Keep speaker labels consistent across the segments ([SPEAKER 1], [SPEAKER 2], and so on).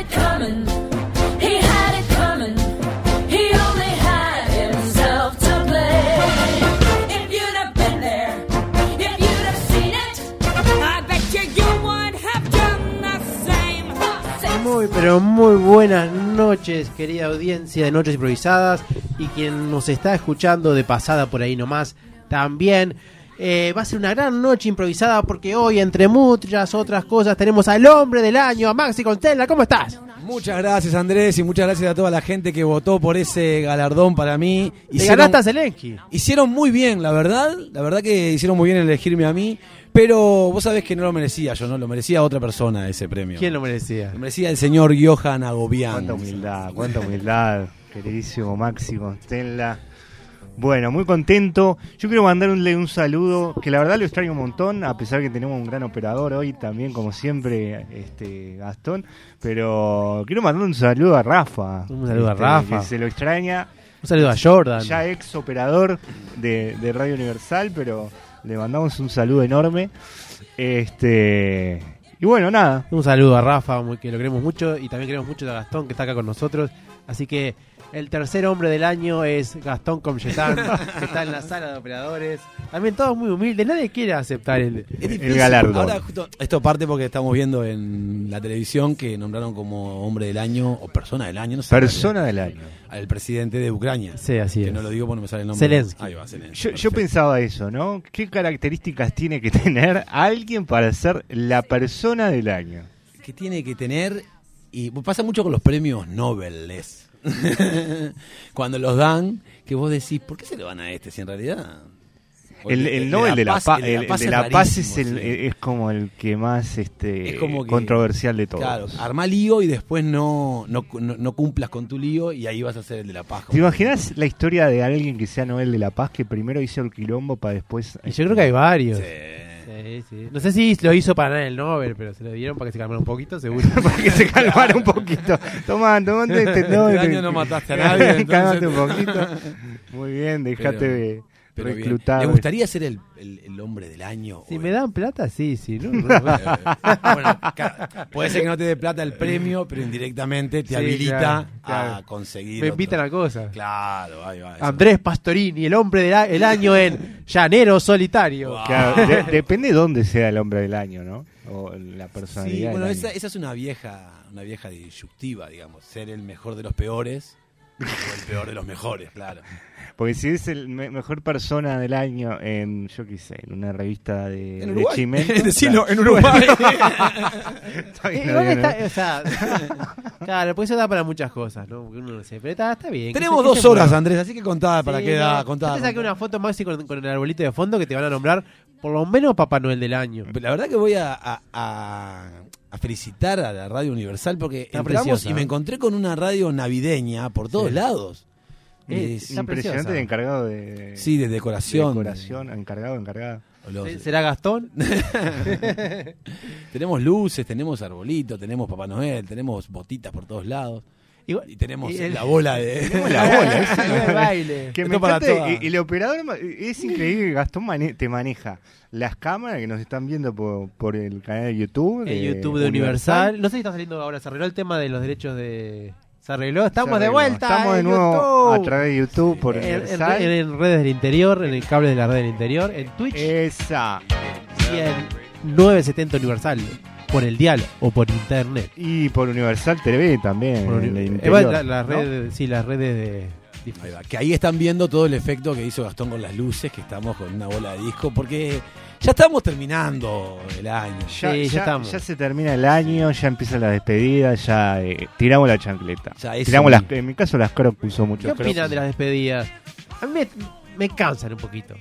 [SPEAKER 1] it coming. He had it coming. He only had himself to blame. If you'd have been there, if you'd have seen it, I bet you you would have done the same.
[SPEAKER 2] Muy, pero muy buenas noches, querida audiencia de Noches Improvisadas y quien nos está escuchando de pasada por ahí nomás también. Eh, va a ser una gran noche improvisada porque hoy, entre muchas otras cosas, tenemos al hombre del año, a Maxi Constella. ¿Cómo estás?
[SPEAKER 3] Muchas gracias Andrés y muchas gracias a toda la gente que votó por ese galardón para mí.
[SPEAKER 2] Te ganaste a Zelensky.
[SPEAKER 3] hicieron muy bien, la verdad. La verdad que hicieron muy bien en elegirme a mí. Pero vos sabés que no lo merecía yo, no lo merecía otra persona ese premio.
[SPEAKER 2] ¿Quién lo merecía?
[SPEAKER 3] Lo merecía el señor Johan Agobián.
[SPEAKER 4] Cuánta humildad, cuánta humildad, queridísimo Maxi Constella. Bueno, muy contento. Yo quiero mandarle un saludo, que la verdad lo extraño un montón, a pesar que tenemos un gran operador hoy también, como siempre, este Gastón. Pero quiero mandarle un saludo a Rafa.
[SPEAKER 2] Un saludo a
[SPEAKER 4] Este,
[SPEAKER 2] Rafa.
[SPEAKER 4] Que se lo extraña,
[SPEAKER 2] Un saludo a Jordan.
[SPEAKER 4] ya ex operador de, de Radio Universal, pero le mandamos un saludo enorme. Este Y bueno, nada.
[SPEAKER 2] Un saludo a Rafa, muy- que lo queremos mucho, y también queremos mucho a Gastón, que está acá con nosotros. Así que el tercer hombre del año es Gastón Comchetán, que está en la sala de operadores. También todos muy humildes, nadie quiere aceptar el...
[SPEAKER 3] Es difícil.
[SPEAKER 4] El galardón.
[SPEAKER 3] Ahora, justo, esto parte porque estamos viendo en la televisión que nombraron como hombre del año o persona del año, no sé.
[SPEAKER 4] Persona del año.
[SPEAKER 3] Al presidente de Ucrania.
[SPEAKER 2] Sí, así
[SPEAKER 3] que
[SPEAKER 2] es.
[SPEAKER 3] no lo digo porque no me sale el nombre.
[SPEAKER 2] Zelensky.
[SPEAKER 3] Ahí va, Zelensky.
[SPEAKER 4] Yo, yo
[SPEAKER 3] perfecto.
[SPEAKER 4] pensaba eso, ¿no? ¿Qué características tiene que tener alguien para ser la persona del año?
[SPEAKER 3] que tiene que tener y pasa mucho con los premios Nobel cuando los dan que vos decís ¿por qué se lo dan a este si en realidad O
[SPEAKER 4] El, el Nobel de la,
[SPEAKER 3] Paz-
[SPEAKER 4] pa-
[SPEAKER 3] el
[SPEAKER 4] el- el de la paz es, el- eh,
[SPEAKER 3] rarísimo, sí.
[SPEAKER 4] es como el que más este
[SPEAKER 3] Es como que-
[SPEAKER 4] controversial de todos.
[SPEAKER 3] claro armá lío y después no no, no- no cumplas con tu lío y ahí vas a ser el de la paz
[SPEAKER 4] ¿Te imaginas la historia de alguien que sea Nobel de la Paz que primero hizo el quilombo para después...
[SPEAKER 2] Y yo creo que hay varios.
[SPEAKER 3] Sí.
[SPEAKER 2] Sí, sí. No sé si lo hizo para ganar el Nobel, pero se lo dieron para que se calmara un poquito, seguro.
[SPEAKER 4] para que se calmara un poquito. Toma, toma este Nobel.
[SPEAKER 3] año no mataste a nadie, entonces.
[SPEAKER 4] Cálmate un poquito. Muy bien, dejate
[SPEAKER 3] Pero-
[SPEAKER 4] de
[SPEAKER 3] Pero bien.
[SPEAKER 4] reclutar.
[SPEAKER 3] ¿Le gustaría ser el, el- el hombre del año?
[SPEAKER 2] Si
[SPEAKER 3] O
[SPEAKER 2] me
[SPEAKER 3] el-
[SPEAKER 2] dan plata, sí, sí. No, no, no.
[SPEAKER 3] Eh, bueno, ca- puede ser que no te dé plata el premio, pero indirectamente te
[SPEAKER 2] Sí,
[SPEAKER 3] habilita
[SPEAKER 2] claro,
[SPEAKER 3] a
[SPEAKER 2] claro.
[SPEAKER 3] conseguir.
[SPEAKER 2] Me
[SPEAKER 3] otro.
[SPEAKER 2] invitan a cosas.
[SPEAKER 3] Claro, ahí va. eso.
[SPEAKER 2] Andrés Pastorini, el hombre del a- el año en Llanero Solitario.
[SPEAKER 3] Wow.
[SPEAKER 4] Claro, de- depende de dónde sea el hombre del año, ¿no? O la personalidad.
[SPEAKER 3] Sí,
[SPEAKER 4] del
[SPEAKER 3] bueno,
[SPEAKER 4] año.
[SPEAKER 3] esa, esa es una vieja, una vieja disyuntiva, digamos, ser el mejor de los peores o el peor de los mejores, claro.
[SPEAKER 4] Porque si es el me- mejor persona del año en, yo qué sé, en una revista de, de Chimento,
[SPEAKER 3] Decilo, en Uruguay.
[SPEAKER 4] claro, está
[SPEAKER 2] Eh,
[SPEAKER 4] bien,
[SPEAKER 2] igual
[SPEAKER 4] está bien,
[SPEAKER 2] está- o sea, claro, pues eso da para muchas cosas, ¿no? Porque uno no sé, pero está, está bien.
[SPEAKER 3] Tenemos
[SPEAKER 2] Que se- que
[SPEAKER 3] dos
[SPEAKER 2] se
[SPEAKER 3] horas,
[SPEAKER 2] mueva.
[SPEAKER 3] Andrés, así que contá para
[SPEAKER 2] Sí,
[SPEAKER 3] qué da,
[SPEAKER 2] no,
[SPEAKER 3] contá.
[SPEAKER 2] yo te saqué
[SPEAKER 3] contá.
[SPEAKER 2] una foto, Maxi, con, con el arbolito de fondo que te van a nombrar por lo menos Papá Noel del año.
[SPEAKER 3] La verdad que voy a, a- a- a felicitar a la Radio Universal porque
[SPEAKER 2] Está
[SPEAKER 3] entramos
[SPEAKER 2] preciosa,
[SPEAKER 3] y me
[SPEAKER 2] ¿eh?
[SPEAKER 3] encontré con una radio navideña por todos
[SPEAKER 2] Sí.
[SPEAKER 3] lados.
[SPEAKER 2] Eh,
[SPEAKER 3] Es-
[SPEAKER 2] está
[SPEAKER 4] Impresionante
[SPEAKER 2] preciosa.
[SPEAKER 4] el encargado de,
[SPEAKER 3] sí, de
[SPEAKER 4] de
[SPEAKER 3] decoración.
[SPEAKER 4] decoración, encargado, encargada.
[SPEAKER 3] Los-
[SPEAKER 2] ¿Se- ¿Será Gastón?
[SPEAKER 3] Tenemos luces, tenemos arbolito, tenemos Papá Noel, tenemos botitas por todos lados.
[SPEAKER 2] Igual-
[SPEAKER 3] Y tenemos
[SPEAKER 2] y el-
[SPEAKER 3] la bola ¿eh? de.
[SPEAKER 4] Tenemos la bola, esa
[SPEAKER 2] Ah, el baile.
[SPEAKER 4] Que me
[SPEAKER 3] Esto para
[SPEAKER 4] encanta,
[SPEAKER 3] toda.
[SPEAKER 4] eh, el operador ma- es increíble que Gastón mane- te maneja las cámaras que nos están viendo por, por el canal de YouTube.
[SPEAKER 2] En Eh, YouTube de Universal. No sé si está saliendo ahora. Se arregló el tema de los derechos de. Se arregló. Estamos de
[SPEAKER 4] Cerremos.
[SPEAKER 2] vuelta.
[SPEAKER 4] Estamos de
[SPEAKER 2] en
[SPEAKER 4] nuevo
[SPEAKER 2] YouTube.
[SPEAKER 4] a través de YouTube por
[SPEAKER 2] En- en,
[SPEAKER 4] Universal. Eh,
[SPEAKER 2] re- en redes del interior, en el cable de la red del interior, en Twitch
[SPEAKER 4] Esa.
[SPEAKER 2] y en 970 Universal. Por el dial o por internet.
[SPEAKER 4] Y por Universal TV también.
[SPEAKER 2] Por uni-
[SPEAKER 4] en el
[SPEAKER 2] eh,
[SPEAKER 4] interior,
[SPEAKER 2] va, la- las
[SPEAKER 4] ¿no?
[SPEAKER 2] redes, Sí, las redes de.
[SPEAKER 3] Ahí va, Que ahí están viendo todo el efecto que hizo Gastón con las luces, que estamos con una bola de disco, porque ya estamos terminando el año.
[SPEAKER 4] Ya,
[SPEAKER 2] Sí, ya
[SPEAKER 4] ya-
[SPEAKER 2] estamos.
[SPEAKER 4] ya se termina el año, ya empieza la despedida, ya eh, tiramos la chancleta.
[SPEAKER 3] Ya es
[SPEAKER 4] tiramos
[SPEAKER 3] un-
[SPEAKER 4] las, en mi caso las crocs usó mucho.
[SPEAKER 2] ¿Qué opinan de las despedidas? A mí me, me cansan un poquito.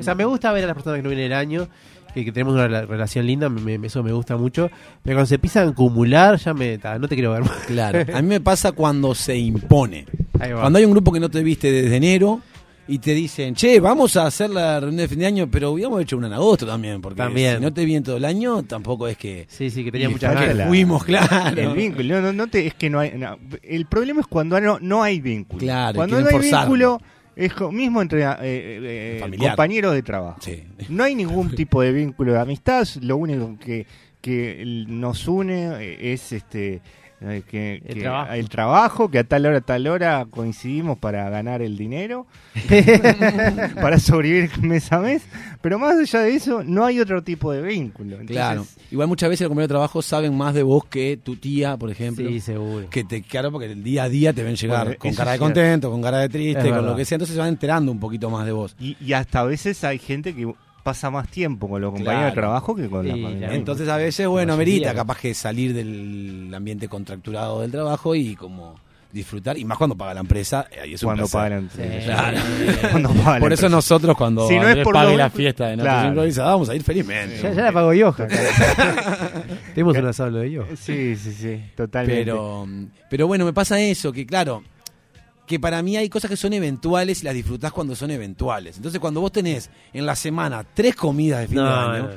[SPEAKER 2] o sea, me gusta ver a las personas que no vienen el año, que, que tenemos una rela- relación linda, me- me- eso me gusta mucho. Pero cuando se empiezan a acumular, ya me. ta, no te quiero ver más.
[SPEAKER 3] Claro, a mí me pasa cuando se impone.
[SPEAKER 2] Ahí va.
[SPEAKER 3] Cuando hay un grupo que no te viste desde enero y te dicen, che, vamos a hacer la reunión de fin de año, pero hubiéramos hecho una en agosto también, porque
[SPEAKER 2] También.
[SPEAKER 3] si no te vi en todo el año, tampoco es que
[SPEAKER 2] Sí, sí, que tenía
[SPEAKER 4] Y
[SPEAKER 2] muchas
[SPEAKER 4] falta
[SPEAKER 2] ganas.
[SPEAKER 4] la-
[SPEAKER 3] fuimos, claro.
[SPEAKER 4] El vínculo, no, no, no te- es que no hay. no. el problema es cuando no, no hay vínculo.
[SPEAKER 3] Claro,
[SPEAKER 4] cuando no
[SPEAKER 3] quieren
[SPEAKER 4] hay
[SPEAKER 3] forzarlo.
[SPEAKER 4] vínculo, es co- mismo entre eh, eh, eh,
[SPEAKER 3] Familiar.
[SPEAKER 4] compañeros de trabajo.
[SPEAKER 3] Sí.
[SPEAKER 4] No hay ningún tipo de vínculo de amistad, lo único que, que el- nos une eh, es este eh, que,
[SPEAKER 2] El
[SPEAKER 4] que-
[SPEAKER 2] trabajo.
[SPEAKER 4] el trabajo, que a tal hora, a tal hora coincidimos para ganar el dinero, para sobrevivir mes a mes, pero más allá de eso, no hay otro tipo de vínculo. Entonces,
[SPEAKER 3] Claro. Igual muchas veces los compañeros de trabajo saben más de vos que tu tía, por ejemplo.
[SPEAKER 2] Sí, seguro.
[SPEAKER 3] que te claro porque el día a día te ven llegar
[SPEAKER 4] Bueno,
[SPEAKER 3] con
[SPEAKER 4] eso
[SPEAKER 3] cara de
[SPEAKER 4] es cierto.
[SPEAKER 3] contento, con cara de
[SPEAKER 2] Es
[SPEAKER 3] triste, con
[SPEAKER 2] verdad.
[SPEAKER 3] lo que sea, entonces se van enterando un poquito más de vos.
[SPEAKER 4] Y, y hasta a veces hay gente que pasa más tiempo con los compañeros de
[SPEAKER 3] Claro.
[SPEAKER 4] trabajo que con la
[SPEAKER 2] Sí,
[SPEAKER 4] familia.
[SPEAKER 2] la
[SPEAKER 4] misma.
[SPEAKER 3] Entonces a veces, bueno,
[SPEAKER 2] mayoría,
[SPEAKER 3] amerita
[SPEAKER 2] ¿no?
[SPEAKER 3] capaz que salir del ambiente contracturado del trabajo y como disfrutar, y más cuando paga la empresa, eh, ahí es un
[SPEAKER 4] cuando
[SPEAKER 3] placer.
[SPEAKER 4] pagan.
[SPEAKER 2] Sí.
[SPEAKER 3] Claro.
[SPEAKER 4] Cuando pagan.
[SPEAKER 3] Por eso nosotros cuando
[SPEAKER 4] Si no es
[SPEAKER 3] Andrés
[SPEAKER 4] por
[SPEAKER 3] pague
[SPEAKER 4] lo-
[SPEAKER 3] la fiesta de noches
[SPEAKER 4] Claro.
[SPEAKER 3] improvisadas, vamos a ir felizmente.
[SPEAKER 2] Ya, ya la pagó yo. Tenemos un asado de yo.
[SPEAKER 4] Sí, sí, sí, totalmente.
[SPEAKER 3] Pero, pero bueno, me pasa eso, que claro, que para mí hay cosas que son eventuales y las disfrutás cuando son eventuales. Entonces, cuando vos tenés en la semana tres comidas de fin de
[SPEAKER 2] No,
[SPEAKER 3] año,
[SPEAKER 2] no, no.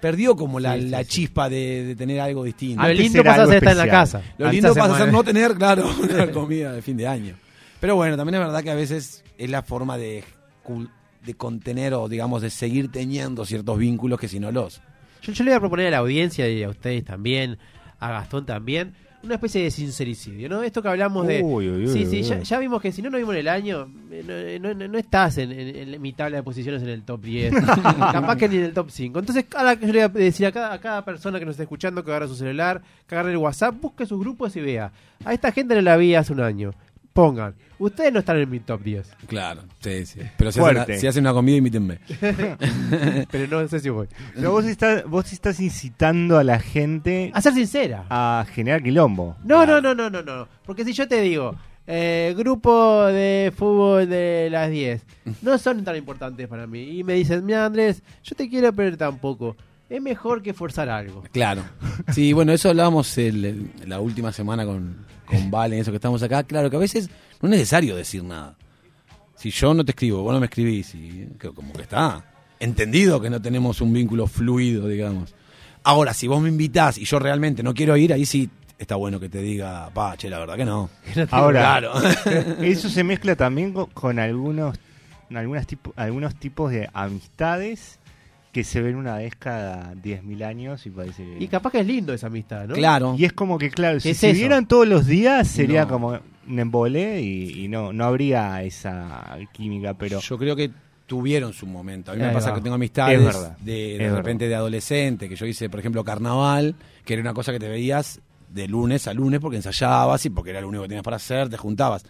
[SPEAKER 3] perdió como la,
[SPEAKER 2] Sí, sí,
[SPEAKER 3] la
[SPEAKER 2] sí.
[SPEAKER 3] chispa de, de tener algo distinto.
[SPEAKER 2] Lo
[SPEAKER 4] Antes
[SPEAKER 2] lindo
[SPEAKER 4] era
[SPEAKER 2] pasa a
[SPEAKER 4] algo
[SPEAKER 2] ser estar en la
[SPEAKER 4] especial.
[SPEAKER 2] casa.
[SPEAKER 3] Lo
[SPEAKER 2] Al
[SPEAKER 3] lindo
[SPEAKER 2] esa
[SPEAKER 3] pasa a ser
[SPEAKER 2] semana.
[SPEAKER 3] no tener, claro, una comida de fin de año. Pero bueno, también es verdad que a veces es la forma de, cul- de contener o, digamos, de seguir teniendo ciertos vínculos que si no los.
[SPEAKER 2] Yo, yo le voy a proponer a la audiencia y a ustedes también, a Gastón también, una especie de sincericidio, ¿no? Esto que hablamos de...
[SPEAKER 4] Uy, uy, uy,
[SPEAKER 2] sí,
[SPEAKER 4] uy.
[SPEAKER 2] sí, ya, ya vimos que si no nos vimos en el año, eh, no, no- no estás en, en- en mi tabla de posiciones en el top 10, capaz que ni en el top 5. Entonces, ahora yo le voy a decir a cada, a cada persona que nos está escuchando que agarre su celular, que agarre el WhatsApp, busque sus grupos y vea. A esta gente no la vi hace un año. Pongan, ustedes no están en mi top 10,
[SPEAKER 3] Claro, sí, sí. Pero
[SPEAKER 4] si hacen Fuerte. una- si
[SPEAKER 3] hacen una comida, invítenme.
[SPEAKER 2] pero no sé si voy.
[SPEAKER 4] Pero vos estás, vos estás incitando a la gente
[SPEAKER 2] A ser sincera.
[SPEAKER 4] a generar quilombo.
[SPEAKER 2] No, no, no, no, no, no. Porque si yo te digo, eh, grupo de fútbol de las 10, no son tan importantes para mí. Y me dicen, mira Andrés, yo te quiero, pero tampoco. Es mejor que forzar algo.
[SPEAKER 3] Claro. Sí, bueno, eso hablábamos el- el- la última semana con, con Valen, eso que estamos acá. Claro, que a veces no es necesario decir nada. Si yo no te escribo, vos no me escribís, y que- como que está entendido que no tenemos un vínculo fluido, digamos. Ahora, si vos me invitás y yo realmente no quiero ir, ahí sí está bueno que te diga, pa, che, la verdad que no.
[SPEAKER 4] Ahora,
[SPEAKER 3] Claro.
[SPEAKER 4] Eso se mezcla también co- con, algunos algunas tipo- algunos tipos de amistades que se ven una vez cada 10.000 años y parece que-
[SPEAKER 2] Y capaz que es lindo esa amistad, ¿no?
[SPEAKER 3] Claro.
[SPEAKER 4] Y es como que, claro, si
[SPEAKER 2] Es
[SPEAKER 4] se
[SPEAKER 2] eso.
[SPEAKER 4] vieran todos los días sería
[SPEAKER 3] No.
[SPEAKER 4] como un embole y, y no, no habría esa química, pero
[SPEAKER 3] Yo creo que tuvieron su momento. A mí
[SPEAKER 2] Ahí
[SPEAKER 3] me pasa
[SPEAKER 2] va.
[SPEAKER 3] que tengo amistades
[SPEAKER 4] Es verdad.
[SPEAKER 3] de, de
[SPEAKER 4] Es verdad.
[SPEAKER 3] repente de adolescente, que yo hice, por ejemplo, carnaval, que era una cosa que te veías de lunes a lunes porque ensayabas y porque era lo único que tenías para hacer, te juntabas.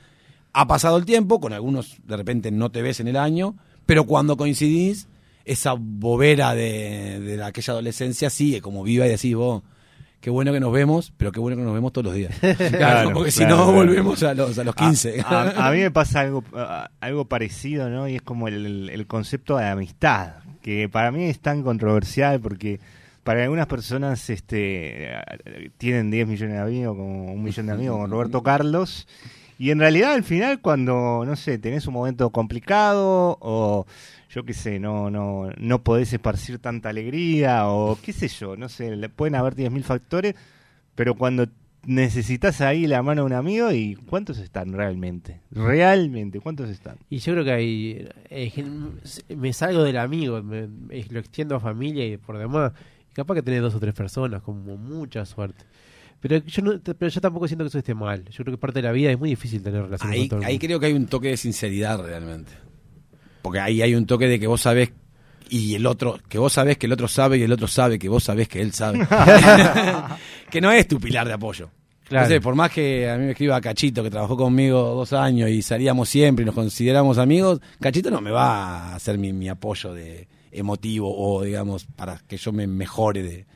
[SPEAKER 3] Ha pasado el tiempo, con algunos de repente no te ves en el año, pero cuando coincidís, esa bobera de, de aquella adolescencia sigue como viva y decís vos. Qué bueno que nos vemos, pero qué bueno que nos vemos todos los días. Claro,
[SPEAKER 4] Claro,
[SPEAKER 3] porque si
[SPEAKER 4] claro,
[SPEAKER 3] no
[SPEAKER 4] claro. Ah,
[SPEAKER 3] volvemos a los, a los 15.
[SPEAKER 4] A, a- a mí me pasa algo, a- algo parecido, ¿no? Y es como el- el, el concepto de amistad, que para mí es tan controversial porque para algunas personas este, eh, tienen 10 millones de amigos, como un millón de amigos, como Roberto Carlos. Y en realidad al final cuando, no sé, tenés un momento complicado o yo qué sé, no, no, no podés esparcir tanta alegría o qué sé yo, no sé, le- pueden haber 10.000 factores, pero cuando necesitas ahí la mano de un amigo y ¿cuántos están realmente? Realmente, ¿cuántos están?
[SPEAKER 2] Y yo creo que ahí eh, gen- me salgo del amigo, me- eh, lo extiendo a familia y por demás. Y capaz que tenés dos o tres personas, como mucha suerte. Pero yo, no, pero yo tampoco siento que eso esté mal. Yo creo que parte de la vida es muy difícil tener relaciones con
[SPEAKER 3] Ahí,
[SPEAKER 2] todo el
[SPEAKER 3] ahí
[SPEAKER 2] mundo.
[SPEAKER 3] creo que hay un toque de sinceridad realmente. Porque ahí hay un toque de que vos sabés y el otro, que vos sabés que el otro sabe y el otro sabe que vos sabés que él sabe. que no es tu pilar de apoyo.
[SPEAKER 2] Claro.
[SPEAKER 3] Entonces, por más que a mí me escriba Cachito, que trabajó conmigo dos años y salíamos siempre y nos consideramos amigos, Cachito no me va a hacer mi, mi apoyo de emotivo o, digamos, para que yo me mejore. De...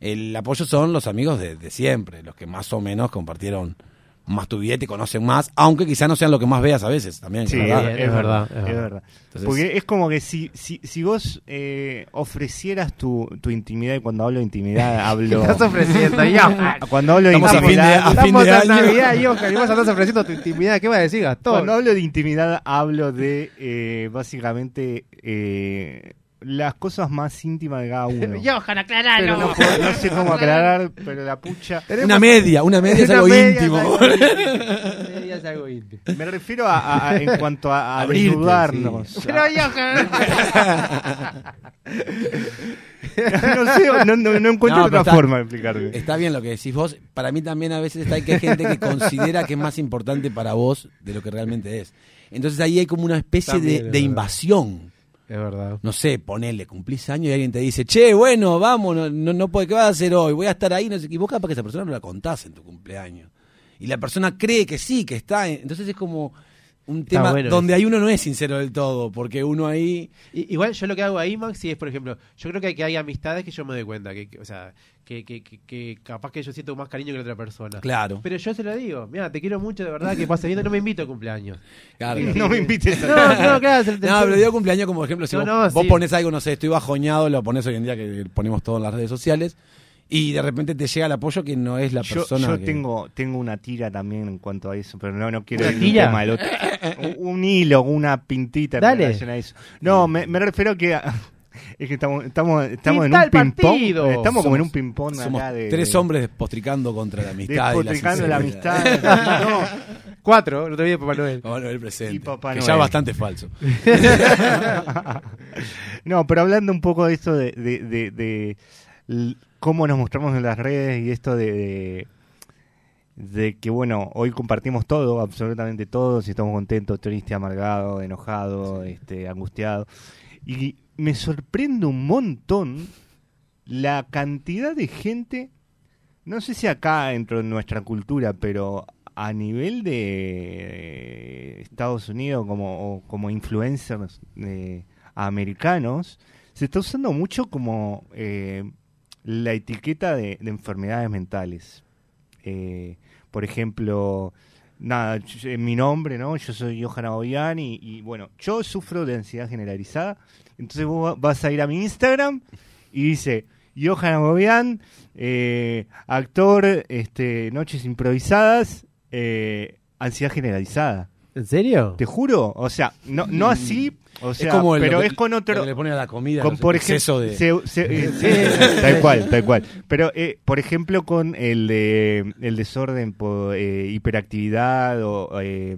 [SPEAKER 3] El apoyo son los amigos de, de siempre, los que más o menos compartieron más tu vida y te conocen más, aunque quizás no sean lo que más veas a veces también.
[SPEAKER 4] Sí,
[SPEAKER 3] ¿verdad?
[SPEAKER 2] bien. es verdad, es
[SPEAKER 4] es
[SPEAKER 2] verdad.
[SPEAKER 4] verdad.
[SPEAKER 3] Entonces-
[SPEAKER 4] Porque es como que si, si, si vos eh, ofrecieras tu, tu intimidad, y cuando hablo de intimidad hablo...
[SPEAKER 2] Estás ofreciendo, Johan.
[SPEAKER 4] cuando hablo de
[SPEAKER 3] Estamos a fin de-
[SPEAKER 4] intimidad...
[SPEAKER 3] a fin
[SPEAKER 2] Estamos
[SPEAKER 3] de
[SPEAKER 2] en
[SPEAKER 3] año.
[SPEAKER 2] Navidad, Johan, y vos andás ofreciendo tu intimidad. ¿Qué vas a decir, Gastón?
[SPEAKER 4] Cuando hablo de intimidad hablo de eh, básicamente eh, las cosas más íntimas de cada uno.
[SPEAKER 2] Johan, aclaralo.
[SPEAKER 4] Pero no, puedo- no sé cómo aclarar, pero la pucha...
[SPEAKER 3] Una media, una media es
[SPEAKER 2] Una
[SPEAKER 3] algo
[SPEAKER 2] media
[SPEAKER 3] íntimo.
[SPEAKER 2] es algo íntimo. Media eh, es algo íntimo.
[SPEAKER 4] Me refiero a, a- a- en cuanto a, a
[SPEAKER 3] Abrirte,
[SPEAKER 4] desnudarnos.
[SPEAKER 2] Pero Johan.
[SPEAKER 4] no sé, no, no- no encuentro
[SPEAKER 3] No, pero
[SPEAKER 4] otra
[SPEAKER 3] está-
[SPEAKER 4] forma de explicarlo.
[SPEAKER 3] Está bien lo que decís vos. Para mí también a veces está que hay gente que considera que es más importante para vos de lo que realmente es. Entonces ahí hay como una especie
[SPEAKER 2] También es
[SPEAKER 3] de, de
[SPEAKER 2] verdad.
[SPEAKER 3] invasión.
[SPEAKER 2] Es verdad.
[SPEAKER 3] No sé, ponele, cumplís años y alguien te dice, che, bueno, vamos, no, no, no puede, ¿qué vas a hacer hoy? Voy a estar ahí, no sé, qué. y vos capaz que esa persona no la contás en tu cumpleaños. Y la persona cree que sí, que está. en- Entonces es como un
[SPEAKER 2] Está
[SPEAKER 3] tema
[SPEAKER 2] bueno
[SPEAKER 3] donde ahí uno no es sincero del todo, porque uno ahí...
[SPEAKER 2] I- Igual yo lo que hago ahí, Maxi, es, por ejemplo, yo creo que hay, que hay amistades que yo me doy cuenta, que, que- o sea, que, que- que- que capaz que yo siento más cariño que la otra persona.
[SPEAKER 3] Claro.
[SPEAKER 2] Pero yo se lo digo, mira, te quiero mucho, de verdad, que pase bien, no me invito a cumpleaños.
[SPEAKER 3] claro.
[SPEAKER 4] No me invites
[SPEAKER 2] No, no, claro, se-
[SPEAKER 3] No, pero digo cumpleaños como ejemplo, si
[SPEAKER 2] No,
[SPEAKER 3] vos,
[SPEAKER 2] no,
[SPEAKER 3] vos
[SPEAKER 2] sí.
[SPEAKER 3] pones algo, no sé, estoy bajoñado, lo pones hoy en día que ponemos todo en las redes sociales, y de repente te llega el apoyo que no es la
[SPEAKER 4] Yo,
[SPEAKER 3] persona
[SPEAKER 4] yo
[SPEAKER 3] que-
[SPEAKER 4] tengo, tengo una tira también en cuanto a eso, pero no, no quiero
[SPEAKER 2] ¿Una
[SPEAKER 4] ir
[SPEAKER 2] tira?
[SPEAKER 4] un tema al otro. Un, un hilo, una pintita en
[SPEAKER 2] Dale.
[SPEAKER 4] relación a eso. No, me, me refiero que a- es que estamos, estamos, estamos en
[SPEAKER 2] Pinta
[SPEAKER 4] un
[SPEAKER 2] el
[SPEAKER 4] ping pong.
[SPEAKER 2] partido.
[SPEAKER 4] Estamos como en un ping pong
[SPEAKER 3] Somos
[SPEAKER 4] acá de
[SPEAKER 3] tres
[SPEAKER 4] de-
[SPEAKER 3] hombres despotricando contra la amistad y la,
[SPEAKER 4] despotricando la
[SPEAKER 3] sinceridad.
[SPEAKER 4] amistad. No,
[SPEAKER 2] Cuatro, no te olvides, Papá Noel.
[SPEAKER 3] Vamos a ver el presente.
[SPEAKER 4] Y Papá
[SPEAKER 3] que
[SPEAKER 4] Noel.
[SPEAKER 3] ya bastante falso.
[SPEAKER 4] No, pero hablando un poco de esto de, de- de- de l- cómo nos mostramos en las redes y esto de, de, de que, bueno, hoy compartimos todo, absolutamente todo, si estamos contentos, triste, amargado, enojado, este, angustiado. Y me sorprende un montón la cantidad de gente, no sé si acá dentro de nuestra cultura, pero a nivel de eh, Estados Unidos como, o como influencers eh, americanos, se está usando mucho como eh, la etiqueta de, de enfermedades mentales. Eh, por ejemplo, nada, yo- eh, mi nombre, ¿no? Yo soy Johan Aboyan y, y, bueno, yo sufro de ansiedad generalizada. Entonces vos va- vas a ir a mi Instagram y dice Johan Aboyan, eh, actor, este, noches improvisadas, eh, ansiedad generalizada.
[SPEAKER 2] ¿En serio?
[SPEAKER 4] Te juro, o sea, no, no así, o sea,
[SPEAKER 3] Mm. es como el-
[SPEAKER 4] pero
[SPEAKER 3] lo que-
[SPEAKER 4] es con
[SPEAKER 3] lo
[SPEAKER 4] otro,
[SPEAKER 3] que le ponen a la comida,
[SPEAKER 4] con,
[SPEAKER 3] los-
[SPEAKER 4] por
[SPEAKER 3] el exceso
[SPEAKER 4] ejemplo, eh,
[SPEAKER 3] de...
[SPEAKER 4] tal cual, tal cual. Pero, eh, por ejemplo, con el de el desorden por eh, hiperactividad o, eh,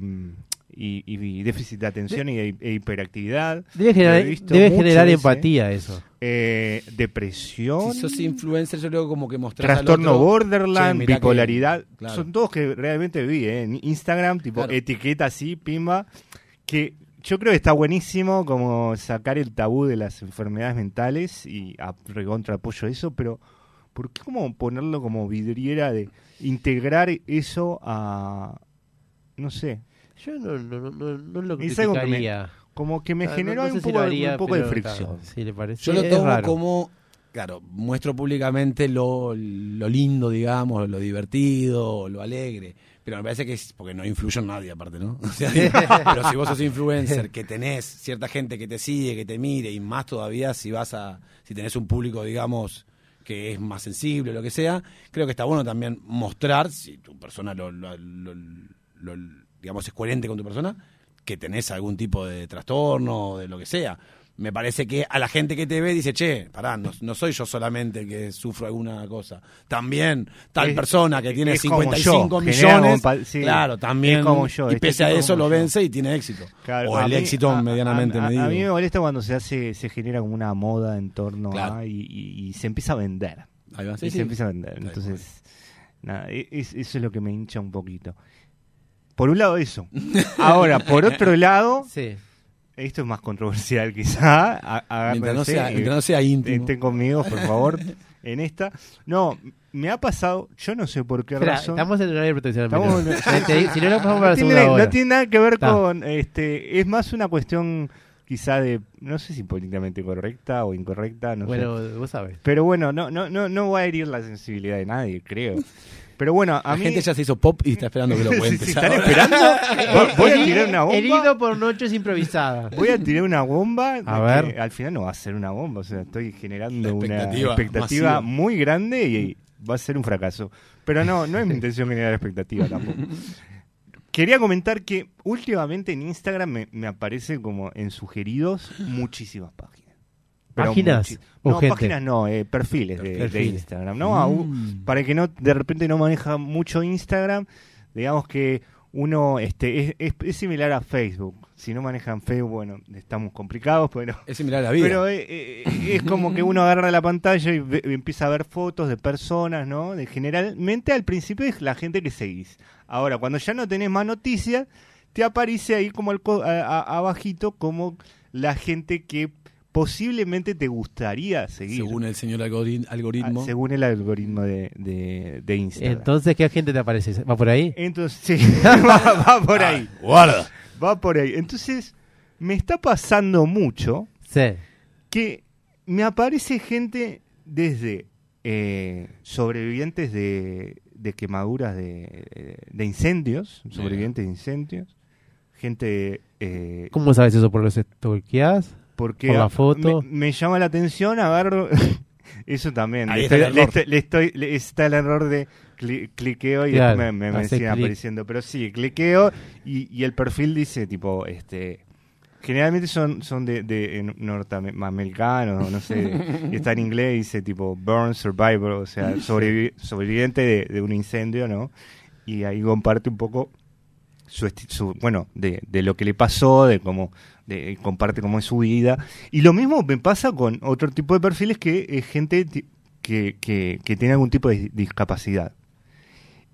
[SPEAKER 4] y, y déficit de atención y, e hiperactividad,
[SPEAKER 2] Debe
[SPEAKER 4] Lo he
[SPEAKER 2] generar,
[SPEAKER 4] visto
[SPEAKER 2] debe
[SPEAKER 4] muchas
[SPEAKER 2] generar
[SPEAKER 4] veces,
[SPEAKER 2] empatía eso.
[SPEAKER 4] eh, depresión,
[SPEAKER 3] Si sos influencer, yo luego como que mostrás al
[SPEAKER 4] trastorno
[SPEAKER 3] otro, "Che,
[SPEAKER 4] borderline,
[SPEAKER 3] mirá que-".
[SPEAKER 4] bipolaridad,
[SPEAKER 3] Claro.
[SPEAKER 4] son todos que realmente vi eh, en Instagram, tipo
[SPEAKER 3] Claro.
[SPEAKER 4] etiqueta así, pimba, que yo creo que está buenísimo como sacar el tabú de las enfermedades mentales y a, recontra apoyo eso, pero ¿por qué como ponerlo como vidriera de integrar eso a no sé,
[SPEAKER 2] Yo no, no, no, no, no lo
[SPEAKER 4] Es algo que me-
[SPEAKER 2] criticaría.
[SPEAKER 4] como que me
[SPEAKER 2] Ah, no-
[SPEAKER 4] generó
[SPEAKER 2] no sé
[SPEAKER 4] un,
[SPEAKER 2] si
[SPEAKER 4] poco,
[SPEAKER 2] lo
[SPEAKER 4] de-
[SPEAKER 2] haría,
[SPEAKER 4] un poco de
[SPEAKER 2] pero,
[SPEAKER 4] fricción.
[SPEAKER 2] claro, sí, le parece.
[SPEAKER 3] Yo lo
[SPEAKER 2] es
[SPEAKER 3] tomo
[SPEAKER 2] raro.
[SPEAKER 3] como, claro, muestro públicamente lo, lo lindo, digamos, lo divertido, lo alegre. Pero me parece que es porque no influyo en nadie aparte, ¿no? O sea, digo, pero si vos sos influencer, que tenés cierta gente que te sigue, que te mire, y más todavía si vas a, si tenés un público, digamos, que es más sensible, lo que sea, creo que está bueno también mostrar, si tu persona lo, lo- lo- lo- digamos, es coherente con tu persona, que tenés algún tipo de trastorno o de lo que sea. Me parece que a la gente que te ve dice, che, pará, no, no soy yo solamente el que sufro alguna cosa. También tal
[SPEAKER 4] Es-
[SPEAKER 3] persona que tiene
[SPEAKER 4] es como yo,
[SPEAKER 3] 55
[SPEAKER 4] genera
[SPEAKER 3] millones,
[SPEAKER 4] compa- sí,
[SPEAKER 3] claro, también,
[SPEAKER 4] es como yo,
[SPEAKER 3] y
[SPEAKER 4] este
[SPEAKER 3] pese a
[SPEAKER 4] tipo es
[SPEAKER 3] eso
[SPEAKER 4] como
[SPEAKER 3] lo
[SPEAKER 4] yo.
[SPEAKER 3] vence y tiene éxito.
[SPEAKER 4] Claro,
[SPEAKER 3] o
[SPEAKER 4] a
[SPEAKER 3] el
[SPEAKER 4] mí-
[SPEAKER 3] éxito
[SPEAKER 4] a-
[SPEAKER 3] medianamente
[SPEAKER 4] a, a-
[SPEAKER 3] medido.
[SPEAKER 4] a mí me molesta cuando se hace se genera como una moda en torno
[SPEAKER 3] Claro.
[SPEAKER 4] a y, y- y se empieza a vender
[SPEAKER 3] Ahí va. Sí,
[SPEAKER 4] y
[SPEAKER 3] sí.
[SPEAKER 4] se empieza a vender
[SPEAKER 3] Tal
[SPEAKER 4] entonces nada e- es- eso es lo que me hincha un poquito por un lado eso ahora por otro lado
[SPEAKER 2] Sí.
[SPEAKER 4] esto es más controversial quizá a-
[SPEAKER 3] Mientras no
[SPEAKER 4] agárrense,
[SPEAKER 3] sea,
[SPEAKER 4] eh,
[SPEAKER 3] mientras no sea íntimo.
[SPEAKER 4] estén conmigo por favor en esta no me ha pasado yo no sé por qué
[SPEAKER 2] Espera,
[SPEAKER 4] razón
[SPEAKER 2] estamos en el horario de protección. al
[SPEAKER 4] Estamos
[SPEAKER 2] menor.
[SPEAKER 4] en-
[SPEAKER 2] Te- si no, lo pasamos para la
[SPEAKER 4] no tiene,
[SPEAKER 2] segunda
[SPEAKER 4] no
[SPEAKER 2] hora.
[SPEAKER 4] tiene nada que ver
[SPEAKER 2] Está.
[SPEAKER 4] con este es más una cuestión quizá de no sé si políticamente correcta o incorrecta no sé
[SPEAKER 2] bueno, vos sabes.
[SPEAKER 4] pero bueno no no no no va a herir la sensibilidad de nadie creo Pero bueno, a
[SPEAKER 3] La
[SPEAKER 4] mí.
[SPEAKER 3] gente ya se hizo pop y está esperando que lo
[SPEAKER 4] Si- si
[SPEAKER 3] cuentes.
[SPEAKER 4] están
[SPEAKER 3] ahora.
[SPEAKER 4] esperando, voy- voy a tirar una bomba.
[SPEAKER 2] Herido por noches improvisadas.
[SPEAKER 4] Voy a tirar una bomba. de
[SPEAKER 2] A
[SPEAKER 4] que
[SPEAKER 2] ver.
[SPEAKER 4] Al final no va a ser una bomba. O sea, estoy generando
[SPEAKER 3] La expectativa
[SPEAKER 4] una expectativa
[SPEAKER 3] masiva.
[SPEAKER 4] muy grande y va a ser un fracaso. Pero no, no es mi intención generar expectativa tampoco. Quería comentar que últimamente en Instagram me, me aparece como en sugeridos muchísimas páginas.
[SPEAKER 2] ¿Páginas
[SPEAKER 4] muchi-
[SPEAKER 2] o
[SPEAKER 4] No,
[SPEAKER 2] gente?
[SPEAKER 4] páginas no, eh, perfiles, de- De,
[SPEAKER 2] Perfiles. Mm.
[SPEAKER 4] Instagram. No, A u- para el que no de repente no maneja mucho Instagram, digamos que uno este es, es- es similar a Facebook. Si no manejan Facebook, bueno, estamos complicados, pero
[SPEAKER 3] Es similar a la vida.
[SPEAKER 4] pero eh, eh, es como que uno agarra la pantalla y, ve- y empieza a ver fotos de personas, ¿no? De generalmente al principio es la gente que seguís. Ahora, cuando ya no tenés más noticias, te aparece ahí como al co- a- a- abajito como la gente que posiblemente te gustaría seguir.
[SPEAKER 3] según el señor algori-
[SPEAKER 4] Ah,
[SPEAKER 3] algoritmo.
[SPEAKER 4] según el algoritmo de, de, de Instagram.
[SPEAKER 2] Entonces, ¿qué gente te aparece? ¿Va por ahí?
[SPEAKER 4] Entonces, sí, va, va por ahí.
[SPEAKER 3] Guarda.
[SPEAKER 4] Va por ahí. Entonces, me está pasando mucho
[SPEAKER 2] Sí.
[SPEAKER 4] que me aparece gente desde eh, sobrevivientes de, de quemaduras de, eh, de incendios, sobrevivientes de incendios, gente... eh,
[SPEAKER 2] ¿Cómo sabes eso? ¿Por los stalkeás?
[SPEAKER 4] porque
[SPEAKER 2] por la
[SPEAKER 4] a-
[SPEAKER 2] foto?
[SPEAKER 4] Me, me llama la atención, agarro... Eso también.
[SPEAKER 3] Ahí
[SPEAKER 4] Le
[SPEAKER 3] está
[SPEAKER 4] estoy-
[SPEAKER 3] el
[SPEAKER 4] le
[SPEAKER 3] error.
[SPEAKER 4] estoy- le estoy- le- está el error de cli- cliqueo y
[SPEAKER 2] Claro,
[SPEAKER 4] después me, me- me
[SPEAKER 2] hace
[SPEAKER 4] siguen
[SPEAKER 2] clic.
[SPEAKER 4] apareciendo. Pero sí, cliqueo y, y el perfil dice tipo, este... Generalmente son, son de, de eh, norteamericanos, no sé, y está en inglés, dice tipo burn survivor, o sea, sobrevi- sobreviviente de, de un incendio, ¿no? Y ahí comparte un poco su, esti- su- bueno, de, de lo que le pasó, de cómo de, comparte cómo es su vida. Y lo mismo me pasa con otro tipo de perfiles que es gente ti- que, que, que tiene algún tipo de dis- discapacidad.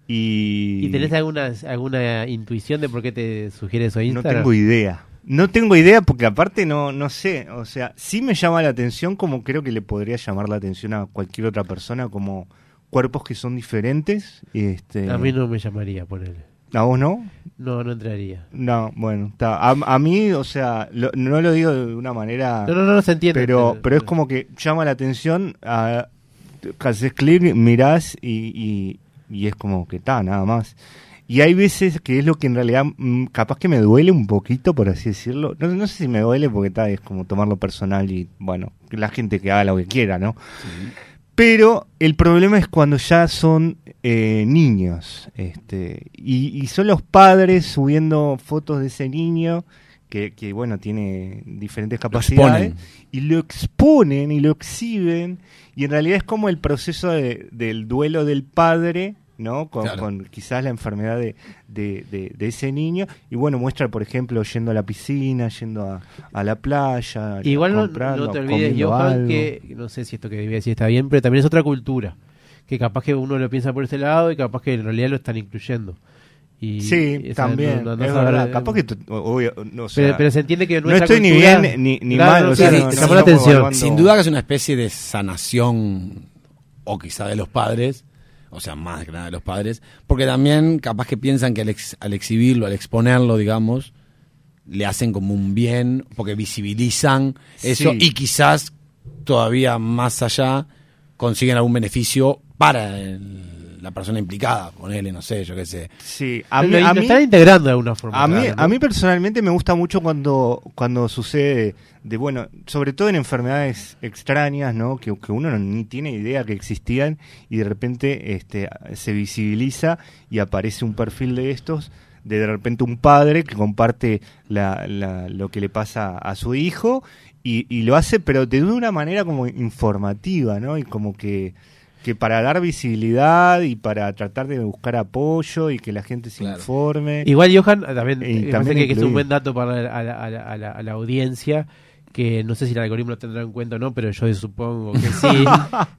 [SPEAKER 4] Y,
[SPEAKER 2] ¿Y tenés alguna, alguna intuición de por qué te sugiere eso
[SPEAKER 4] no
[SPEAKER 2] Instagram?
[SPEAKER 4] tengo idea. No tengo idea porque aparte no, no sé, o sea, sí me llama la atención como creo que le podría llamar la atención a cualquier otra persona como cuerpos que son diferentes. Este,
[SPEAKER 2] A mí no me llamaría, ponele.
[SPEAKER 4] ¿A vos no?
[SPEAKER 2] No, no entraría.
[SPEAKER 4] No, bueno, está. A, a mí, o sea, lo- no lo digo de una manera...
[SPEAKER 2] No, no, no, no se entiende.
[SPEAKER 4] Ah, pero, pero es como que llama la atención, a, haces clic, mirás y, y- y es como que está, nada más. Y hay veces que es lo que en realidad mm, capaz que me duele un poquito, por así decirlo. No, no sé si me duele porque está, es como tomarlo personal y bueno, que la gente que haga lo que quiera, ¿no? Pero el problema es cuando ya son eh, niños. Este, y, y son los padres subiendo fotos de ese niño que, que, bueno, tiene diferentes capacidades.
[SPEAKER 3] exponen.
[SPEAKER 4] y lo exponen y lo exhiben. Y en realidad es como el proceso de- del duelo del padre, ¿no? Con,
[SPEAKER 3] Claro.
[SPEAKER 4] con quizás la enfermedad de, de- de- de ese niño. Y bueno, muestra, por ejemplo, yendo a la piscina, yendo a, a la playa.
[SPEAKER 2] Igual no,
[SPEAKER 4] comprando,
[SPEAKER 2] no te olvides,
[SPEAKER 4] comiendo
[SPEAKER 2] Johan,
[SPEAKER 4] algo.
[SPEAKER 2] que no sé si esto que debía decir está bien, pero también es otra cultura. Que capaz que uno lo piensa por ese lado y capaz que en realidad lo están incluyendo. Y
[SPEAKER 4] Sí,
[SPEAKER 2] esa-
[SPEAKER 4] también.
[SPEAKER 2] no- no- no
[SPEAKER 4] es
[SPEAKER 2] sabrá-
[SPEAKER 4] verdad. Capaz que tú- obvio, no,
[SPEAKER 2] pero,
[SPEAKER 4] o sea,
[SPEAKER 2] pero se entiende que
[SPEAKER 4] no
[SPEAKER 2] nuestra
[SPEAKER 4] estoy ni
[SPEAKER 2] cultura-
[SPEAKER 4] bien ni- ni
[SPEAKER 2] Claro,
[SPEAKER 4] mal, o
[SPEAKER 2] no,
[SPEAKER 4] sea,
[SPEAKER 2] sí,
[SPEAKER 4] no-
[SPEAKER 2] sí,
[SPEAKER 4] no-
[SPEAKER 2] llamó
[SPEAKER 4] no
[SPEAKER 2] la
[SPEAKER 4] puedo
[SPEAKER 2] atención.
[SPEAKER 4] evaluar. cuando-
[SPEAKER 3] Sin duda que es una especie de sanación, o quizá de los padres, o sea, más que nada de los padres, porque también capaz que piensan que al, ex- al exhibirlo, al exponerlo, digamos, le hacen como un bien, porque visibilizan eso
[SPEAKER 4] Sí.
[SPEAKER 3] y quizás todavía más allá consiguen algún beneficio para el- la persona implicada, ponele, no sé, yo qué sé.
[SPEAKER 4] sí, a
[SPEAKER 2] Lo-
[SPEAKER 4] mí,
[SPEAKER 2] lo
[SPEAKER 4] a mí-
[SPEAKER 2] están integrando de alguna forma.
[SPEAKER 4] a mí-
[SPEAKER 2] claro, ¿no?
[SPEAKER 4] a mí personalmente me gusta mucho cuando, cuando sucede de, bueno, sobre todo en enfermedades extrañas, ¿no? Que, que uno no- ni tiene idea que existían y de repente este, se visibiliza y aparece un perfil de estos, de, de repente un padre que comparte la- la- lo que le pasa a su hijo y, y lo hace, pero de una manera como informativa, ¿no? Y como que que para dar visibilidad y para tratar de buscar apoyo y que la gente se
[SPEAKER 3] Claro.
[SPEAKER 4] informe.
[SPEAKER 2] Igual, Johan, también,
[SPEAKER 4] Y
[SPEAKER 2] eh, me
[SPEAKER 4] también
[SPEAKER 2] parece que, que es
[SPEAKER 4] incluir.
[SPEAKER 2] un buen dato para la, a la- a la- a la- a la audiencia, que no sé si el algoritmo lo tendrá en cuenta o no, pero yo supongo que sí.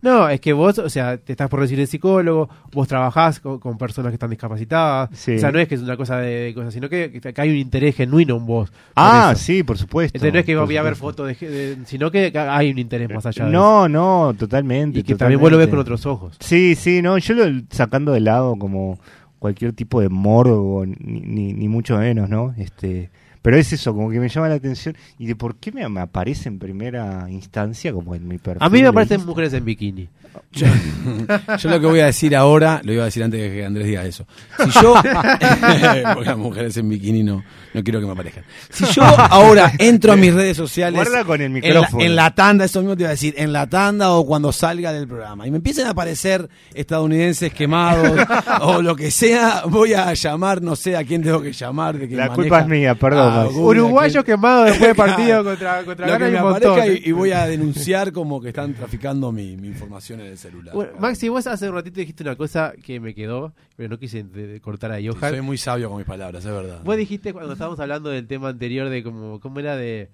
[SPEAKER 2] no, es que vos, o sea, te estás por recibir de psicólogo, vos trabajás co- con, personas que están discapacitadas,
[SPEAKER 4] Sí.
[SPEAKER 2] o sea, no es que es una cosa de, de cosas, sino que, que hay un interés genuino en vos. por
[SPEAKER 4] Ah,
[SPEAKER 2] eso.
[SPEAKER 4] sí, por supuesto.
[SPEAKER 2] Entonces no es que
[SPEAKER 4] por
[SPEAKER 2] voy a ver
[SPEAKER 4] supuesto.
[SPEAKER 2] fotos, de, ge- de- sino que hay un interés más allá de eso.
[SPEAKER 4] No, no, totalmente.
[SPEAKER 2] Y que también vos lo ves con
[SPEAKER 4] totalmente.
[SPEAKER 2] otros ojos.
[SPEAKER 4] Sí, sí, no, yo lo sacando de lado como cualquier tipo de morbo, ni, ni, ni mucho menos, ¿no? Este, Pero es eso, como que me llama la atención. ¿Y de por qué me, me aparece en primera instancia como en mi perfil?
[SPEAKER 2] A mí
[SPEAKER 4] de
[SPEAKER 2] me parecen
[SPEAKER 4] Instagram?
[SPEAKER 2] mujeres en bikini.
[SPEAKER 3] Yo, yo lo que voy a decir ahora, lo iba a decir antes de que Andrés diga eso. Si yo. porque las mujeres en bikini no, no quiero que me aparezcan. Si yo ahora entro a mis redes sociales.
[SPEAKER 4] Guarda con el
[SPEAKER 3] en la-
[SPEAKER 4] micrófono.
[SPEAKER 3] En la, tanda, eso mismo te iba a decir. En la tanda o cuando salga del programa. Y me empiezan a aparecer estadounidenses quemados o lo que sea. Voy a llamar, no sé a quién tengo que llamar. De que
[SPEAKER 4] La
[SPEAKER 3] maneja
[SPEAKER 4] culpa es mía, perdón,
[SPEAKER 3] a Google,
[SPEAKER 4] Max.
[SPEAKER 3] a quién-
[SPEAKER 2] Uruguayo quemado después de partido
[SPEAKER 3] Claro.
[SPEAKER 2] contra, contra
[SPEAKER 3] Lo que
[SPEAKER 2] Ghana y
[SPEAKER 3] me
[SPEAKER 2] un montón.
[SPEAKER 4] ¿eh?
[SPEAKER 3] aparezca y, y voy a denunciar como que están traficando mi, mi información en el celular.
[SPEAKER 2] Bueno, Maxi, vos hace un ratito dijiste una cosa que me quedó, pero no quise de- de cortar a
[SPEAKER 3] Sí, soy
[SPEAKER 2] Johan.
[SPEAKER 3] muy sabio con mis palabras, es verdad.
[SPEAKER 2] Vos dijiste cuando estábamos hablando del tema anterior de cómo, cómo era de...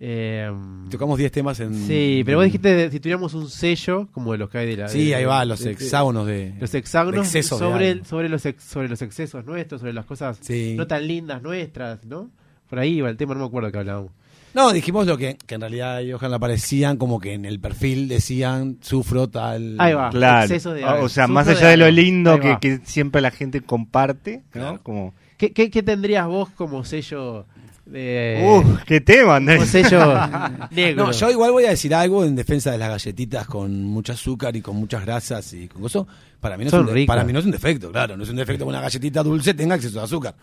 [SPEAKER 2] eh,
[SPEAKER 3] Tocamos 10 temas en.
[SPEAKER 2] sí, pero vos dijiste de- si tuviéramos un sello, como de los que hay de la...
[SPEAKER 3] Sí,
[SPEAKER 2] de-
[SPEAKER 3] ahí va, los
[SPEAKER 2] de- de-
[SPEAKER 3] hexágonos de.
[SPEAKER 2] Los hexágonos
[SPEAKER 3] de excesos de
[SPEAKER 2] sobre,
[SPEAKER 3] algo.
[SPEAKER 2] el- sobre, los ex- sobre los excesos nuestros, sobre las cosas
[SPEAKER 3] Sí.
[SPEAKER 2] no tan lindas nuestras, ¿no? Por ahí iba el tema, no me acuerdo que hablábamos.
[SPEAKER 3] No, dijimos lo que, que en realidad a Johan le aparecían como que en el perfil decían sufro tal.
[SPEAKER 2] Ahí va.
[SPEAKER 4] Claro.
[SPEAKER 2] Excesos de
[SPEAKER 4] Ah,
[SPEAKER 2] algo.
[SPEAKER 4] o sea,
[SPEAKER 2] Sufro
[SPEAKER 4] más
[SPEAKER 2] de
[SPEAKER 4] allá de lo
[SPEAKER 2] algo.
[SPEAKER 4] lindo
[SPEAKER 2] Ahí
[SPEAKER 4] que,
[SPEAKER 2] va.
[SPEAKER 4] que siempre la gente comparte, ¿no?
[SPEAKER 3] Claro.
[SPEAKER 4] Como,
[SPEAKER 2] ¿Qué, qué, qué tendrías vos como sello de...
[SPEAKER 4] ¡Uf! "Uh, ¡Qué tema,
[SPEAKER 2] como
[SPEAKER 4] Andrés!
[SPEAKER 2] sello negro?
[SPEAKER 3] No, yo igual voy a decir algo en defensa de las galletitas con mucho azúcar y con muchas grasas y con cosas. Para mí no,
[SPEAKER 2] Son
[SPEAKER 3] es, un de-
[SPEAKER 2] ricas.
[SPEAKER 3] para mí no es un defecto, claro. No es un defecto que una galletita dulce tenga acceso a azúcar.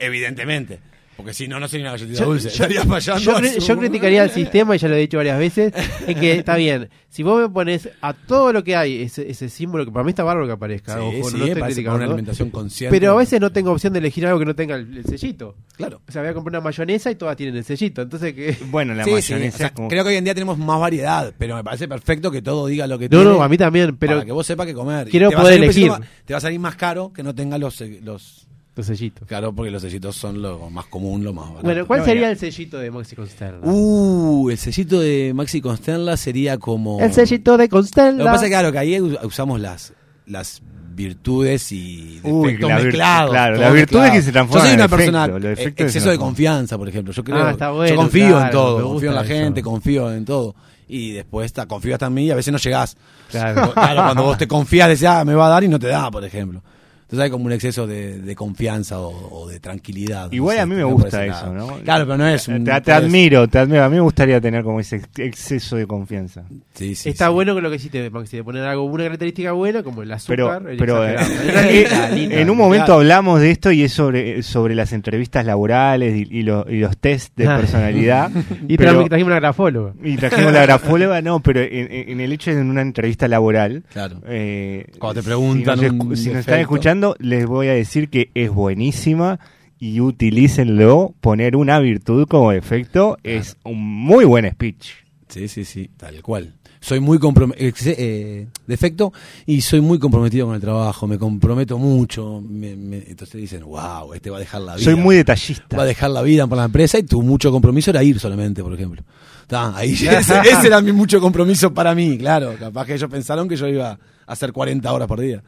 [SPEAKER 3] Evidentemente. Porque si no, no sería una galletita dulce. Estaría fallando.
[SPEAKER 2] yo
[SPEAKER 3] a
[SPEAKER 2] cri-
[SPEAKER 3] su-
[SPEAKER 2] yo criticaría el sistema, y ya lo he dicho varias veces, en que está bien. Si vos me pones a todo lo que hay, ese, ese símbolo, que para mí está bárbaro que aparezca,
[SPEAKER 3] Sí,
[SPEAKER 2] ojo,
[SPEAKER 3] sí,
[SPEAKER 2] no
[SPEAKER 3] parece
[SPEAKER 2] estoy criticando,
[SPEAKER 3] una
[SPEAKER 2] ¿no?
[SPEAKER 3] alimentación consciente.
[SPEAKER 2] Pero a veces no tengo opción de elegir algo que no tenga el, el sellito.
[SPEAKER 3] Claro.
[SPEAKER 2] O sea, voy a comprar una mayonesa y todas tienen el sellito. Entonces, que
[SPEAKER 4] Bueno, la
[SPEAKER 3] Sí, sí,
[SPEAKER 4] mayonesa
[SPEAKER 3] o sea,
[SPEAKER 4] es como...
[SPEAKER 3] Creo que hoy en día tenemos más variedad, pero me parece perfecto que todo diga lo que
[SPEAKER 2] No,
[SPEAKER 3] tiene.
[SPEAKER 2] no, a mí también, pero
[SPEAKER 3] Para que vos sepas qué comer. Y
[SPEAKER 2] quiero
[SPEAKER 3] te va a
[SPEAKER 2] poder
[SPEAKER 3] salir un
[SPEAKER 2] elegir.
[SPEAKER 3] pesito más- te va a salir más caro que no tenga los, eh, los.
[SPEAKER 2] los sellitos.
[SPEAKER 3] Claro, porque los sellitos son lo más común, lo más barato.
[SPEAKER 2] Bueno, ¿cuál
[SPEAKER 4] No,
[SPEAKER 2] sería
[SPEAKER 4] mira.
[SPEAKER 2] el sellito de Maxi Consterla?
[SPEAKER 3] Uh, el sellito de Maxi Constella sería como.
[SPEAKER 2] el sellito de Consterla.
[SPEAKER 3] Lo que pasa es que, claro, que ahí us- usamos las, las virtudes y defectos
[SPEAKER 4] Uy, la virtu-
[SPEAKER 3] mezclados.
[SPEAKER 4] claro,
[SPEAKER 3] todo
[SPEAKER 4] las virtudes
[SPEAKER 3] mezclado.
[SPEAKER 4] que se transforman
[SPEAKER 3] Yo soy
[SPEAKER 4] en
[SPEAKER 3] una
[SPEAKER 4] defecto, los
[SPEAKER 3] persona, eh,
[SPEAKER 4] defectos que se
[SPEAKER 3] exceso de
[SPEAKER 4] transforman.
[SPEAKER 3] confianza, por ejemplo. Yo creo,
[SPEAKER 2] Ah, está bueno,
[SPEAKER 3] yo confío en
[SPEAKER 2] claro, me
[SPEAKER 3] todo,
[SPEAKER 2] gusta
[SPEAKER 3] confío en la
[SPEAKER 2] eso.
[SPEAKER 3] gente, confío en todo. Y después está, confío hasta en mí y a veces no llegás.
[SPEAKER 4] Claro.
[SPEAKER 3] Claro, cuando vos te confías, decís, ah, me va a dar y no te da, por ejemplo. Entonces hay como un exceso de, de confianza o, o de tranquilidad. no
[SPEAKER 4] Igual
[SPEAKER 3] sé,
[SPEAKER 4] a mí me
[SPEAKER 3] no
[SPEAKER 4] gusta
[SPEAKER 3] parece
[SPEAKER 4] eso,
[SPEAKER 3] nada.
[SPEAKER 4] ¿no?
[SPEAKER 3] Claro, pero no es
[SPEAKER 4] Te,
[SPEAKER 3] un...
[SPEAKER 4] te
[SPEAKER 3] no es-
[SPEAKER 4] admiro, te admiro. A mí me gustaría tener como ese ex- exceso de confianza.
[SPEAKER 3] Sí, sí,
[SPEAKER 2] Está
[SPEAKER 3] sí.
[SPEAKER 2] bueno que lo que hiciste, Maxi, de poner algo, una característica buena, como el
[SPEAKER 4] Pero,
[SPEAKER 2] azúcar. el
[SPEAKER 4] pero eh,
[SPEAKER 2] exagerado.
[SPEAKER 4] eh,
[SPEAKER 2] Linda, linda.
[SPEAKER 4] en un momento hablamos de esto y es sobre, sobre las entrevistas laborales y, y lo- y los test de
[SPEAKER 2] Ah.
[SPEAKER 4] personalidad.
[SPEAKER 2] Y
[SPEAKER 4] pero-
[SPEAKER 2] tra- trajimos una grafóloga.
[SPEAKER 4] y trajimos la grafóloga, no, pero en, en- en el hecho de una entrevista laboral,
[SPEAKER 3] Claro.
[SPEAKER 4] Eh,
[SPEAKER 3] Cuando te preguntan
[SPEAKER 4] Si nos,
[SPEAKER 3] un
[SPEAKER 4] escu- si nos
[SPEAKER 3] defecto.
[SPEAKER 4] están escuchando, les voy a decir que es buenísima y utilícenlo. Poner una virtud como defecto es un muy buen speech.
[SPEAKER 3] Sí, sí, sí, tal cual. Soy muy comprometido, eh, defecto, y soy muy comprometido con el trabajo, me comprometo mucho. me- me- entonces dicen, wow, este va a dejar la vida.
[SPEAKER 4] Soy muy detallista.
[SPEAKER 3] Va a dejar la vida para la empresa y tu mucho compromiso era ir solamente, por ejemplo. Ta, ahí, ese, ese era mi mucho compromiso para mí, claro. Capaz que ellos pensaron que yo iba a hacer 40 horas por día.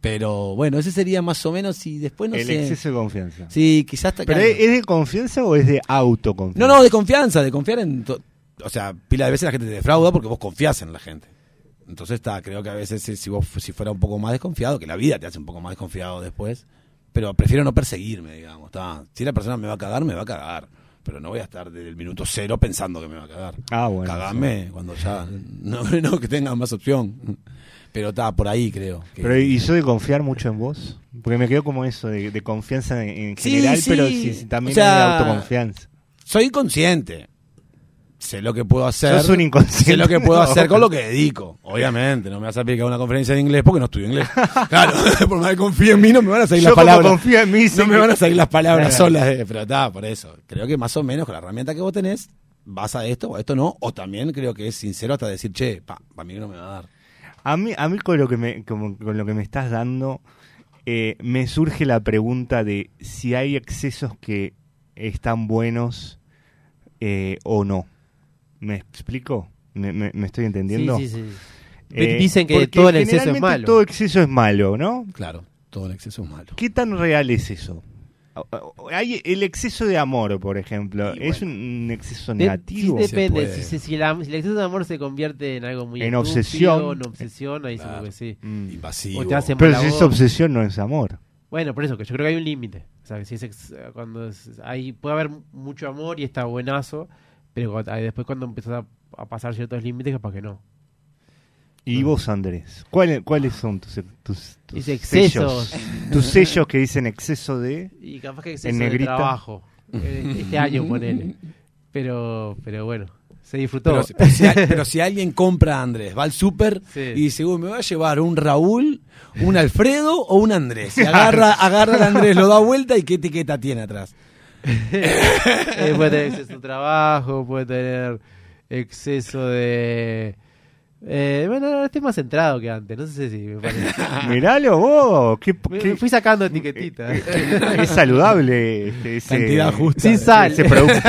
[SPEAKER 3] Pero bueno, ese sería más o menos, y después no
[SPEAKER 4] el
[SPEAKER 3] sé.
[SPEAKER 4] exceso de confianza.
[SPEAKER 3] Sí, quizás. hasta-
[SPEAKER 4] ¿Pero
[SPEAKER 3] claro.
[SPEAKER 4] es, es de confianza o es de autoconfianza?
[SPEAKER 3] No, no, de confianza, de confiar en... to- O sea, pila de veces la gente te defrauda porque vos confías en la gente. Entonces está, creo que a veces si- si vos fu- si fuera un poco más desconfiado, que la vida te hace un poco más desconfiado después, pero prefiero no perseguirme, digamos. está. Si la persona me va a cagar, me va a cagar. Pero no voy a estar desde el minuto cero pensando que me va a cagar.
[SPEAKER 4] Ah, bueno,
[SPEAKER 3] Cagame cuando ya... No, no que tengas más opción. Pero está, por ahí creo. que-
[SPEAKER 4] Pero ¿y soy de confiar mucho en vos? Porque me quedo como eso, de, de confianza en, en
[SPEAKER 3] Sí,
[SPEAKER 4] general,
[SPEAKER 3] sí.
[SPEAKER 4] pero sí, sí, también
[SPEAKER 3] O sea,
[SPEAKER 4] es de autoconfianza.
[SPEAKER 3] soy consciente. Sé lo que puedo hacer.
[SPEAKER 4] Sos un inconsciente.
[SPEAKER 3] Sé lo que puedo
[SPEAKER 4] No.
[SPEAKER 3] hacer con lo que dedico. Obviamente, no me vas a pedir que haga una conferencia de inglés porque no estudio inglés. Claro, por más que confíe en mí, no me van a salir
[SPEAKER 4] Yo
[SPEAKER 3] las
[SPEAKER 4] como
[SPEAKER 3] palabras.
[SPEAKER 4] confío en mí,
[SPEAKER 3] no
[SPEAKER 4] sé
[SPEAKER 3] me
[SPEAKER 4] que-
[SPEAKER 3] van a salir las palabras
[SPEAKER 4] Claro.
[SPEAKER 3] solas, eh, pero está, por eso. Creo que más o menos con la herramienta que vos tenés, vas a esto o a esto no. O también creo que es sincero hasta decir, che, para mí no me va a dar.
[SPEAKER 4] A mí, a mí con lo que me, como- con lo que me estás dando, eh, me surge la pregunta de si hay excesos que están buenos eh, o no. ¿Me explico? ¿Me, me- me estoy entendiendo?
[SPEAKER 2] Sí, sí, sí.
[SPEAKER 4] Eh,
[SPEAKER 2] Dicen que
[SPEAKER 4] porque
[SPEAKER 2] todo el exceso es
[SPEAKER 4] generalmente
[SPEAKER 2] malo.
[SPEAKER 4] Todo exceso es malo, ¿no?
[SPEAKER 3] Claro, todo el exceso es malo.
[SPEAKER 4] ¿Qué tan real es eso? Hay el exceso de amor, por ejemplo,
[SPEAKER 3] Y
[SPEAKER 4] es
[SPEAKER 3] bueno.
[SPEAKER 4] un un exceso
[SPEAKER 2] De- sí,
[SPEAKER 4] negativo.
[SPEAKER 3] de- Se
[SPEAKER 2] depende.
[SPEAKER 3] puede.
[SPEAKER 2] Si, se- si la- si el exceso de amor se convierte en algo muy.
[SPEAKER 4] En
[SPEAKER 2] estúpido,
[SPEAKER 4] obsesión.
[SPEAKER 2] En obsesión, ahí supongo que sí.
[SPEAKER 4] Mm.
[SPEAKER 3] Invasivo.
[SPEAKER 2] O te hacen
[SPEAKER 4] Pero
[SPEAKER 2] mala
[SPEAKER 4] si es
[SPEAKER 2] voz.
[SPEAKER 4] obsesión no es amor.
[SPEAKER 2] Bueno, por eso, que yo creo que hay un límite. O sea, que si es ex- cuando es- hay, puede haber mucho amor y está buenazo, pero cuando- ah, después cuando empezás a, a pasar ciertos límites, capaz que no. Ah.
[SPEAKER 4] Y vos, Andrés, ¿cuál- ¿cuáles son tus, tus, tus
[SPEAKER 2] Dice excesos.
[SPEAKER 4] sellos? Tus sellos que dicen exceso de...
[SPEAKER 2] Y capaz que
[SPEAKER 4] En
[SPEAKER 2] exceso de
[SPEAKER 4] negrita.
[SPEAKER 2] trabajo. Eh, Este año, ponele. Pero, pero bueno, se disfrutó.
[SPEAKER 3] Pero, si- pero si, al- pero si alguien compra a Andrés, va al súper
[SPEAKER 2] Sí.
[SPEAKER 3] y dice, "Uy, me va a llevar un Raúl, un Alfredo o un Andrés. Y agarra, agarra al Andrés, lo da vuelta y qué etiqueta tiene atrás.
[SPEAKER 2] Eh, puede tener exceso de trabajo, puede tener exceso de... eh, bueno, ahora estoy más centrado que antes, no sé si me parece.
[SPEAKER 4] Miralo vos, qué,
[SPEAKER 2] Me-
[SPEAKER 4] qué- eh,
[SPEAKER 2] me fui sacando etiquetitas.
[SPEAKER 4] es saludable este, ese,
[SPEAKER 3] Cantidad justa.
[SPEAKER 2] Sin sal.
[SPEAKER 4] ese producto.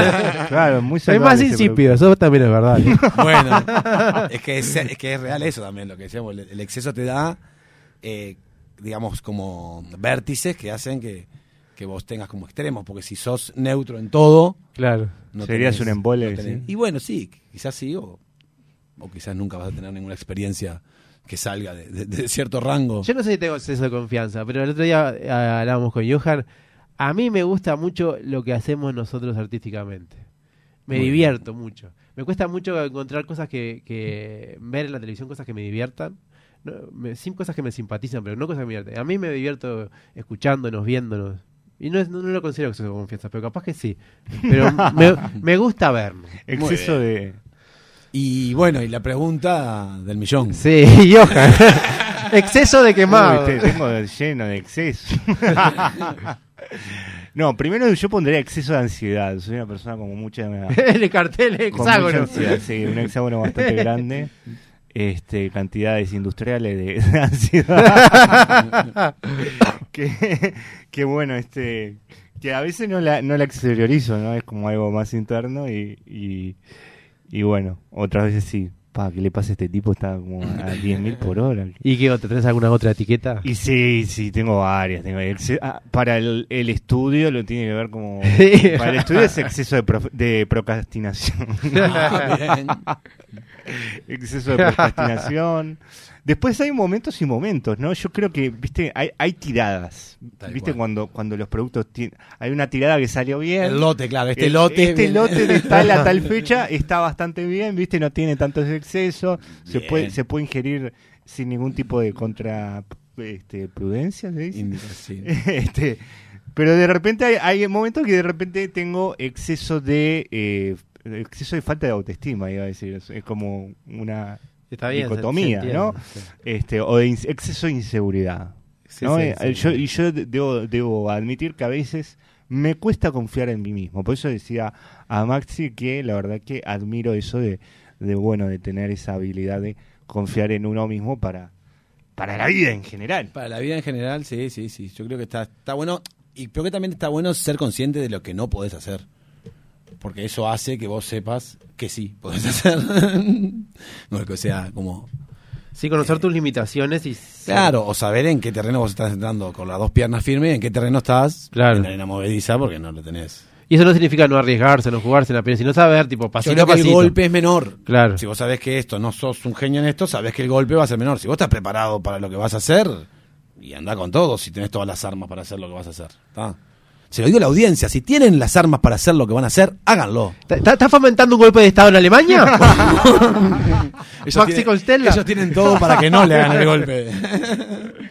[SPEAKER 4] Claro, muy
[SPEAKER 2] Soy
[SPEAKER 4] saludable.
[SPEAKER 2] más
[SPEAKER 4] ese
[SPEAKER 2] insípido, eso también es verdad.
[SPEAKER 3] Bueno, es que es, es que es real eso también, lo que decíamos. El, el exceso te da, eh, digamos, como vértices que hacen que, que vos tengas como extremos. Porque si sos neutro en todo,
[SPEAKER 2] claro.
[SPEAKER 3] no
[SPEAKER 4] Serías un embole,
[SPEAKER 3] tenés-
[SPEAKER 4] sí.
[SPEAKER 3] Y bueno, sí, quizás sí, o, o quizás nunca vas a tener ninguna experiencia que salga de, de- de cierto rango.
[SPEAKER 2] Yo no sé si tengo exceso de confianza, pero el otro día eh, hablábamos con Johan. A mí me gusta mucho lo que hacemos nosotros artísticamente. Me
[SPEAKER 3] Muy bien.
[SPEAKER 2] divierto mucho. Me cuesta mucho encontrar cosas que, que ver en la televisión, cosas que me diviertan. No, me- sin cosas que me simpatizan, pero no cosas que me divierten. A mí me divierto escuchándonos, viéndonos. Y no, es- no, no lo considero exceso de confianza, pero capaz que sí. Pero me, me gusta vernos.
[SPEAKER 4] producto. Exceso de...
[SPEAKER 3] Y bueno, y la pregunta del millón.
[SPEAKER 2] Sí, Johan. exceso de quemado.
[SPEAKER 4] Uy, te- tengo de- lleno de exceso. no, primero yo pondría exceso de ansiedad. Soy una persona como mucha...
[SPEAKER 2] el cartel
[SPEAKER 4] con mucha
[SPEAKER 2] hexágono.
[SPEAKER 4] ansiedad, sí, un hexágono bastante grande. Este, cantidades industriales de, de ansiedad. que, que bueno, este, que a veces no la, no la exteriorizo, ¿no? Es como algo más interno y, y, y bueno, otras veces sí. Pa, ¿qué le pasa a este tipo? Está como a 10.000 por hora.
[SPEAKER 2] ¿Y qué otra? ¿Tenés alguna otra etiqueta?
[SPEAKER 4] Y sí, sí, tengo varias. Tengo exce- ah, para el, el estudio lo tiene que ver como...
[SPEAKER 2] Sí.
[SPEAKER 4] Para el estudio es exceso de, prof- de procrastinación.
[SPEAKER 3] Ah, bien.
[SPEAKER 4] exceso de procrastinación. Después hay momentos y momentos, ¿no? Yo creo que, viste, hay, hay tiradas.
[SPEAKER 3] Tal
[SPEAKER 4] viste,
[SPEAKER 3] cual.
[SPEAKER 4] cuando, cuando los productos tienen... Hay una tirada que salió bien.
[SPEAKER 3] El lote, claro, este
[SPEAKER 4] El-
[SPEAKER 3] lote.
[SPEAKER 4] Este
[SPEAKER 3] viene-
[SPEAKER 4] lote de tal a tal fecha está bastante bien, viste, no tiene tantos excesos, se
[SPEAKER 3] Bien.
[SPEAKER 4] puede, se puede ingerir sin ningún tipo de contra este, prudencia, ¿se dice?
[SPEAKER 3] Indica, sí.
[SPEAKER 4] Este, pero de repente hay, hay momentos que de repente tengo exceso de eh, exceso de falta de autoestima, iba a decir, es, es como una
[SPEAKER 2] Está bien. se-
[SPEAKER 4] dicotomía,
[SPEAKER 2] se entiende,
[SPEAKER 4] ¿no?
[SPEAKER 2] sí.
[SPEAKER 4] este o de ins- exceso de inseguridad.
[SPEAKER 2] Sí,
[SPEAKER 4] ¿no?
[SPEAKER 2] sí,
[SPEAKER 4] Eh,
[SPEAKER 2] sí.
[SPEAKER 4] Yo, y yo de- debo, debo admitir que a veces me cuesta confiar en mí mismo. Por eso decía a Maxi que la verdad que admiro eso de, de bueno de tener esa habilidad de confiar en uno mismo para, para la vida en general.
[SPEAKER 3] Para la vida en general, sí, sí, sí. Yo creo que está, está bueno. Y creo que también está bueno ser consciente de lo que no podés hacer. Porque eso hace que vos sepas que sí podés hacer. no, que sea como.
[SPEAKER 2] Sí, conocer tus limitaciones y.
[SPEAKER 3] Claro, o saber en qué terreno vos estás entrando con las dos piernas firmes, en qué terreno estás.
[SPEAKER 2] Claro.
[SPEAKER 3] En la arena movediza, porque no lo tenés.
[SPEAKER 2] Y eso no significa no arriesgarse, no jugarse en la piel, sino saber, tipo,
[SPEAKER 3] Yo
[SPEAKER 2] pasito
[SPEAKER 3] creo
[SPEAKER 2] a
[SPEAKER 3] que el
[SPEAKER 2] pasito.
[SPEAKER 3] golpe es menor.
[SPEAKER 2] Claro.
[SPEAKER 3] Si vos sabés que esto no sos un genio en esto, sabés que el golpe va a ser menor. Si vos estás preparado para lo que vas a hacer, y anda con todo, si tenés todas las armas para hacer lo que vas a hacer. ¿tá? Se lo digo a la audiencia, si tienen las armas para hacer lo que van a hacer, háganlo.
[SPEAKER 2] ¿Está- ¿Está está fomentando un golpe de Estado en Alemania? Maxi
[SPEAKER 3] tienen-
[SPEAKER 2] Colstella.
[SPEAKER 3] ellos tienen todo para que no le hagan el golpe.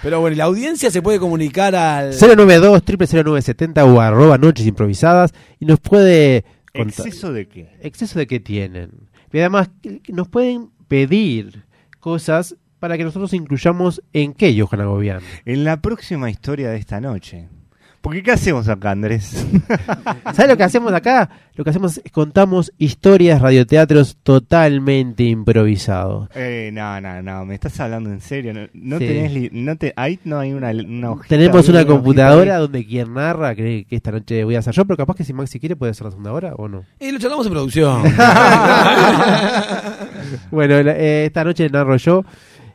[SPEAKER 3] Pero bueno, y la audiencia se puede comunicar al...
[SPEAKER 2] 092 00970 o arroba noches improvisadas y nos puede. contar-
[SPEAKER 4] ¿Exceso de qué?
[SPEAKER 2] ¿Exceso de qué tienen? Y además, ¿qué- qué- nos pueden pedir cosas para que nosotros incluyamos en qué, Johan Agobián.
[SPEAKER 4] En la próxima historia de esta noche. Porque ¿qué hacemos acá, Andrés?
[SPEAKER 2] ¿Sabes lo que hacemos acá? Lo que hacemos es contamos historias, radioteatros totalmente improvisados.
[SPEAKER 4] Eh, no, no, no, me estás hablando en serio. No, no
[SPEAKER 2] Sí.
[SPEAKER 4] tenés li- no te, ahí no hay una, una hojita
[SPEAKER 2] Tenemos
[SPEAKER 4] ahí,
[SPEAKER 2] una
[SPEAKER 4] hojita
[SPEAKER 2] computadora
[SPEAKER 4] ahí.
[SPEAKER 2] donde quien narra cree que esta noche voy a hacer yo, pero capaz que si Maxi quiere puede hacer la segunda hora o no.
[SPEAKER 3] Y lo charlamos en producción.
[SPEAKER 2] Bueno, la- eh, esta noche narro yo.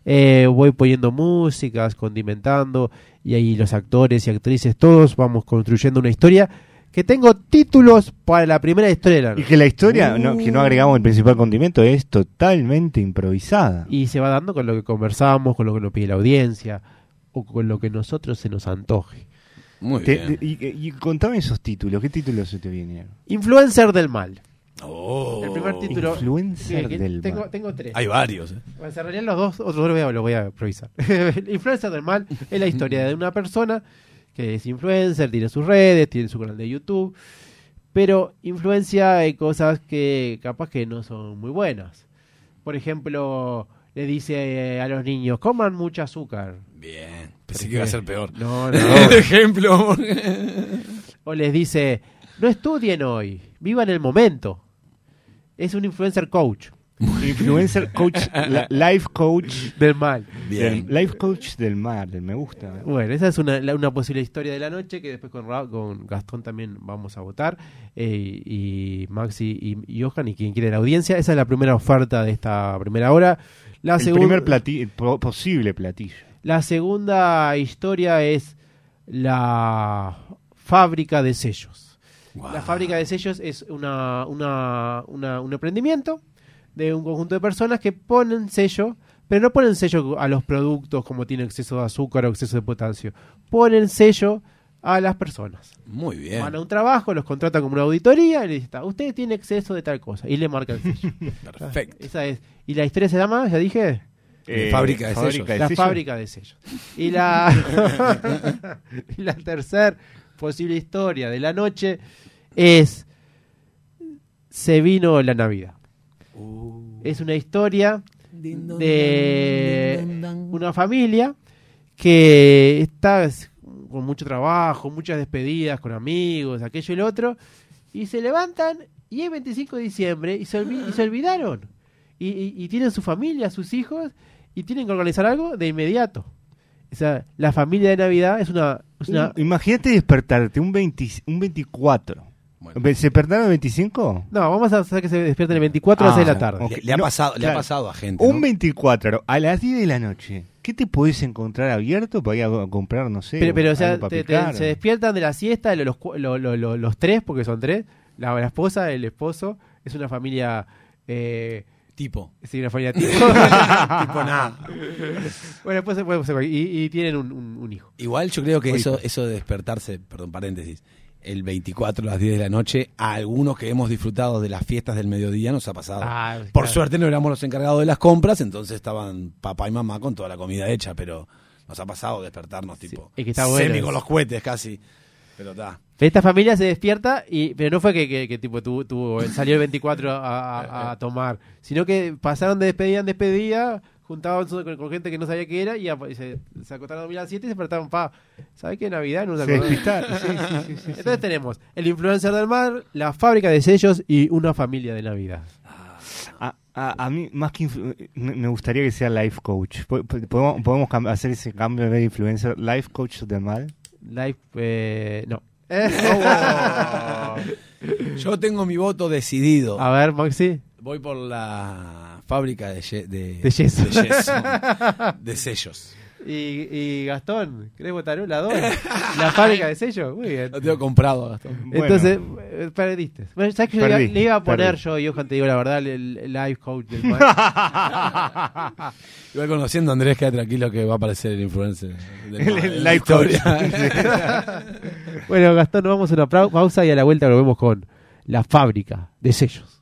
[SPEAKER 2] eh, voy poniendo músicas, condimentando, y ahí los actores y actrices, todos vamos construyendo una historia que tengo títulos para la primera historia de Uh. la
[SPEAKER 4] Y
[SPEAKER 2] noche.
[SPEAKER 4] que la historia, no, que no agregamos el principal condimento, es totalmente improvisada.
[SPEAKER 2] Y se va dando con lo que conversamos, con lo que nos pide la audiencia. o con lo que nosotros se nos antoje.
[SPEAKER 3] Muy
[SPEAKER 4] Te-
[SPEAKER 3] bien.
[SPEAKER 4] te- y, y contame esos títulos. ¿Qué títulos se te vinieron?
[SPEAKER 2] Influencer del mal.
[SPEAKER 3] Oh.
[SPEAKER 2] El primer título.
[SPEAKER 4] Influencer
[SPEAKER 2] que- que
[SPEAKER 4] del
[SPEAKER 2] tengo,
[SPEAKER 4] mal.
[SPEAKER 2] tengo tres.
[SPEAKER 3] Hay varios. eh.
[SPEAKER 2] Bueno, en realidad los dos, otros dos los voy a, los voy a improvisar. El influencer del mal es la historia de una persona que es influencer, tiene sus redes, tiene su canal de YouTube, pero influencia en cosas que capaz que no son muy buenas. Por ejemplo, le dice eh, a los niños, coman mucho azúcar.
[SPEAKER 3] Bien. Pensé que iba a ser peor.
[SPEAKER 2] No, no.
[SPEAKER 3] El ejemplo.
[SPEAKER 2] o les dice, no estudien hoy, vivan el momento. Es un influencer coach
[SPEAKER 4] Influencer coach, la- life coach.
[SPEAKER 2] del mal.
[SPEAKER 3] Bien.
[SPEAKER 4] del- life coach del mar, me gusta.
[SPEAKER 2] Bueno, esa es una, la- una posible historia de la noche que después con, Ra- con Gastón también vamos a votar. eh, y Maxi y, y Johan y quien quiere la audiencia. Esa es la primera oferta de esta primera hora. La,
[SPEAKER 4] El
[SPEAKER 2] segun-
[SPEAKER 4] primer plati- po- posible platillo.
[SPEAKER 2] la segunda historia es la fábrica de sellos.
[SPEAKER 3] Guau.
[SPEAKER 2] La fábrica de sellos es una, una- una- un emprendimiento de un conjunto de personas que ponen sello, pero no ponen sello a los productos como tiene exceso de azúcar o exceso de potasio. Ponen sello a las personas.
[SPEAKER 3] Muy bien.
[SPEAKER 2] Van a un trabajo, los contratan como una auditoría y les dicen, usted tiene exceso de tal cosa. Y le marcan el sello.
[SPEAKER 3] Perfecto.
[SPEAKER 2] Esa es. ¿Y la historia se llama? ¿Ya dije?
[SPEAKER 3] Eh, fábrica de sellos.
[SPEAKER 2] la
[SPEAKER 4] sellos.
[SPEAKER 2] fábrica de sellos. Y la, y la tercer posible historia de la noche es Se vino la Navidad. Es una historia de una familia que está s- con mucho trabajo, muchas despedidas con amigos, aquello y lo otro, y se levantan y es 25 de diciembre y se, olvi- y se olvidaron. Y, y- y tienen su familia, sus hijos, y tienen que organizar algo de inmediato. O sea, la familia de Navidad es una... es una-
[SPEAKER 4] Un- Mm, Imagínate despertarte un, 20 un 24.
[SPEAKER 3] Bueno.
[SPEAKER 4] ¿Se despertaron el 25?
[SPEAKER 2] no, vamos a hacer que se despierten el 24 a
[SPEAKER 4] Ah,
[SPEAKER 2] las 6 de la
[SPEAKER 4] o sea,
[SPEAKER 2] tarde.
[SPEAKER 4] ok.
[SPEAKER 3] Le, le ha
[SPEAKER 4] No,
[SPEAKER 3] pasado, le ha
[SPEAKER 4] claro.
[SPEAKER 3] pasado a gente.
[SPEAKER 4] Un
[SPEAKER 3] ¿no?
[SPEAKER 4] 24 a las 10 de la noche. ¿Qué te podés encontrar abierto para ir a a comprar, no sé?
[SPEAKER 2] Pero, pero o sea,
[SPEAKER 4] algo para
[SPEAKER 2] te- te-
[SPEAKER 4] picar? eh.
[SPEAKER 2] se despiertan de la siesta lo- los, cu- lo- lo- lo- los tres, porque son tres, la, la esposa, el esposo, es una familia... Eh,
[SPEAKER 3] tipo.
[SPEAKER 2] sí, una familia tipo.
[SPEAKER 3] Tipo nada.
[SPEAKER 2] bueno, después se puede- se puede- y, y tienen un, un- un hijo.
[SPEAKER 3] Igual yo creo que
[SPEAKER 4] Oye,
[SPEAKER 3] eso,
[SPEAKER 4] pues.
[SPEAKER 3] eso de despertarse, perdón, paréntesis, el 24 a las 10 de la noche, a algunos que hemos disfrutado de las fiestas del mediodía nos ha pasado.
[SPEAKER 2] Ah,
[SPEAKER 3] Por
[SPEAKER 2] claro.
[SPEAKER 3] suerte no éramos los encargados de las compras, entonces estaban papá y mamá con toda la comida hecha, pero nos ha pasado despertarnos tipo
[SPEAKER 2] es que está bueno
[SPEAKER 3] semi
[SPEAKER 2] eso.
[SPEAKER 3] con los cohetes casi. Pero está.
[SPEAKER 2] Esta familia se despierta, y pero no fue que, que- que tipo tuvo, tuvo- salió el 24 a,
[SPEAKER 4] Eh,
[SPEAKER 2] a- a tomar, sino que pasaron de despedida en despedida, juntaban su- con, con gente que no sabía qué era y, a- y se, se acostaron a dormir a las 7 y se despertaron, pa, ¿sabes qué? Navidad no se
[SPEAKER 4] Se
[SPEAKER 2] acordó.
[SPEAKER 4] despistaron. Sí, sí, sí, sí, sí.
[SPEAKER 2] Entonces tenemos el influencer del mar, la fábrica de sellos y una familia de Navidad.
[SPEAKER 4] A, a- a mí, más que influ- me me gustaría que sea life coach. Po- po- ¿Podemos, podemos cam- hacer ese cambio de influencer? Life coach del mal.
[SPEAKER 2] Life, eh, no. Oh.
[SPEAKER 3] Yo tengo mi voto decidido.
[SPEAKER 2] A ver, Maxi.
[SPEAKER 3] Voy por la fábrica de, ye- de,
[SPEAKER 2] De yeso.
[SPEAKER 3] de yeso, de sellos.
[SPEAKER 2] Y, y Gastón, ¿querés votar la dos? La fábrica de sellos. Muy bien.
[SPEAKER 3] Lo tengo comprado, Gastón.
[SPEAKER 4] Bueno,
[SPEAKER 2] Entonces, eh, perdiste. Bueno, ¿sabes que yo le iba-
[SPEAKER 4] Perdí,
[SPEAKER 2] le iba a poner
[SPEAKER 4] perdí.
[SPEAKER 2] yo, Johan, te digo la verdad, el, el life coach del mal.
[SPEAKER 3] Igual conociendo a Andrés, queda tranquilo que va a aparecer el influencer. del
[SPEAKER 4] El-
[SPEAKER 3] mar,
[SPEAKER 4] el
[SPEAKER 3] en la
[SPEAKER 4] life
[SPEAKER 2] bueno, Gastón, nos vamos a una prau- pausa y a la vuelta volvemos con la fábrica de sellos.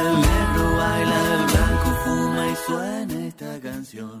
[SPEAKER 5] el negro baila, el blanco fuma y suena esta canción.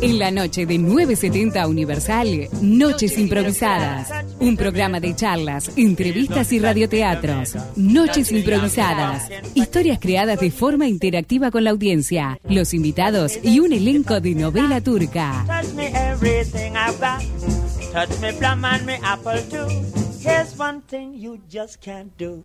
[SPEAKER 6] En la noche de 970 Universal, Noches Improvisadas. Un programa de charlas, entrevistas y radioteatros. Noches Improvisadas. Historias creadas de forma interactiva con la audiencia, los invitados y un elenco de novela turca.
[SPEAKER 7] Touch me everything I've got. Touch me plum and me apple too. Here's one thing you just can't do.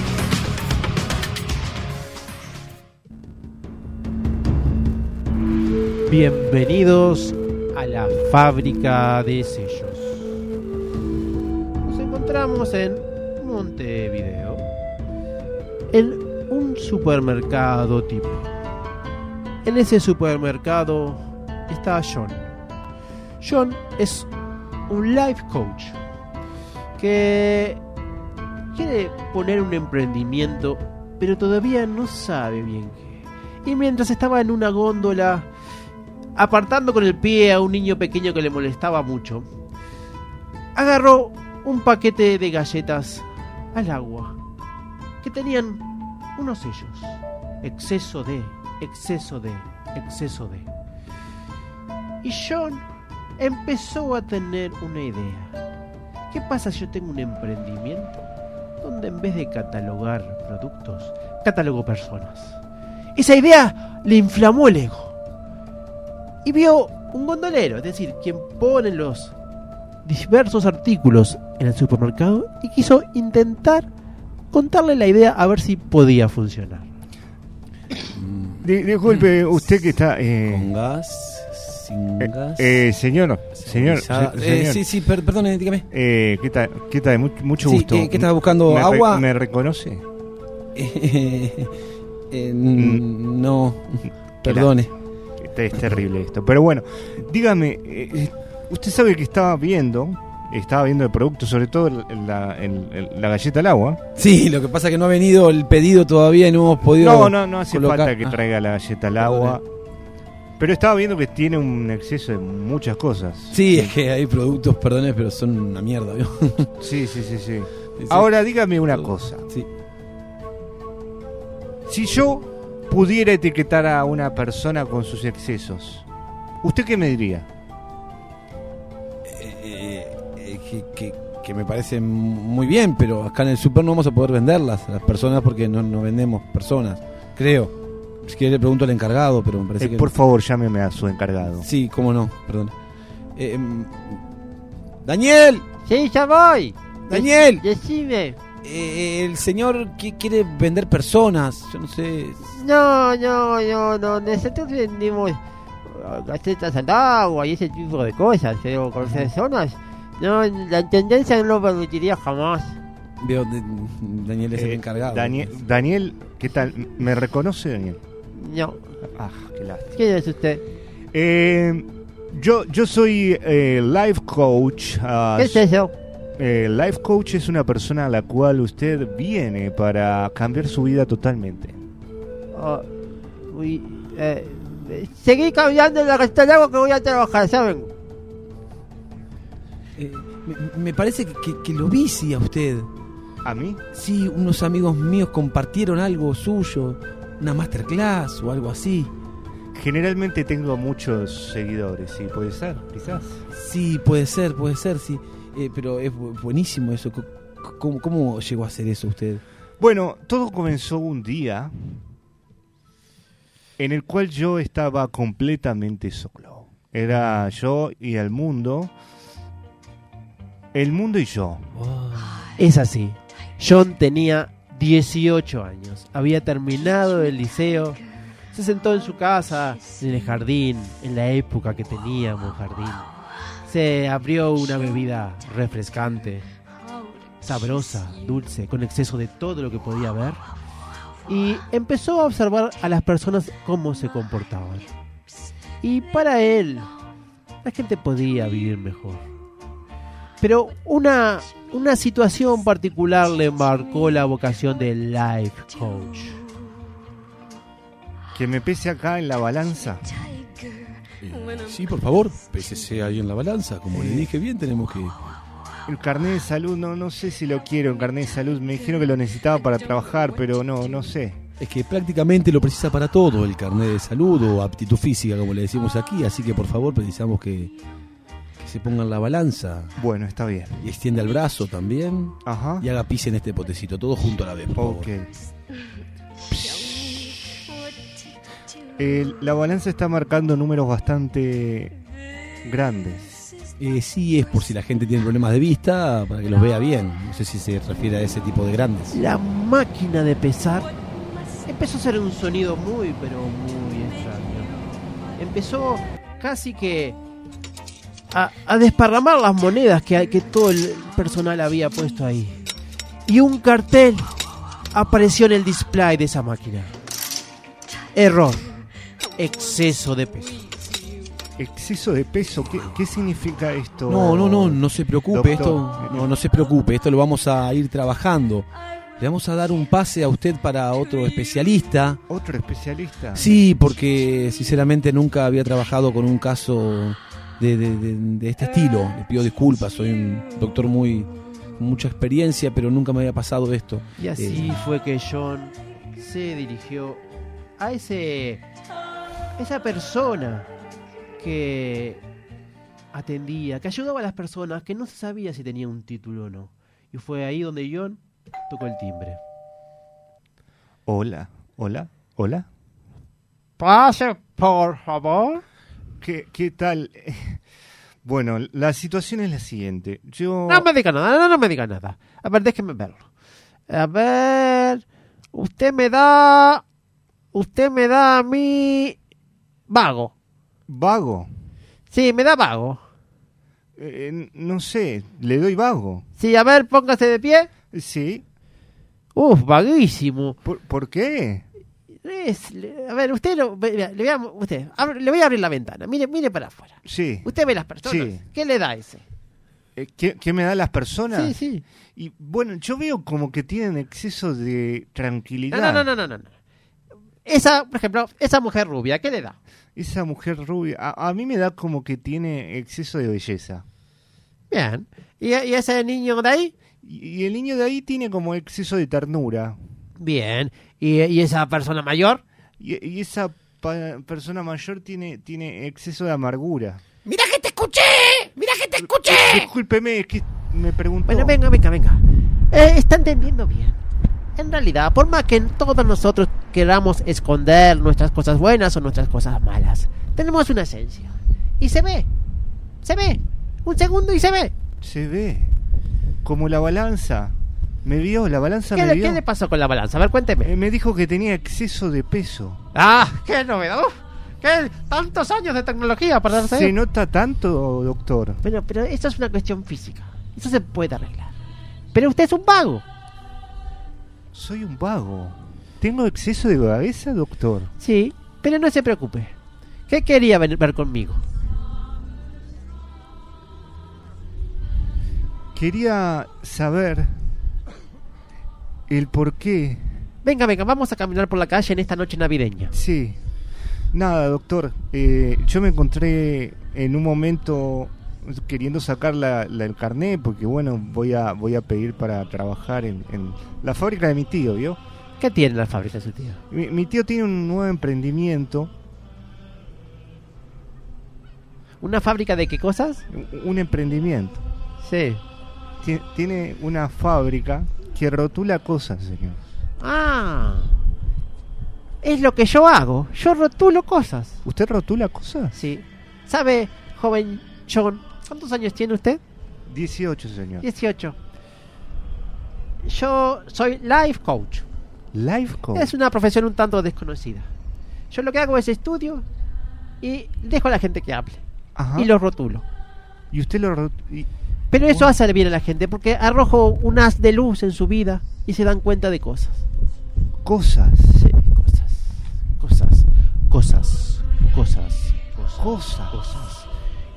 [SPEAKER 2] Bienvenidos a la fábrica de sellos. Nos encontramos en Montevideo, en un supermercado tipo. En ese supermercado está John. John es un life coach que quiere poner un emprendimiento, pero todavía no sabe bien qué. Y mientras estaba en una góndola apartando con el pie a un niño pequeño que le molestaba mucho, agarró un paquete de galletas al agua que tenían unos sellos. Exceso de, exceso de, exceso de. Y John empezó a tener una idea. ¿Qué pasa si yo tengo un emprendimiento donde en vez de catalogar productos, catalogo personas? Esa idea le inflamó el ego y vio un gondolero, es decir, quien pone los diversos artículos en el supermercado y quiso intentar contarle la idea a ver si podía funcionar.
[SPEAKER 4] Di- Disculpe, usted que está.
[SPEAKER 3] Con
[SPEAKER 4] Eh,
[SPEAKER 3] gas, sin
[SPEAKER 4] eh,
[SPEAKER 3] gas.
[SPEAKER 4] eh, señor, señor.
[SPEAKER 3] salinizada.
[SPEAKER 4] se-
[SPEAKER 3] Eh,
[SPEAKER 4] señor.
[SPEAKER 3] sí, sí, per- perdone, dígame.
[SPEAKER 4] Eh, ¿Qué tal? ¿Qué tal? Mucho, mucho
[SPEAKER 3] Sí, eh,
[SPEAKER 4] gusto.
[SPEAKER 3] ¿qué- qué estaba buscando?
[SPEAKER 4] ¿Me re-
[SPEAKER 3] ¿Agua?
[SPEAKER 4] ¿Me reconoce? Mm.
[SPEAKER 3] Eh, eh, no, perdone.
[SPEAKER 4] Este es terrible esto. Pero bueno, dígame, eh, usted sabe que estaba viendo, estaba viendo el producto, sobre todo el- la, el- el- la galleta al agua.
[SPEAKER 3] Sí, lo que pasa es que no ha venido el pedido todavía y no hemos podido.
[SPEAKER 4] No, no, no hace
[SPEAKER 3] colocar-
[SPEAKER 4] falta que
[SPEAKER 3] Ah, eh.
[SPEAKER 4] traiga la galleta al agua. Pero estaba viendo que tiene un exceso de muchas cosas.
[SPEAKER 3] Sí, es que hay productos, perdone, pero son una mierda. ¿vio?
[SPEAKER 4] sí, sí, sí. sí.
[SPEAKER 3] Sí.
[SPEAKER 4] Ahora dígame una cosa.
[SPEAKER 3] Sí.
[SPEAKER 4] Si yo pudiera etiquetar a una persona con sus excesos, ¿usted qué me diría?
[SPEAKER 3] Eh, eh, que, que- que me parece muy bien, pero acá en el super no vamos a poder venderlas, las personas, porque no, no vendemos personas, creo. Si quiere le pregunto al encargado, pero me parece
[SPEAKER 4] Eh,
[SPEAKER 3] que...
[SPEAKER 4] por favor, llámeme a su encargado.
[SPEAKER 3] Sí, cómo no, perdón. Eh, em, Daniel,
[SPEAKER 2] Sí, ya voy.
[SPEAKER 3] Daniel,
[SPEAKER 2] Decime.
[SPEAKER 3] eh, el señor qui- quiere vender personas, yo no sé...
[SPEAKER 2] No, no, no, no. Nosotros vendimos uh, galletas al agua y ese tipo de cosas, pero con personas. No, la tendencia no lo permitiría jamás.
[SPEAKER 3] Veo, de- Daniel es el
[SPEAKER 4] Eh,
[SPEAKER 3] encargado.
[SPEAKER 4] Daniel, Daniel, ¿qué tal? ¿Me reconoce, Daniel?
[SPEAKER 2] No.
[SPEAKER 4] Ah, qué lástima.
[SPEAKER 2] ¿Quién es usted?
[SPEAKER 4] Eh, yo, yo soy eh, life coach. ah,
[SPEAKER 2] ¿Qué es eso?
[SPEAKER 4] eh, life coach es una persona a la cual usted viene para cambiar su vida totalmente.
[SPEAKER 2] Ah, uy, eh, eh, seguí cambiando la galleta al agua que voy a trabajar, ¿saben?
[SPEAKER 3] Eh, me, me parece que, que- que lo vicia usted.
[SPEAKER 4] ¿A mí?
[SPEAKER 3] Sí, unos amigos míos compartieron algo suyo, una masterclass o algo así.
[SPEAKER 4] Generalmente tengo muchos seguidores, sí, puede ser, quizás.
[SPEAKER 3] Sí, puede ser, puede ser, sí. Eh, pero es bu- buenísimo eso. Co- co- ¿Cómo, cómo llegó a hacer eso usted?
[SPEAKER 4] Bueno, todo comenzó un día en el cual yo estaba completamente solo. Era yo y el mundo. El mundo y yo.
[SPEAKER 2] Es así. John tenía 18 años. Había terminado el liceo. Se sentó en su casa, en el jardín, en la época que teníamos jardín.
[SPEAKER 8] se abrió una bebida refrescante, sabrosa, dulce, con exceso de todo lo que podía haber. Y empezó a observar a las personas cómo se comportaban. Y para él, la gente podía vivir mejor. Pero una, una situación particular le marcó la vocación de life coach.
[SPEAKER 4] Que me pese acá en la balanza.
[SPEAKER 3] Eh, sí, por favor, pésese ahí en la balanza. Como
[SPEAKER 4] Eh.
[SPEAKER 3] le dije bien, tenemos que.
[SPEAKER 4] El carnet de salud, no, no sé si lo quiero, el carnet de salud. Me dijeron que lo necesitaba para trabajar, pero no, no sé.
[SPEAKER 3] Es que prácticamente lo precisa para todo el carnet de salud o aptitud física, como le decimos aquí. Así que por favor, precisamos que, que se ponga en la balanza
[SPEAKER 4] Bueno, está bien.
[SPEAKER 3] y extienda el brazo también
[SPEAKER 4] Ajá.
[SPEAKER 3] y haga pis en este potecito, todo junto a la vez. Por favor.
[SPEAKER 4] Ok. El- la balanza está marcando números bastante grandes.
[SPEAKER 3] Eh, sí, es por si la gente tiene problemas de vista, para que los vea bien. No sé si se refiere a ese tipo de grandes.
[SPEAKER 8] La máquina de pesar empezó a hacer un sonido muy, pero muy extraño. Empezó casi que a, a desparramar las monedas que, que todo el personal había puesto ahí. Y un cartel apareció en el display de esa máquina. Error. Exceso de peso.
[SPEAKER 4] Exceso de peso, ¿qué, qué significa esto?
[SPEAKER 3] No, no, no, no se preocupe,
[SPEAKER 4] Doctor. Eh,
[SPEAKER 3] esto no, no se preocupe, esto lo vamos a ir trabajando. Le vamos a dar un pase a usted para otro especialista.
[SPEAKER 4] Otro especialista.
[SPEAKER 3] Sí, porque sinceramente nunca había trabajado con un caso de, de- de- de este estilo. Le pido disculpas, soy un doctor muy con mucha experiencia, pero nunca me había pasado esto.
[SPEAKER 8] Y así
[SPEAKER 3] Eh,
[SPEAKER 8] fue que John se dirigió a ese esa persona que atendía, que ayudaba a las personas, que no se sabía si tenía un título o no. Y fue ahí donde John tocó el timbre.
[SPEAKER 4] Hola, hola, hola.
[SPEAKER 8] Pase, por favor.
[SPEAKER 4] ¿Qué, qué tal? Bueno, la situación es la siguiente. Yo...
[SPEAKER 8] No me diga nada, no, no me diga nada. A ver, déjeme verlo. A ver, usted me da, usted me da a mí vago.
[SPEAKER 4] Vago.
[SPEAKER 8] Sí, me da vago.
[SPEAKER 4] Eh, no sé, le doy vago.
[SPEAKER 8] Sí, a ver, póngase de pie.
[SPEAKER 4] Sí.
[SPEAKER 8] Uf, vaguísimo.
[SPEAKER 4] ¿Por, por qué?
[SPEAKER 8] Es- le- a ver, usted, lo- ve- vea, le, voy a, usted abre- le voy a abrir la ventana. Mire, mire para afuera.
[SPEAKER 4] Sí.
[SPEAKER 8] Usted ve las personas.
[SPEAKER 4] Sí.
[SPEAKER 8] ¿Qué le da ese?
[SPEAKER 4] Eh, ¿Qué, qué me dan las personas?
[SPEAKER 8] Sí, sí.
[SPEAKER 4] Y bueno, yo veo como que tienen exceso de
[SPEAKER 8] No,
[SPEAKER 4] tranquilidad.
[SPEAKER 8] no, no, no, no, no, no. Esa, por ejemplo, esa mujer rubia, ¿qué le da?
[SPEAKER 4] Esa mujer rubia, a, a mí me da como que tiene exceso de belleza.
[SPEAKER 8] Bien. ¿Y, y ese niño de ahí?
[SPEAKER 4] Y, y el niño de ahí tiene como exceso de ternura.
[SPEAKER 8] Bien. ¿Y, y esa persona mayor?
[SPEAKER 4] Y, y esa pa- persona mayor tiene, tiene exceso de amargura. Eh,
[SPEAKER 9] Mira que te escuché, mira que te escuché.
[SPEAKER 4] Discúlpeme, es que me preguntó.
[SPEAKER 8] Bueno, venga, venga, venga. Eh, está entendiendo bien. En realidad, por más que todos nosotros queramos esconder nuestras cosas buenas o nuestras cosas malas, tenemos una esencia. Y se ve. Se ve. Un segundo y se ve.
[SPEAKER 4] Se ve. Como la balanza. Me vio, la balanza
[SPEAKER 8] ¿Qué
[SPEAKER 4] me
[SPEAKER 8] le,
[SPEAKER 4] vio.
[SPEAKER 8] qué le pasó con la balanza? A ver, cuénteme.
[SPEAKER 4] Eh, me dijo que tenía exceso de peso.
[SPEAKER 8] ¡Ah! ¡Qué novedad! Uf, ¡Qué tantos años de tecnología para darse!
[SPEAKER 4] ¿Se nota tanto, doctor?
[SPEAKER 8] Bueno, pero esto es una cuestión física. Eso se puede arreglar. Pero usted es un vago.
[SPEAKER 4] Soy un vago. ¿Tengo exceso de vagabeza, doctor?
[SPEAKER 8] Sí, pero no se preocupe. ¿Qué quería ven- ver conmigo?
[SPEAKER 4] Quería saber el por qué.
[SPEAKER 8] Venga, venga, vamos a caminar por la calle en esta noche navideña.
[SPEAKER 4] Sí. Nada, doctor. eh, yo me encontré en un momento queriendo sacar la, la- el carnet porque, bueno, voy a, voy a pedir para trabajar en, en la fábrica de mi tío, ¿vio?
[SPEAKER 8] ¿Qué tiene la fábrica su tío?
[SPEAKER 4] Mi, mi tío tiene un nuevo emprendimiento,
[SPEAKER 8] ¿Una fábrica de qué cosas?
[SPEAKER 4] un- un emprendimiento.
[SPEAKER 8] Sí.
[SPEAKER 4] Ti- Tiene una fábrica que rotula cosas, señor.
[SPEAKER 8] Ah. Es lo que yo hago. Yo rotulo cosas.
[SPEAKER 4] ¿Usted rotula cosas?
[SPEAKER 8] Sí. ¿Sabe, joven John, cuántos años tiene usted?
[SPEAKER 4] 18, señor.
[SPEAKER 8] 18. Yo soy life coach.
[SPEAKER 4] Life coach.
[SPEAKER 8] Es una profesión un tanto desconocida. Yo lo que hago es estudio y dejo a la gente que hable.
[SPEAKER 4] Ajá.
[SPEAKER 8] Y los rotulo.
[SPEAKER 4] y usted lo... ro- y-
[SPEAKER 2] Pero eso hace bien a la gente, porque arrojo un haz de luz en su vida y se dan cuenta de cosas.
[SPEAKER 4] cosas,
[SPEAKER 2] Sí, cosas, cosas, cosas, cosas,
[SPEAKER 4] cosas.
[SPEAKER 2] cosas.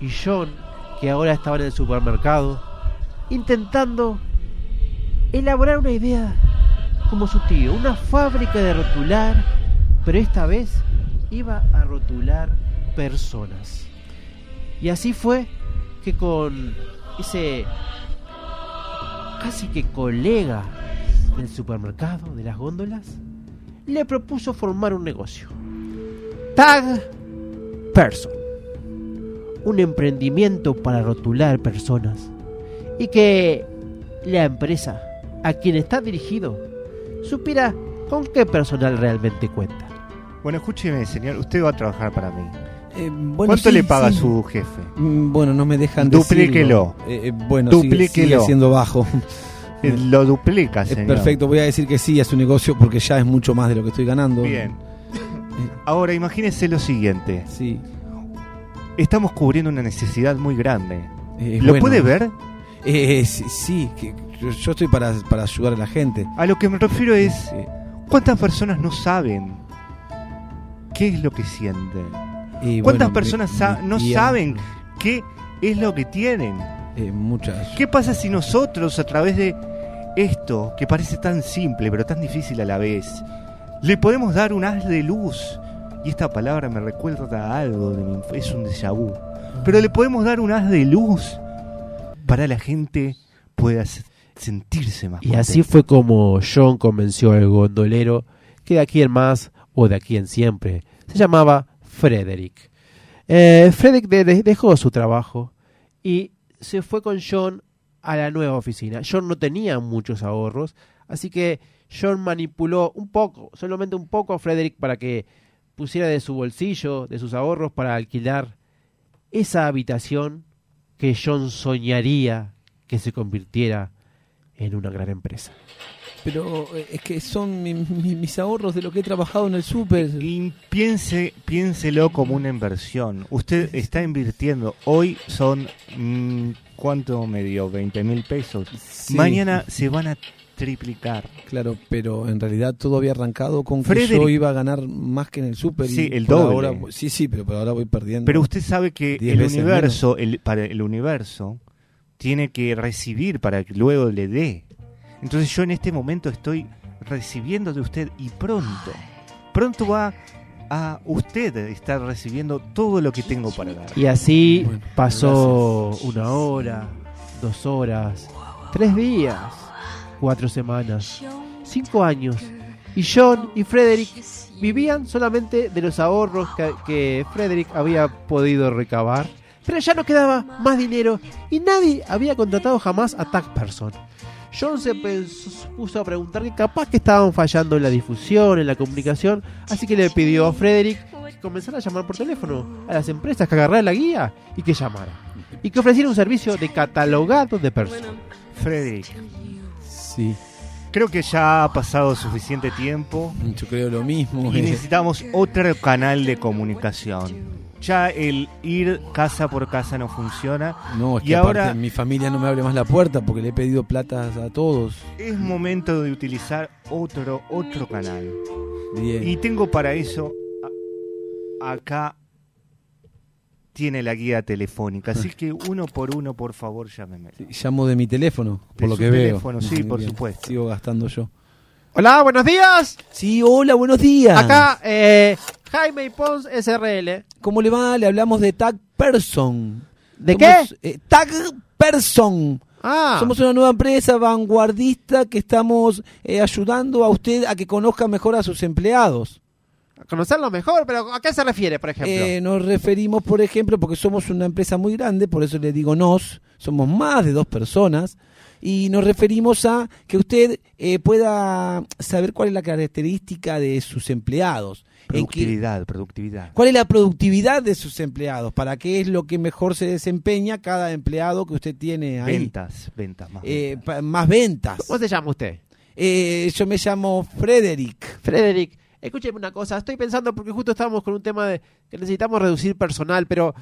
[SPEAKER 2] Y John, que ahora estaba en el supermercado, intentando elaborar una idea como su tío, una fábrica de rotular, pero esta vez iba a rotular personas. Y así fue que con ese casi que colega del supermercado, de las góndolas, le propuso formar un negocio. Tag Person. Un emprendimiento para rotular personas. Y que la empresa a quien está dirigido supiera con qué personal realmente cuenta.
[SPEAKER 4] Bueno, escúcheme, señor, usted va a trabajar para mí.
[SPEAKER 3] Eh, bueno,
[SPEAKER 4] ¿Cuánto
[SPEAKER 3] sí,
[SPEAKER 4] le paga
[SPEAKER 3] sí.
[SPEAKER 4] su jefe?
[SPEAKER 3] Mm, Bueno, no me dejan
[SPEAKER 4] Duplíquelo.
[SPEAKER 3] decirlo. Eh, eh, bueno, sigue-
[SPEAKER 4] Duplíquelo.
[SPEAKER 3] sigue siendo bajo.
[SPEAKER 4] Eh, Lo duplica,
[SPEAKER 3] Eh,
[SPEAKER 4] señor.
[SPEAKER 3] perfecto, voy a decir que sí a su negocio porque ya es mucho más de lo que estoy ganando.
[SPEAKER 4] Bien. Ahora imagínese lo siguiente.
[SPEAKER 3] Sí.
[SPEAKER 4] Estamos cubriendo una necesidad muy grande.
[SPEAKER 3] Eh,
[SPEAKER 4] ¿Lo
[SPEAKER 3] bueno.
[SPEAKER 4] puede ver?
[SPEAKER 3] Eh, sí, sí, que yo, yo estoy para, para ayudar a la gente.
[SPEAKER 4] A lo que me refiero es
[SPEAKER 3] Eh,
[SPEAKER 4] cuántas personas no saben qué es lo que sienten.
[SPEAKER 3] y
[SPEAKER 4] ¿Cuántas
[SPEAKER 3] bueno,
[SPEAKER 4] personas
[SPEAKER 3] mi-
[SPEAKER 4] sa-
[SPEAKER 3] mi
[SPEAKER 4] no
[SPEAKER 3] tía,
[SPEAKER 4] saben qué es lo que tienen?
[SPEAKER 3] eh, muchas.
[SPEAKER 4] ¿Qué pasa si nosotros a través de esto, que parece tan simple pero tan difícil a la vez, le podemos dar un haz de luz? Y esta palabra me recuerda a algo, de mi inf- es un déjà vu. Pero le podemos dar un haz de luz para la gente pueda se- sentirse más
[SPEAKER 2] Y así fue como John convenció al gondolero que de aquí en más o de aquí en siempre se llamaba Frederick. Eh, Frederick de- de- dejó su trabajo y se fue con John a la nueva oficina. John no tenía muchos ahorros, así que John manipuló un poco, solamente un poco a Frederick para que pusiera de su bolsillo, de sus ahorros, para alquilar esa habitación que John soñaría que se convirtiera en una gran empresa.
[SPEAKER 3] Pero eh, es que son mi- mi- mis ahorros de lo que he trabajado en el súper.
[SPEAKER 4] Y piense, piénselo como una inversión. Usted está invirtiendo. Hoy son. mm, ¿Cuánto me dio? 20 mil pesos.
[SPEAKER 3] Sí,
[SPEAKER 4] Mañana se van a triplicar.
[SPEAKER 3] Claro, pero en realidad todo había arrancado con que
[SPEAKER 4] Frederick.
[SPEAKER 3] yo iba a ganar más que en el súper. y
[SPEAKER 4] Sí, el
[SPEAKER 3] por
[SPEAKER 4] doble.
[SPEAKER 3] ahora- sí, sí, pero por ahora voy perdiendo.
[SPEAKER 4] Pero usted sabe que
[SPEAKER 3] Diez
[SPEAKER 4] el
[SPEAKER 3] veces
[SPEAKER 4] universo, el, para el universo, tiene que recibir para que luego le dé. Entonces yo en este momento estoy recibiendo de usted y pronto, pronto va a usted estar recibiendo todo lo que tengo para dar.
[SPEAKER 2] Y así
[SPEAKER 3] Bueno,
[SPEAKER 2] pasó una hora, dos horas, tres días, cuatro semanas, cinco años. Y John y Frederick vivían solamente de los ahorros que, que Frederick había podido recabar. Pero ya no quedaba más dinero y nadie había contratado jamás a Tag Person. John se pensó- puso a preguntar que capaz que estaban fallando en la difusión, en la comunicación, así que le pidió a Frederick que comenzara a llamar por teléfono a las empresas, que agarrara la guía y que llamara. Y que ofreciera un servicio de catalogado de personas.
[SPEAKER 4] Frederick,
[SPEAKER 3] Sí,
[SPEAKER 4] creo que ya ha pasado suficiente tiempo
[SPEAKER 3] yo creo lo mismo.
[SPEAKER 4] y
[SPEAKER 3] eh.
[SPEAKER 4] necesitamos otro canal de comunicación. Ya el ir casa por casa no funciona.
[SPEAKER 3] No, es
[SPEAKER 4] Y
[SPEAKER 3] que aparte
[SPEAKER 4] ahora-
[SPEAKER 3] mi familia no me abre más la puerta porque le he pedido plata a todos.
[SPEAKER 4] Es momento de utilizar otro otro canal.
[SPEAKER 3] Bien.
[SPEAKER 4] Y tengo para eso a- acá tiene la guía telefónica, así que uno por uno, por favor, llámeme.
[SPEAKER 3] Llamo de mi teléfono,
[SPEAKER 4] De
[SPEAKER 3] por lo
[SPEAKER 4] su
[SPEAKER 3] que veo.
[SPEAKER 4] teléfono, sí,
[SPEAKER 3] Bien,
[SPEAKER 4] por
[SPEAKER 3] bien.
[SPEAKER 4] supuesto.
[SPEAKER 3] Sigo gastando yo.
[SPEAKER 2] Hola, buenos días.
[SPEAKER 3] Sí, hola, buenos días.
[SPEAKER 2] Acá eh, Jaime y Pons SRL.
[SPEAKER 3] ¿Cómo le va? Le hablamos de Tag Person.
[SPEAKER 2] ¿De
[SPEAKER 3] Somos, eh, Tag Person.
[SPEAKER 2] Ah,
[SPEAKER 3] Somos una nueva empresa vanguardista que estamos eh, ayudando a usted a que conozca mejor a sus empleados.
[SPEAKER 2] a conocerlo mejor, pero ¿a qué se refiere, por ejemplo?
[SPEAKER 3] Eh, nos referimos, por ejemplo, porque somos una empresa muy grande, por eso le digo nos, somos más de dos personas, y nos referimos a que usted eh, pueda saber cuál es la característica de sus empleados. en qué-
[SPEAKER 4] Productividad, productividad.
[SPEAKER 3] ¿Cuál es la productividad de sus empleados? ¿Para qué es lo que mejor se desempeña cada empleado que usted tiene ahí?
[SPEAKER 4] Ventas, ventas más.
[SPEAKER 3] Eh,
[SPEAKER 4] ventas.
[SPEAKER 3] pa- más ventas.
[SPEAKER 2] ¿Cómo se llama usted?
[SPEAKER 3] Eh, yo me llamo Frederick.
[SPEAKER 2] Frederick, escúcheme una cosa. Estoy pensando porque justo estábamos con un tema de que necesitamos reducir personal, pero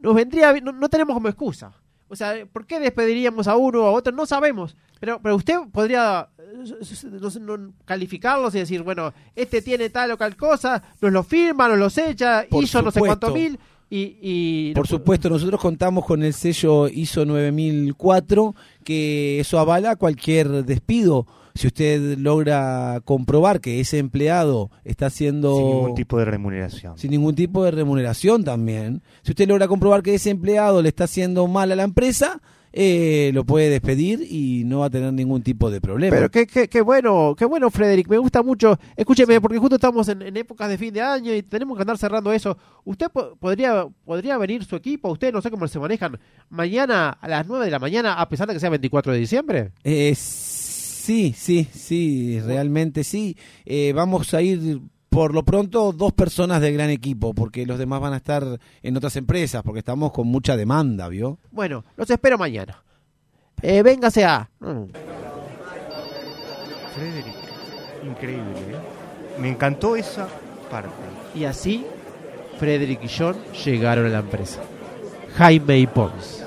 [SPEAKER 2] nos vendría bien- no, no tenemos como excusa. O sea, ¿por qué despediríamos a uno o a otro? No sabemos. Pero, pero usted podría eh, s- s- no sé, no- calificarlos y decir, bueno, este tiene tal o tal cosa, nos lo firma, nos los echa,
[SPEAKER 3] Por
[SPEAKER 2] hizo no sé cuánto
[SPEAKER 3] supuesto.
[SPEAKER 2] mil y... y
[SPEAKER 3] Por supuesto, nosotros contamos con el sello ISO 9004, que eso avala cualquier despido. Si usted logra comprobar que ese empleado está haciendo...
[SPEAKER 4] Sin ningún tipo de remuneración.
[SPEAKER 3] sin ningún tipo de remuneración también. Si usted logra comprobar que ese empleado le está haciendo mal a la empresa, eh, lo puede despedir y no va a tener ningún tipo de problema.
[SPEAKER 2] Pero qué, qué, qué bueno, qué bueno, Frederick. Me gusta mucho. Escúcheme, porque justo estamos en, en épocas de fin de año y tenemos que andar cerrando eso. ¿Usted po- podría, podría venir su equipo? ¿Usted no sé cómo se manejan mañana a las 9 de la mañana, a pesar de que sea 24 de diciembre?
[SPEAKER 3] Eh, sí, sí, sí, realmente sí. Eh, vamos a ir por lo pronto dos personas del gran equipo, porque los demás van a estar en otras empresas, porque estamos con mucha demanda, ¿vio?
[SPEAKER 2] Bueno, los espero mañana. Eh, véngase a. Mm.
[SPEAKER 4] Frederick, increíble. ¿eh? Me encantó esa parte.
[SPEAKER 2] Y así, Frederick y John llegaron a la empresa. Jaime y Pons.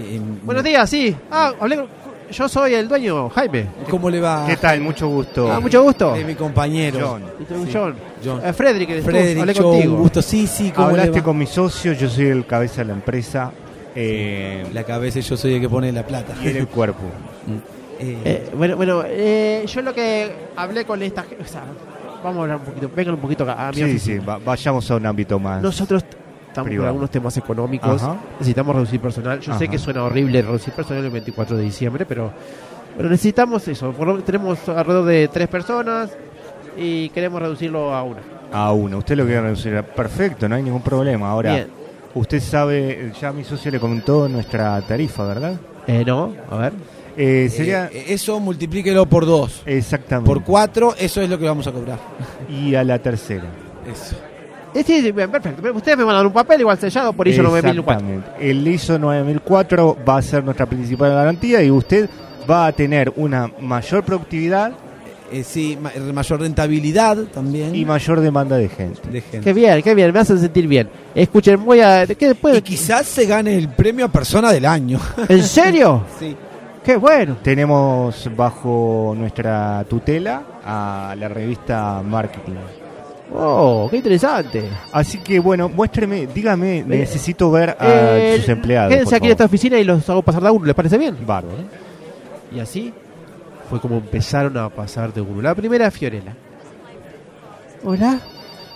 [SPEAKER 3] Eh,
[SPEAKER 2] Buenos días, sí. Ah, hablé con- Yo soy el dueño, Jaime.
[SPEAKER 3] ¿Cómo le va?
[SPEAKER 4] ¿Qué tal? Mucho gusto.
[SPEAKER 2] Ah, mucho gusto.
[SPEAKER 3] De mi compañero.
[SPEAKER 4] John.
[SPEAKER 2] Y tú,
[SPEAKER 3] Sí,
[SPEAKER 2] John.
[SPEAKER 3] John.
[SPEAKER 2] Eh, Frederick, eres tú,
[SPEAKER 3] Frederick,
[SPEAKER 2] hablé
[SPEAKER 3] yo,
[SPEAKER 2] contigo.
[SPEAKER 3] un gusto. Sí, sí, ¿cómo le
[SPEAKER 4] Hablaste
[SPEAKER 3] va?
[SPEAKER 4] con mi socio, yo soy el cabeza de la empresa eh,
[SPEAKER 3] La cabeza y yo soy el que pone la plata.
[SPEAKER 4] y él el cuerpo.
[SPEAKER 3] Eh,
[SPEAKER 2] Eh, bueno, bueno, eh, yo lo que hablé con esta gente, o sea, vamos a hablar un poquito, vengan un poquito acá a mi
[SPEAKER 4] Sí, sí,
[SPEAKER 2] oficina.
[SPEAKER 4] va- vayamos a un ámbito más.
[SPEAKER 2] Nosotros t- estamos con
[SPEAKER 4] Privado.
[SPEAKER 2] algunos temas económicos,
[SPEAKER 4] Ajá.
[SPEAKER 2] necesitamos reducir personal. Yo sé
[SPEAKER 4] Ajá.
[SPEAKER 2] que suena horrible reducir personal el 24 de diciembre, pero, pero necesitamos eso. Por lo- tenemos alrededor de tres personas y queremos reducirlo a una.
[SPEAKER 4] A uno. Usted lo quiere reducir. Perfecto, no hay ningún problema. Ahora,
[SPEAKER 2] Bien.
[SPEAKER 4] usted sabe, ya mi socio le comentó nuestra tarifa, ¿verdad?
[SPEAKER 2] Eh, no, a ver.
[SPEAKER 4] Eh, sería.
[SPEAKER 3] eh, eso multiplíquelo por dos.
[SPEAKER 4] exactamente.
[SPEAKER 3] Por cuatro, eso es lo que vamos a cobrar.
[SPEAKER 4] Y a la tercera.
[SPEAKER 3] Eso.
[SPEAKER 2] Eh, sí, sí, bien, perfecto. Pero Ustedes me van a dar un papel igual sellado por ello no me
[SPEAKER 4] Exactamente. El ISO 9004 va a ser nuestra principal garantía y usted va a tener una mayor productividad
[SPEAKER 3] Eh, sí, ma- mayor rentabilidad también.
[SPEAKER 4] y mayor demanda de gente.
[SPEAKER 3] de gente.
[SPEAKER 2] Qué bien, qué bien, me hacen sentir bien. Escuchen, voy a. ¿qué después?
[SPEAKER 3] Y quizás se gane el premio a persona del año.
[SPEAKER 2] ¿En serio?
[SPEAKER 3] Sí.
[SPEAKER 2] Qué bueno.
[SPEAKER 4] Tenemos bajo nuestra tutela a la revista Marketing.
[SPEAKER 2] Oh, qué interesante.
[SPEAKER 4] Así que bueno, muéstreme, dígame, necesito ver a
[SPEAKER 2] Eh,
[SPEAKER 4] sus empleados.
[SPEAKER 2] Quédense
[SPEAKER 4] por
[SPEAKER 2] aquí en esta
[SPEAKER 4] favor.
[SPEAKER 2] oficina y los hago pasar de a uno, ¿les parece bien?
[SPEAKER 4] Bárbaro. ¿eh?
[SPEAKER 2] Y así fue como empezaron a pasar de uno. La primera Fiorella. Hola,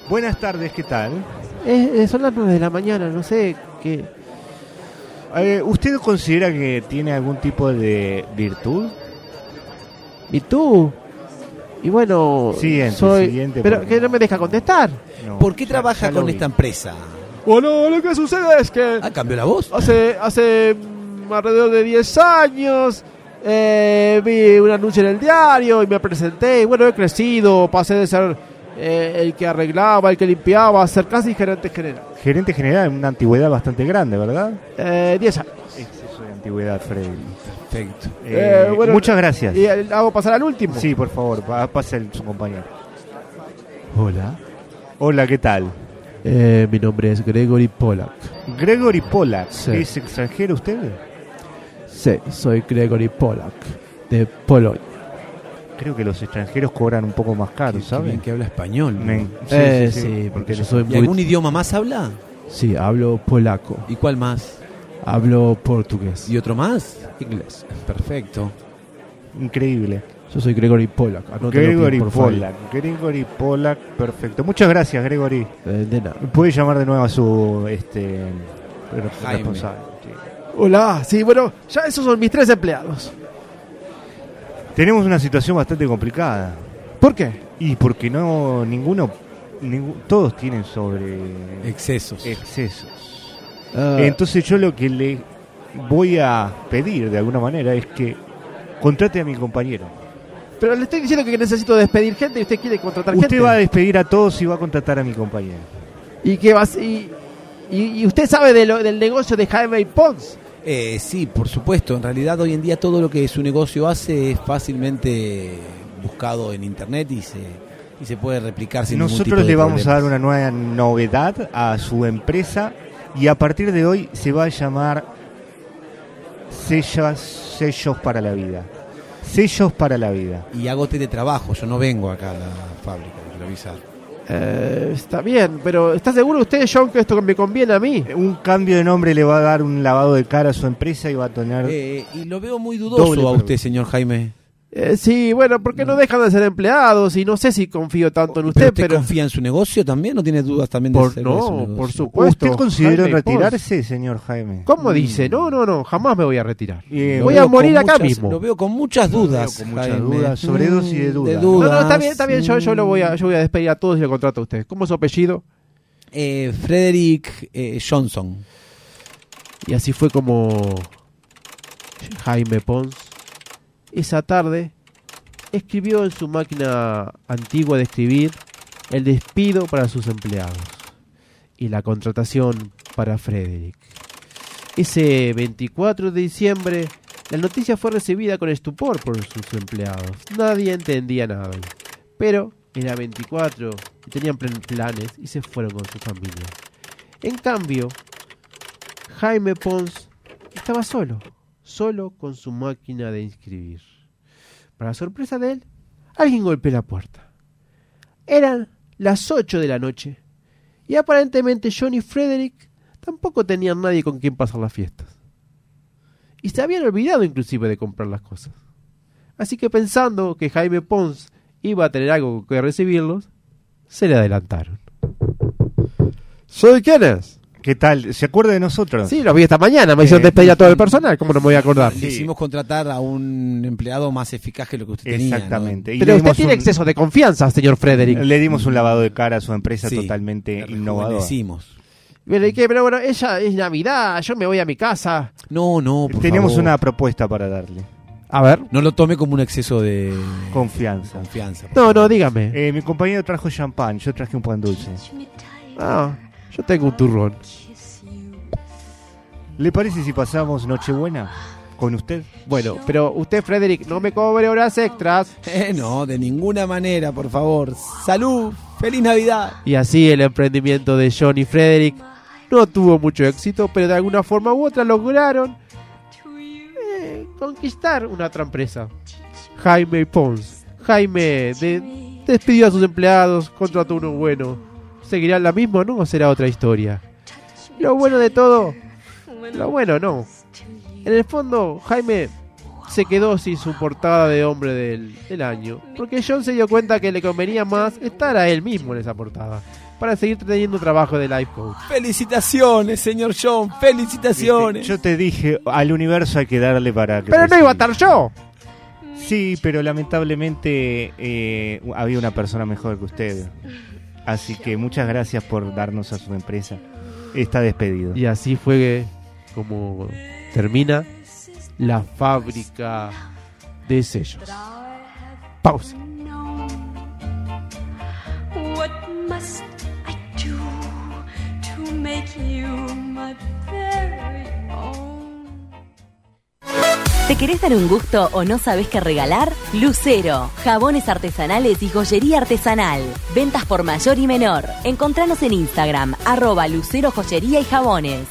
[SPEAKER 4] Buenas tardes, ¿qué tal?
[SPEAKER 2] eh, eh, son las 9 de la mañana, no sé qué.
[SPEAKER 4] Eh, ¿Usted considera que tiene algún tipo de virtud?
[SPEAKER 2] ¿Y tú? Y bueno,
[SPEAKER 4] Siguiente,
[SPEAKER 2] soy...
[SPEAKER 4] siguiente,
[SPEAKER 2] pero
[SPEAKER 4] porque-
[SPEAKER 2] que no me deja contestar.
[SPEAKER 4] No,
[SPEAKER 3] ¿Por qué
[SPEAKER 4] ya-
[SPEAKER 3] trabaja
[SPEAKER 4] ya lo
[SPEAKER 3] con
[SPEAKER 4] vi.
[SPEAKER 3] esta em- empresa?
[SPEAKER 2] Bueno, lo que sucede es que
[SPEAKER 3] Ah, cambió la voz.
[SPEAKER 2] Hace, hace mm, alrededor de 10 años eh, vi un anuncio en el diario y me presenté. Y bueno, he crecido, pasé de ser eh, el que arreglaba, el que limpiaba, a ser casi gerente general.
[SPEAKER 4] Gerente general, una antigüedad bastante grande, ¿verdad?
[SPEAKER 2] Eh, 10 años.
[SPEAKER 4] Exceso de antigüedad, Freddy.
[SPEAKER 3] Perfecto.
[SPEAKER 4] Eh,
[SPEAKER 2] Eh, bueno,
[SPEAKER 4] muchas gracias.
[SPEAKER 2] Y eh, hago pasar al último.
[SPEAKER 4] Sí, por favor, pa- pase el- su compañero. Hola. Hola, ¿qué tal?
[SPEAKER 2] Eh, mi nombre es Gregory Pollack.
[SPEAKER 4] Gregory Pollack,
[SPEAKER 2] Sí.
[SPEAKER 4] ¿es extranjero usted?
[SPEAKER 2] Sí, soy Gregory Pollack, de Polonia.
[SPEAKER 4] Creo que los extranjeros cobran un poco más caro,
[SPEAKER 3] Qué- qué
[SPEAKER 4] ¿saben?
[SPEAKER 3] bien que habla español. ¿no?
[SPEAKER 4] Me- sí,
[SPEAKER 2] Eh,
[SPEAKER 4] sí, sí.
[SPEAKER 2] sí, porque yo soy
[SPEAKER 3] ¿Y
[SPEAKER 2] muy...
[SPEAKER 3] algún idioma más habla?
[SPEAKER 2] Sí, hablo polaco,
[SPEAKER 3] ¿Y cuál más?
[SPEAKER 2] hablo portugués.
[SPEAKER 3] ¿Y otro más? Inglés. Perfecto.
[SPEAKER 4] Increíble.
[SPEAKER 2] Yo soy Gregory Pollack. anótelo bien,
[SPEAKER 4] Gregory
[SPEAKER 2] por favor.
[SPEAKER 4] Pollack, Gregory Pollack, perfecto. Muchas gracias, Gregory.
[SPEAKER 2] Eh, de nada.
[SPEAKER 4] Puede llamar de nuevo a su este
[SPEAKER 3] Jaime.
[SPEAKER 4] responsable. sí.
[SPEAKER 2] Hola, sí, bueno, ya esos son mis tres empleados.
[SPEAKER 4] Tenemos una situación bastante complicada.
[SPEAKER 2] ¿Por qué?
[SPEAKER 4] Y porque no, ninguno, ningú- todos tienen sobre
[SPEAKER 3] Excesos.
[SPEAKER 4] excesos.
[SPEAKER 3] Ah.
[SPEAKER 4] Ah. Entonces yo lo que le voy a pedir de alguna manera es que contrate a mi compañero.
[SPEAKER 2] pero le estoy diciendo que necesito despedir gente y usted quiere contratar gente.
[SPEAKER 4] Usted va a despedir a todos y va a contratar a mi compañero.
[SPEAKER 2] ¿Y qué vas? Y, y, y usted sabe de lo- del negocio de Jaime y Pons.
[SPEAKER 3] Eh, sí, por supuesto. En realidad hoy en día todo lo que su negocio hace es fácilmente buscado en internet y se, y se puede replicar sin ningún tipo
[SPEAKER 4] Nosotros
[SPEAKER 3] de
[SPEAKER 4] le vamos a dar
[SPEAKER 3] problemas.
[SPEAKER 4] una nueva novedad a su empresa y a partir de hoy se va a llamar sellas, sellos para la vida. Sellos para la vida.
[SPEAKER 3] Y hago teletrabajo, yo no vengo acá a la fábrica a revisar.
[SPEAKER 4] Ah.
[SPEAKER 2] Eh, está bien, pero ¿está seguro usted, John, que esto me conviene a mí?
[SPEAKER 4] Eh, Un cambio de nombre le va a dar un lavado de cara a su empresa y va a tener...
[SPEAKER 3] Eh, y lo veo muy dudoso
[SPEAKER 4] Doble
[SPEAKER 3] a usted,
[SPEAKER 4] pregunta.
[SPEAKER 3] señor Jaime.
[SPEAKER 2] Eh, sí, bueno, porque no dejan de ser empleados y no sé si confío tanto en
[SPEAKER 3] ¿Pero
[SPEAKER 2] usted,
[SPEAKER 3] usted
[SPEAKER 2] pero...
[SPEAKER 3] confía en su negocio también? ¿No tiene dudas también de
[SPEAKER 2] Por,
[SPEAKER 3] ser de su
[SPEAKER 2] no,
[SPEAKER 3] negocio?
[SPEAKER 2] por supuesto.
[SPEAKER 4] ¿Usted consideró
[SPEAKER 2] Jaime Pons.
[SPEAKER 4] retirarse, señor Jaime?
[SPEAKER 2] ¿Cómo dice? No, no, no, jamás me voy a retirar.
[SPEAKER 4] Eh,
[SPEAKER 3] Lo
[SPEAKER 2] Voy
[SPEAKER 3] veo
[SPEAKER 2] a
[SPEAKER 3] con
[SPEAKER 2] morir acá
[SPEAKER 3] muchas-
[SPEAKER 2] mismo.
[SPEAKER 3] Lo veo con muchas dudas.
[SPEAKER 4] con muchas
[SPEAKER 3] Jaime.
[SPEAKER 4] dudas, sobredosis de
[SPEAKER 3] Mm,
[SPEAKER 4] dudas.
[SPEAKER 2] No, no, está bien, está bien, yo, yo lo voy a, yo voy a despedir a todos y lo contrato a usted. ¿Cómo es su apellido?
[SPEAKER 3] Eh, Frederick eh, Johnson.
[SPEAKER 2] Y así fue como Jaime Pons esa tarde escribió en su máquina antigua de escribir el despido para sus empleados y la contratación para Frederick. Ese 24 de diciembre, la noticia fue recibida con estupor por sus empleados. Nadie entendía nada. Pero era 24 y tenían plan- planes y se fueron con su familia. En cambio, Jaime Pons estaba solo, solo con su máquina de inscribir. Para sorpresa de él, alguien golpeó la puerta. Eran las 8 de la noche y aparentemente John y Frederick tampoco tenían nadie con quien pasar las fiestas. Y se habían olvidado inclusive de comprar las cosas. Así que pensando que Jaime Pons iba a tener algo que recibirlos, se le adelantaron. ¿Soy quién es?
[SPEAKER 4] ¿Qué tal? ¿Se acuerda de nosotros?
[SPEAKER 2] Sí, los vi esta mañana, me hicieron
[SPEAKER 4] Eh,
[SPEAKER 2] despedir a todo el personal, ¿cómo no me voy a acordar?
[SPEAKER 3] Le hicimos contratar a un empleado más eficaz que lo que usted tenía.
[SPEAKER 4] Exactamente. Y le
[SPEAKER 2] Pero usted
[SPEAKER 4] dimos
[SPEAKER 2] tiene
[SPEAKER 4] un-
[SPEAKER 2] exceso de confianza, señor Frederick.
[SPEAKER 4] Le dimos un lavado de cara a su empresa
[SPEAKER 3] Sí,
[SPEAKER 4] totalmente
[SPEAKER 3] innovador.
[SPEAKER 4] innovadora.
[SPEAKER 2] Pero, ¿y qué? Pero bueno, ella es Navidad, yo me voy a mi casa.
[SPEAKER 3] No, no, por
[SPEAKER 4] Tenemos
[SPEAKER 3] favor.
[SPEAKER 4] una propuesta para darle.
[SPEAKER 2] A ver.
[SPEAKER 3] No lo tome como un exceso de
[SPEAKER 4] Confianza.
[SPEAKER 3] confianza. por
[SPEAKER 2] No,
[SPEAKER 3] favor.
[SPEAKER 2] no, dígame.
[SPEAKER 4] Eh, mi compañero trajo champán, yo traje un pan dulce.
[SPEAKER 2] Ah, yo tengo un turrón.
[SPEAKER 4] ¿Le parece si pasamos Nochebuena con usted? Este,
[SPEAKER 2] Bueno, pero usted, Frederick, no me cobre horas extras.
[SPEAKER 3] Eh, no, de ninguna manera, por favor. Salud, feliz Navidad.
[SPEAKER 2] Y así el emprendimiento de John y Frederick no tuvo mucho éxito, pero de alguna forma u otra lograron eh, conquistar una otra empresa. Jaime Pons. Jaime de- despidió a sus empleados, contrató uno bueno. ¿Seguirá la misma o no? ¿O será otra historia? Lo bueno de todo, lo bueno no. En el fondo, Jaime se quedó sin su portada de hombre del, del año, porque John se dio cuenta que le convenía más estar a él mismo en esa portada, para seguir teniendo trabajo de life coach.
[SPEAKER 3] Felicitaciones, señor John, felicitaciones.
[SPEAKER 4] Yo te dije, al universo hay que darle para que...
[SPEAKER 2] Pero no iba a estar
[SPEAKER 4] reciba.
[SPEAKER 2] yo.
[SPEAKER 4] Sí, pero lamentablemente eh, había una persona mejor que usted. Así que muchas gracias por darnos a su empresa. Está despedido.
[SPEAKER 2] Y así fue que- como termina la fábrica de sellos. Pausa.
[SPEAKER 1] What must I do to make you my very own?
[SPEAKER 10] ¿Te querés dar un gusto o no sabes qué regalar? Lucero, jabones artesanales y joyería artesanal. Ventas por mayor y menor. Encontranos en Instagram, arroba Lucero Joyería y Jabones.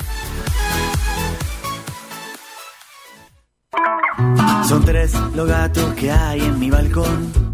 [SPEAKER 5] Son tres los gatos que hay en mi balcón.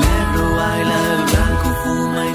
[SPEAKER 5] negro baila, el blanco fuma y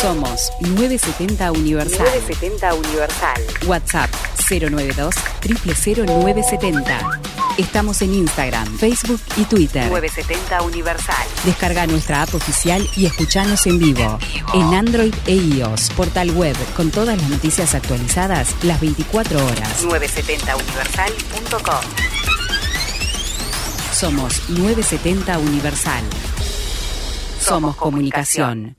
[SPEAKER 6] Somos 970 Universal.
[SPEAKER 10] 970 Universal.
[SPEAKER 6] WhatsApp 092 00970. Estamos en Instagram, Facebook y Twitter.
[SPEAKER 10] 970 Universal.
[SPEAKER 6] Descarga nuestra app oficial y escuchanos en vivo. En Android e iOS, portal web, con todas las noticias actualizadas las 24 horas.
[SPEAKER 10] 970universal.com.
[SPEAKER 6] Somos 970 Universal. Somos comunicación.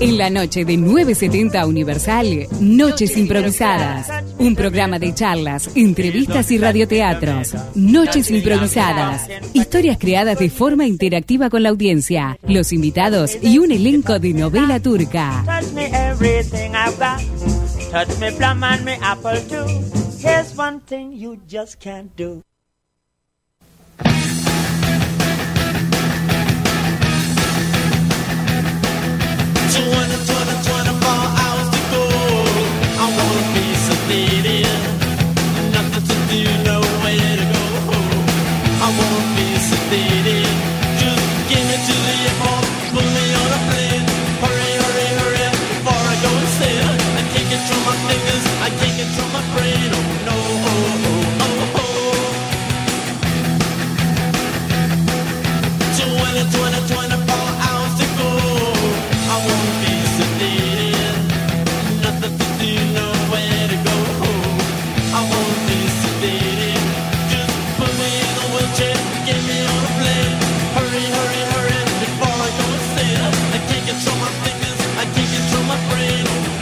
[SPEAKER 6] En la noche de 970 Universal, Noches Improvisadas. Un programa de charlas, entrevistas y radioteatros. Noches Improvisadas. Historias creadas de forma interactiva con la audiencia, los invitados y un elenco de novela turca.
[SPEAKER 7] Touch me everything I've got. Touch me plum and me apple too. Here's one thing you just can't do.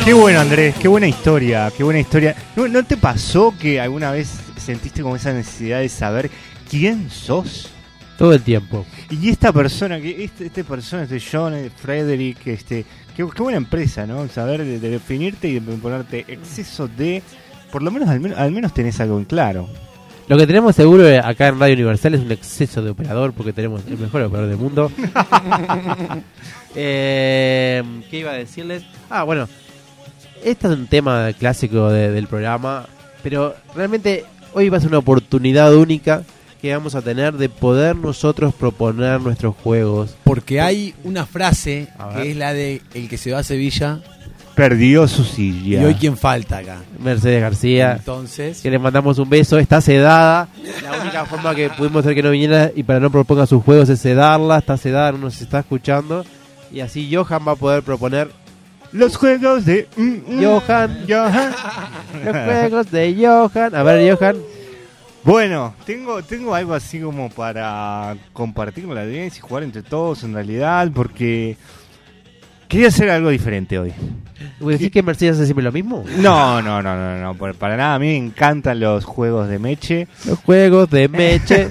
[SPEAKER 4] Qué bueno, Andrés, qué buena historia, qué buena historia. ¿No, no te pasó que alguna vez sentiste como esa necesidad de saber quién sos?
[SPEAKER 2] Todo el tiempo.
[SPEAKER 4] Y esta persona, que este, este persona, este John, eh, Frederick, este, qué, qué buena empresa, ¿no? Saber de, de definirte y de ponerte exceso de, por lo menos al, men- al menos tenés algo en claro.
[SPEAKER 2] Lo que tenemos seguro eh, acá en Radio Universal es un exceso de operador, porque tenemos el mejor operador del mundo. Eh, ¿Qué iba a decirles? Ah, bueno. Este es un tema clásico de- del programa, pero realmente hoy va a ser una oportunidad única que vamos a tener de poder nosotros proponer nuestros juegos.
[SPEAKER 3] Porque hay una frase
[SPEAKER 2] A ver.
[SPEAKER 3] que es la de el que se va a Sevilla
[SPEAKER 4] Perdió su silla.
[SPEAKER 3] y hoy quien falta acá.
[SPEAKER 2] Mercedes García,
[SPEAKER 3] Entonces,
[SPEAKER 2] que le mandamos un beso, está sedada. La única forma que pudimos hacer que no viniera y para no proponga sus juegos es sedarla, está sedada, no nos está escuchando. Y así Johan va a poder proponer
[SPEAKER 4] Los juegos de mm, mm,
[SPEAKER 2] Johan.
[SPEAKER 4] Johan.
[SPEAKER 2] los juegos de Johan. A ver, Johan.
[SPEAKER 4] Bueno, tengo, tengo algo así como para compartir con la audiencia y jugar entre todos en realidad, porque quería hacer algo diferente hoy.
[SPEAKER 2] ¿Vos decís que Mercedes hace siempre lo mismo?
[SPEAKER 4] No, no, no, no, no, por- para nada. A mí me encantan los juegos de Meche.
[SPEAKER 2] Los juegos de Meche.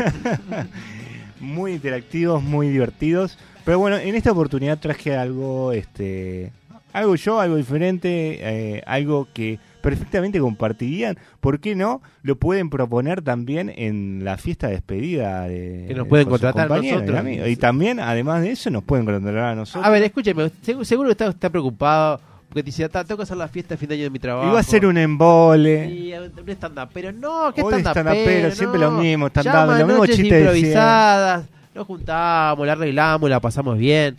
[SPEAKER 4] muy interactivos, muy divertidos. Pero bueno, en esta oportunidad traje algo, este, algo yo, algo diferente, eh, algo que perfectamente compartirían. ¿Por qué no? Lo pueden proponer también en la fiesta de despedida. De,
[SPEAKER 2] Que nos pueden
[SPEAKER 4] con sus
[SPEAKER 2] contratar a
[SPEAKER 4] compañeros,
[SPEAKER 2] nosotros.
[SPEAKER 4] y amigos. Y también, además de eso, nos pueden contratar a nosotros.
[SPEAKER 2] A ver, escúcheme, seg- seguro que está, está preocupado. Porque te dice, "Ta, tengo que hacer la fiesta de fin de año de mi trabajo.
[SPEAKER 4] Iba a ser un embole.
[SPEAKER 2] Y un stand-up, pero no, ¿qué
[SPEAKER 4] Hoy
[SPEAKER 2] stand-up?
[SPEAKER 4] stand-upero, siempre lo mismo, están
[SPEAKER 2] Llama
[SPEAKER 4] dando lo mismo
[SPEAKER 2] noches
[SPEAKER 4] chiste de
[SPEAKER 2] improvisadas, nos juntamos, la arreglamos, la pasamos bien.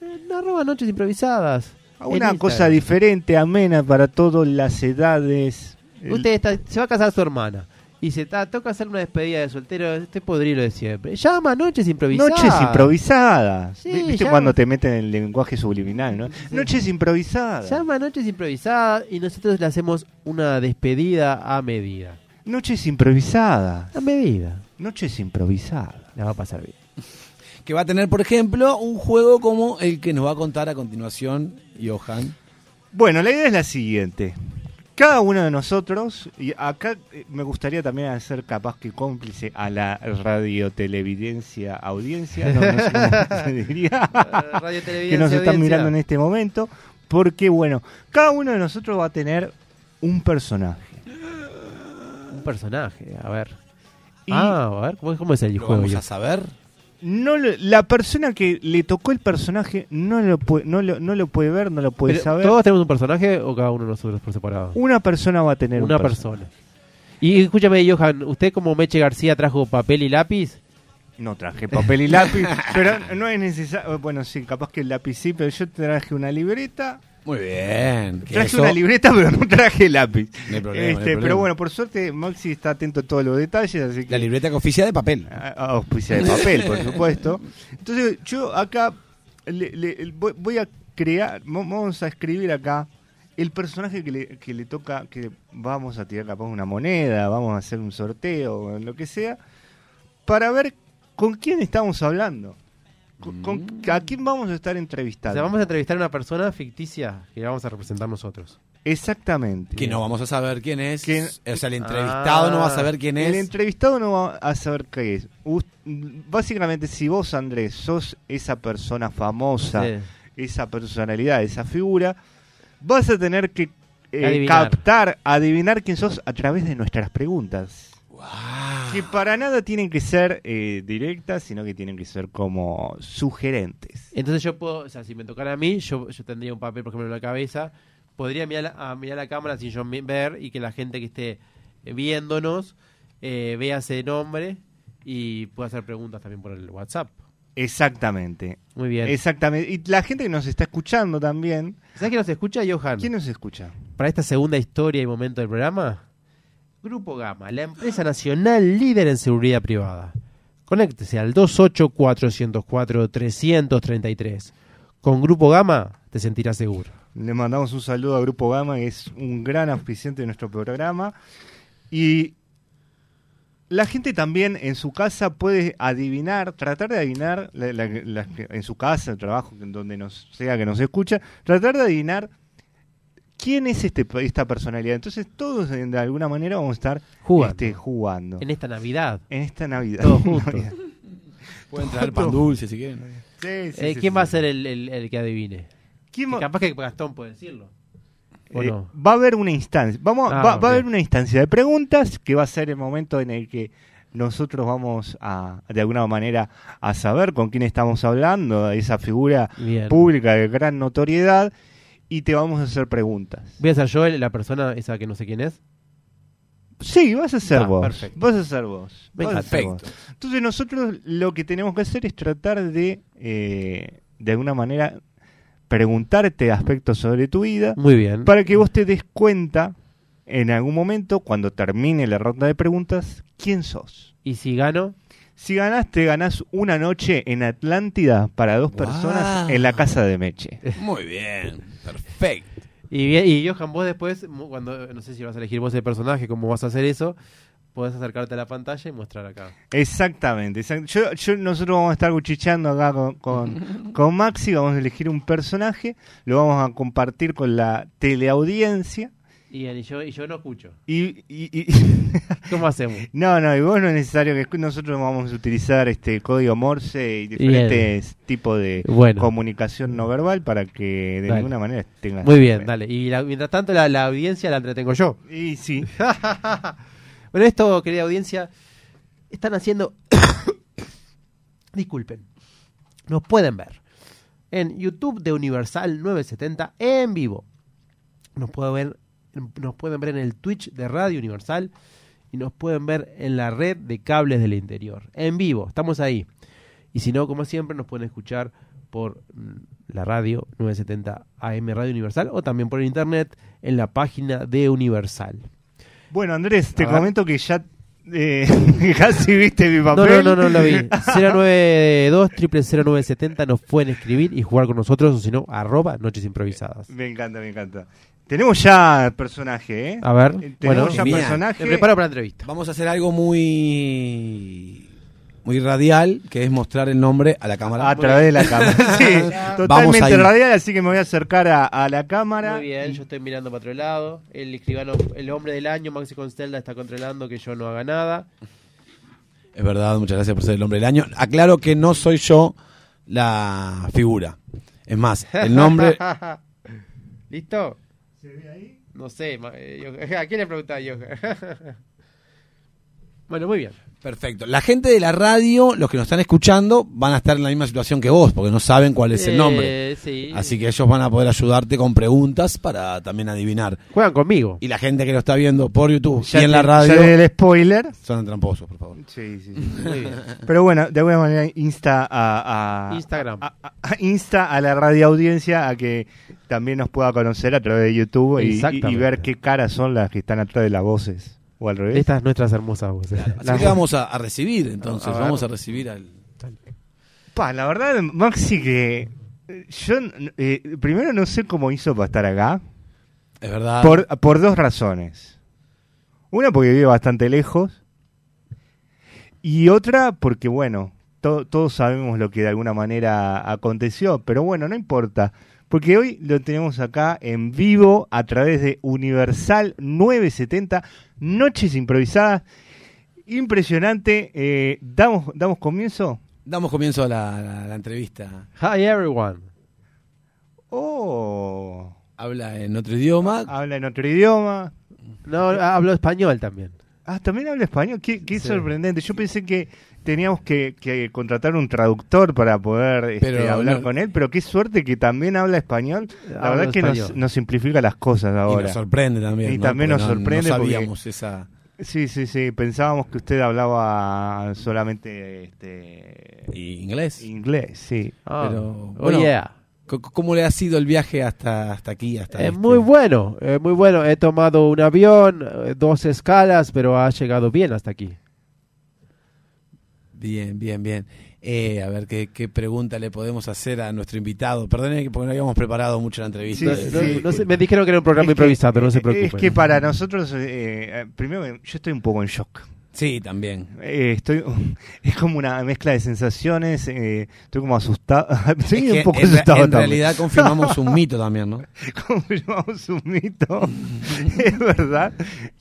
[SPEAKER 2] Eh, No roba noches improvisadas. en
[SPEAKER 4] Ah, Una
[SPEAKER 2] Instagram.
[SPEAKER 4] cosa diferente, amena para todas las edades. El-
[SPEAKER 2] Usted está- se va a casar su hermana. Y se está, toca hacer una despedida de soltero, este podrido de siempre. Llama noches improvisadas.
[SPEAKER 4] Noches improvisadas.
[SPEAKER 2] Sí,
[SPEAKER 4] Vi- ¿Viste
[SPEAKER 2] ya-
[SPEAKER 4] cuando te meten el lenguaje subliminal, no? Noches improvisadas.
[SPEAKER 2] Llama noches improvisadas y nosotros le hacemos una despedida a medida.
[SPEAKER 4] Noches improvisadas.
[SPEAKER 2] A medida.
[SPEAKER 4] Noches improvisadas.
[SPEAKER 2] La va a pasar bien.
[SPEAKER 3] que va a tener, por ejemplo, un juego como el que nos va a contar a continuación Johan.
[SPEAKER 4] Bueno, la idea es la siguiente. Cada uno de nosotros, y acá eh, me gustaría también hacer capaz que cómplice a la radiotelevidencia audiencia, no, no sé cómo se diría.
[SPEAKER 2] Eh, radio,
[SPEAKER 4] que nos están mirando en este momento. Porque, bueno, cada uno de nosotros va a tener un personaje.
[SPEAKER 2] Un personaje, a ver.
[SPEAKER 4] este- Y
[SPEAKER 2] Ah, a ver, ¿cómo, cómo es el
[SPEAKER 3] Lo
[SPEAKER 2] juego?
[SPEAKER 3] vamos
[SPEAKER 2] yo?
[SPEAKER 3] a saber.
[SPEAKER 4] no lo- la persona que le tocó el personaje no lo puede, no lo, no lo puede ver, no lo puede
[SPEAKER 2] Pero,
[SPEAKER 4] saber.
[SPEAKER 2] ¿Todos tenemos un personaje o cada uno de nosotros por separado?
[SPEAKER 4] Una persona va a tener
[SPEAKER 2] Una
[SPEAKER 4] un perso-
[SPEAKER 2] persona. Y escúchame, Johan, ¿usted como Meche García trajo papel y lápiz?
[SPEAKER 4] No traje papel oh, y lápiz, pero no es necesario. Bueno, sí, capaz que el lápiz sí, pero yo traje una libreta,
[SPEAKER 3] Muy bien. que
[SPEAKER 4] Traje
[SPEAKER 3] eso-
[SPEAKER 4] una libreta, pero no traje lápiz.
[SPEAKER 3] No hay problema, no hay
[SPEAKER 4] Este,
[SPEAKER 3] problema.
[SPEAKER 4] pero bueno, por suerte Maxi está atento a todos los detalles, así que
[SPEAKER 3] La libreta que oficia de papel.
[SPEAKER 4] a- a auspicia de papel, por supuesto. Entonces, yo acá le- le- voy, voy a crear, mo- vamos a escribir acá el personaje que le, que le toca, que vamos a tirar capaz una moneda, vamos a hacer un sorteo, lo que sea, para ver con quién estamos hablando. Con- con- ¿A quién vamos a estar
[SPEAKER 2] O
[SPEAKER 4] entrevistando?
[SPEAKER 2] sea, vamos a entrevistar a una persona ficticia que la vamos a representar nosotros.
[SPEAKER 4] Exactamente.
[SPEAKER 3] Que no vamos a saber quién es.
[SPEAKER 4] ¿Quién?
[SPEAKER 3] O sea, el entrevistado
[SPEAKER 2] Ah,
[SPEAKER 3] no va a saber quién
[SPEAKER 4] El
[SPEAKER 3] es.
[SPEAKER 4] entrevistado no va a saber qué es. Us- básicamente, si vos, Andrés, sos esa persona famosa,
[SPEAKER 2] Sí.
[SPEAKER 4] esa personalidad, esa figura, vas a tener que eh,
[SPEAKER 2] Adivinar.
[SPEAKER 4] captar, adivinar quién sos a través de nuestras preguntas. Que para nada tienen que ser eh, directas, sino que tienen que ser como sugerentes.
[SPEAKER 2] Entonces yo puedo, o sea, si me tocara a mí, yo, yo tendría un papel, por ejemplo, en la cabeza, podría mirar la- a mirar la cámara sin yo mi- ver y que la gente que esté viéndonos eh, vea ese nombre y pueda hacer preguntas también por el WhatsApp.
[SPEAKER 4] Exactamente.
[SPEAKER 2] Muy bien.
[SPEAKER 4] Exactamente. Y la gente que nos está escuchando también.
[SPEAKER 2] ¿Sabes quién nos escucha, Johan?
[SPEAKER 4] ¿Quién nos escucha?
[SPEAKER 2] Para esta segunda historia y momento del programa, Grupo Gama, la empresa nacional líder en seguridad privada. Conéctese al 284-404-333. Con Grupo Gama te sentirás seguro.
[SPEAKER 4] Le mandamos un saludo a Grupo Gama, que es un gran auspiciante de nuestro programa. Y la gente también en su casa puede adivinar, tratar de adivinar, la- la- la- en su casa, el trabajo, en donde nos sea que nos escucha, tratar de adivinar quién es este, esta personalidad. Entonces todos de de alguna manera vamos a estar
[SPEAKER 2] Jugando.
[SPEAKER 4] este, jugando.
[SPEAKER 2] En esta Navidad.
[SPEAKER 4] En esta Navidad.
[SPEAKER 2] Todos juntos.
[SPEAKER 4] Navidad.
[SPEAKER 3] Pueden traer pan dulce si quieren.
[SPEAKER 4] Sí, sí,
[SPEAKER 2] Eh,
[SPEAKER 4] sí,
[SPEAKER 2] ¿Quién
[SPEAKER 4] sí.
[SPEAKER 2] va a ser el, el- el que adivine?
[SPEAKER 4] ¿Quién va-
[SPEAKER 2] Capaz que Gastón puede decirlo. ¿O
[SPEAKER 4] Eh,
[SPEAKER 2] no?
[SPEAKER 4] Va a haber una instancia. Vamos,
[SPEAKER 2] Ah,
[SPEAKER 4] va, va a haber
[SPEAKER 2] bien.
[SPEAKER 4] una instancia de preguntas que va a ser el momento en el que nosotros vamos a, de alguna manera, a saber con quién estamos hablando, esa figura
[SPEAKER 2] Bien.
[SPEAKER 4] pública de gran notoriedad, y te vamos a hacer preguntas.
[SPEAKER 2] ¿Voy a ser yo el- la persona esa que no sé quién es?
[SPEAKER 4] Sí, vas a ser
[SPEAKER 2] Ah,
[SPEAKER 4] vos.
[SPEAKER 2] perfecto.
[SPEAKER 4] Vas a ser vos.
[SPEAKER 2] Venga,
[SPEAKER 4] Vas a ser vos.
[SPEAKER 3] perfecto.
[SPEAKER 4] Entonces nosotros lo que tenemos que hacer es tratar de, eh, de alguna manera, preguntarte aspectos sobre tu vida
[SPEAKER 2] Muy bien.
[SPEAKER 4] para que vos te des cuenta en algún momento, cuando termine la ronda de preguntas, quién sos.
[SPEAKER 2] ¿Y si gano?
[SPEAKER 4] Si ganás, te ganás una noche en Atlántida para dos
[SPEAKER 3] Guau.
[SPEAKER 4] personas en la casa de Meche.
[SPEAKER 3] Muy bien. Perfecto.
[SPEAKER 2] Y, bien- y Johan, vos después, mu- cuando no sé si vas a elegir vos el personaje, cómo vas a hacer eso, podés acercarte a la pantalla y mostrar acá.
[SPEAKER 4] Exactamente. exact- Yo, yo- nosotros vamos a estar cuchicheando acá con, con, con Maxi, vamos a elegir un personaje, lo vamos a compartir con la teleaudiencia
[SPEAKER 2] Y, y yo, y yo no escucho.
[SPEAKER 4] y... y- y-
[SPEAKER 2] ¿Cómo hacemos?
[SPEAKER 4] No, no, y vos no es necesario que escu- nosotros vamos a utilizar este código Morse y diferentes tipos de
[SPEAKER 2] Bueno.
[SPEAKER 4] comunicación no verbal para que de
[SPEAKER 2] Dale.
[SPEAKER 4] ninguna manera tengas.
[SPEAKER 2] Muy bien, dale. Y la- mientras tanto, la, la audiencia la entretengo yo.
[SPEAKER 4] Y sí,
[SPEAKER 2] Bueno, esto, querida audiencia, están haciendo. Disculpen. Nos pueden ver en YouTube de Universal 970 en vivo. Nos pueden ver, nos pueden ver en el Twitch de Radio Universal y nos pueden ver en la red de cables del interior. En vivo, estamos ahí. Y si no, como siempre, nos pueden escuchar por mm, la radio 970 AM Radio Universal o también por internet en la página de Universal.
[SPEAKER 4] bueno Andrés, te
[SPEAKER 2] A ver.
[SPEAKER 4] comento que ya eh, casi viste mi
[SPEAKER 2] No,
[SPEAKER 4] papel.
[SPEAKER 2] no, no, no lo vi. 092 0970 nos pueden escribir y jugar con nosotros, o si no, arroba noches improvisadas.
[SPEAKER 4] Me encanta, me encanta. Tenemos ya personaje, ¿eh?
[SPEAKER 2] A ver,
[SPEAKER 4] Eh,
[SPEAKER 2] bueno,
[SPEAKER 4] Tenemos ya
[SPEAKER 3] bien.
[SPEAKER 4] personaje.
[SPEAKER 2] me preparo para la entrevista.
[SPEAKER 3] Vamos a hacer algo muy. Muy radial, que es mostrar el nombre a la cámara.
[SPEAKER 4] A través de la cámara. Sí,
[SPEAKER 3] Vamos
[SPEAKER 4] totalmente
[SPEAKER 3] ahí.
[SPEAKER 4] radial, así que me voy a acercar a, a la cámara.
[SPEAKER 2] Muy bien, yo estoy mirando para otro lado. El escribano, el hombre del año, Maxi Constelda, está controlando que yo no haga nada.
[SPEAKER 3] Es verdad, muchas gracias por ser el hombre del año. Aclaro que no soy yo la figura. Es más, el nombre.
[SPEAKER 2] ¿Listo? No sé, ma- eh, yo- ¿a quién le preguntaba yo? bueno, muy bien.
[SPEAKER 3] Perfecto. La gente de la radio, los que nos están escuchando, van a estar en la misma situación que vos, porque no saben cuál es el nombre.
[SPEAKER 2] Eh, sí.
[SPEAKER 3] Así que ellos van a poder ayudarte con preguntas para también adivinar.
[SPEAKER 2] Juegan conmigo.
[SPEAKER 3] Y la gente que lo está viendo por YouTube
[SPEAKER 4] Ya
[SPEAKER 3] y en la
[SPEAKER 4] te- ya leí
[SPEAKER 3] radio
[SPEAKER 4] el spoiler.
[SPEAKER 3] son tramposos, por favor.
[SPEAKER 4] Sí, sí. Pero bueno, de alguna manera insta a, a-
[SPEAKER 2] Ah, Instagram.
[SPEAKER 4] a- a- insta a la radioaudiencia a que también nos pueda conocer a través de YouTube y- y,
[SPEAKER 2] Exactamente.
[SPEAKER 4] y ver qué caras son las que están atrás de las voces. O al revés.
[SPEAKER 2] Estas nuestras hermosas voces.
[SPEAKER 3] Así
[SPEAKER 2] Las-
[SPEAKER 3] que vamos a, a recibir, entonces.
[SPEAKER 4] A ver.
[SPEAKER 3] vamos a recibir al.
[SPEAKER 4] Pa, la verdad, Maxi, que eh, yo n- eh, primero no sé cómo hizo para estar acá.
[SPEAKER 3] Es verdad.
[SPEAKER 4] Por, por dos razones. Una porque vive bastante lejos. Y otra porque, bueno, to- todos sabemos lo que de alguna manera aconteció. Pero bueno, no importa. Porque hoy lo tenemos acá en vivo a través de Universal 970, Noches Improvisadas. Impresionante. Eh, ¿damos, ¿Damos comienzo?
[SPEAKER 3] Damos comienzo a la, la- la entrevista.
[SPEAKER 2] Hi everyone.
[SPEAKER 4] Oh,
[SPEAKER 3] Habla en otro idioma.
[SPEAKER 4] habla en otro idioma.
[SPEAKER 2] No, hablo español también.
[SPEAKER 4] Ah, también habla español. Qué, qué sorprendente. Yo pensé que teníamos que, que contratar un traductor para poder este,
[SPEAKER 3] Pero
[SPEAKER 4] hablar
[SPEAKER 3] no.
[SPEAKER 4] con él, pero qué suerte que también habla español. La
[SPEAKER 2] Habla
[SPEAKER 4] verdad que nos,
[SPEAKER 2] español.
[SPEAKER 4] nos simplifica las cosas
[SPEAKER 3] Y
[SPEAKER 4] ahora.
[SPEAKER 3] nos sorprende también.
[SPEAKER 4] Y
[SPEAKER 3] ¿no?
[SPEAKER 4] también
[SPEAKER 3] Porque
[SPEAKER 4] nos sorprende
[SPEAKER 3] No
[SPEAKER 4] porque-
[SPEAKER 3] sabíamos esa.
[SPEAKER 4] Sí, sí, sí. Pensábamos que usted hablaba solamente este,
[SPEAKER 3] y inglés.
[SPEAKER 4] inglés, sí.
[SPEAKER 2] Ah,
[SPEAKER 3] Pero,
[SPEAKER 2] oh,
[SPEAKER 3] bueno,
[SPEAKER 2] yeah.
[SPEAKER 3] C- ¿Cómo le ha sido el viaje hasta, hasta aquí? Hasta
[SPEAKER 2] Es
[SPEAKER 3] este?
[SPEAKER 2] muy bueno, es muy bueno. He tomado un avión, eh, dos escalas, pero ha llegado bien hasta aquí.
[SPEAKER 3] Bien, bien, bien. Eh, a ver ¿qué, qué pregunta le podemos hacer a nuestro invitado. Perdone que- porque no habíamos preparado mucho la entrevista.
[SPEAKER 4] Sí,
[SPEAKER 2] No-
[SPEAKER 4] sí,
[SPEAKER 2] no-
[SPEAKER 4] sí.
[SPEAKER 2] no sé, me dijeron que era un programa
[SPEAKER 4] Es que-
[SPEAKER 2] improvisado, no se preocupen.
[SPEAKER 4] Es que para nosotros, eh, eh, primero, yo estoy un poco en shock.
[SPEAKER 3] Sí, también.
[SPEAKER 4] Eh, estoy, es como una mezcla de sensaciones. eh, estoy como asustado. Estoy
[SPEAKER 3] Es que
[SPEAKER 4] un poco
[SPEAKER 3] en, re-
[SPEAKER 4] asustado
[SPEAKER 3] en
[SPEAKER 4] también.
[SPEAKER 3] realidad confirmamos un mito también, ¿no?
[SPEAKER 4] confirmamos un mito. es verdad.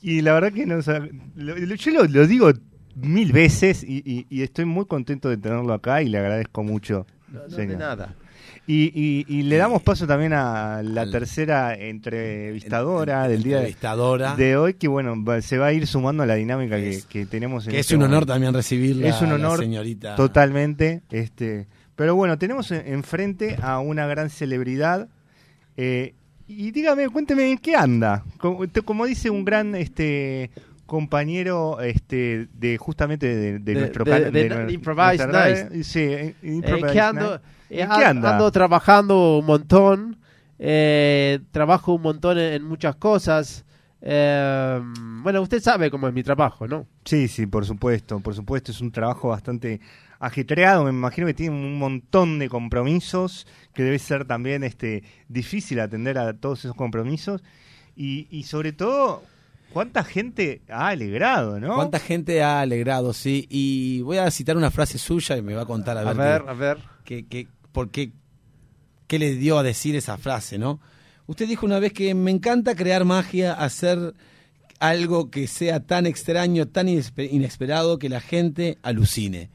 [SPEAKER 4] Y la verdad que no sab- lo- lo- yo lo, lo digo mil veces y, y- y estoy muy contento de tenerlo acá y le agradezco mucho. señor.
[SPEAKER 2] nada.
[SPEAKER 4] Y, y- y le damos paso también a la
[SPEAKER 3] Al-
[SPEAKER 4] tercera entrevistadora del día de,
[SPEAKER 3] Entrevistadora,
[SPEAKER 4] de hoy, que bueno, va- se va a ir sumando a la dinámica que,
[SPEAKER 3] Es-
[SPEAKER 4] que tenemos en
[SPEAKER 3] que es
[SPEAKER 4] este
[SPEAKER 3] un honor
[SPEAKER 4] momento.
[SPEAKER 3] también recibirla.
[SPEAKER 4] Es un
[SPEAKER 3] a la
[SPEAKER 4] honor
[SPEAKER 3] señorita.
[SPEAKER 4] Totalmente. Este, pero bueno, tenemos en- enfrente a una gran celebridad. eh, y dígame, cuénteme en qué anda. Como, te- como dice un gran este compañero este de justamente de, de
[SPEAKER 2] De-
[SPEAKER 4] nuestro
[SPEAKER 2] de-
[SPEAKER 4] canal
[SPEAKER 2] de-
[SPEAKER 4] nue-
[SPEAKER 2] de Improvise
[SPEAKER 4] nuestra radio.
[SPEAKER 2] Night.
[SPEAKER 4] Sí, eh,
[SPEAKER 2] Eh,
[SPEAKER 4] Improvise
[SPEAKER 2] que ando,
[SPEAKER 4] Night.
[SPEAKER 2] eh,
[SPEAKER 4] ¿En
[SPEAKER 2] an-
[SPEAKER 4] qué anda?
[SPEAKER 2] ando trabajando un montón, eh, trabajo un montón en, en muchas cosas. Eh, bueno, usted sabe cómo es mi trabajo, ¿no?
[SPEAKER 4] Sí, sí, por supuesto, por supuesto, es un trabajo bastante ajetreado, me imagino que tiene un montón de compromisos, que debe ser también este difícil atender a todos esos compromisos y, y sobre todo cuánta gente ha alegrado, ¿no?
[SPEAKER 3] ¿Cuánta gente ha alegrado, sí? Y voy a citar una frase suya y me va a contar a ver, qué-
[SPEAKER 2] a ver.
[SPEAKER 3] que, que- por qué, qué le dio a decir esa frase, ¿no? Usted dijo una vez que me encanta crear magia, hacer algo que sea tan extraño, tan inespe- inesperado, que la gente alucine.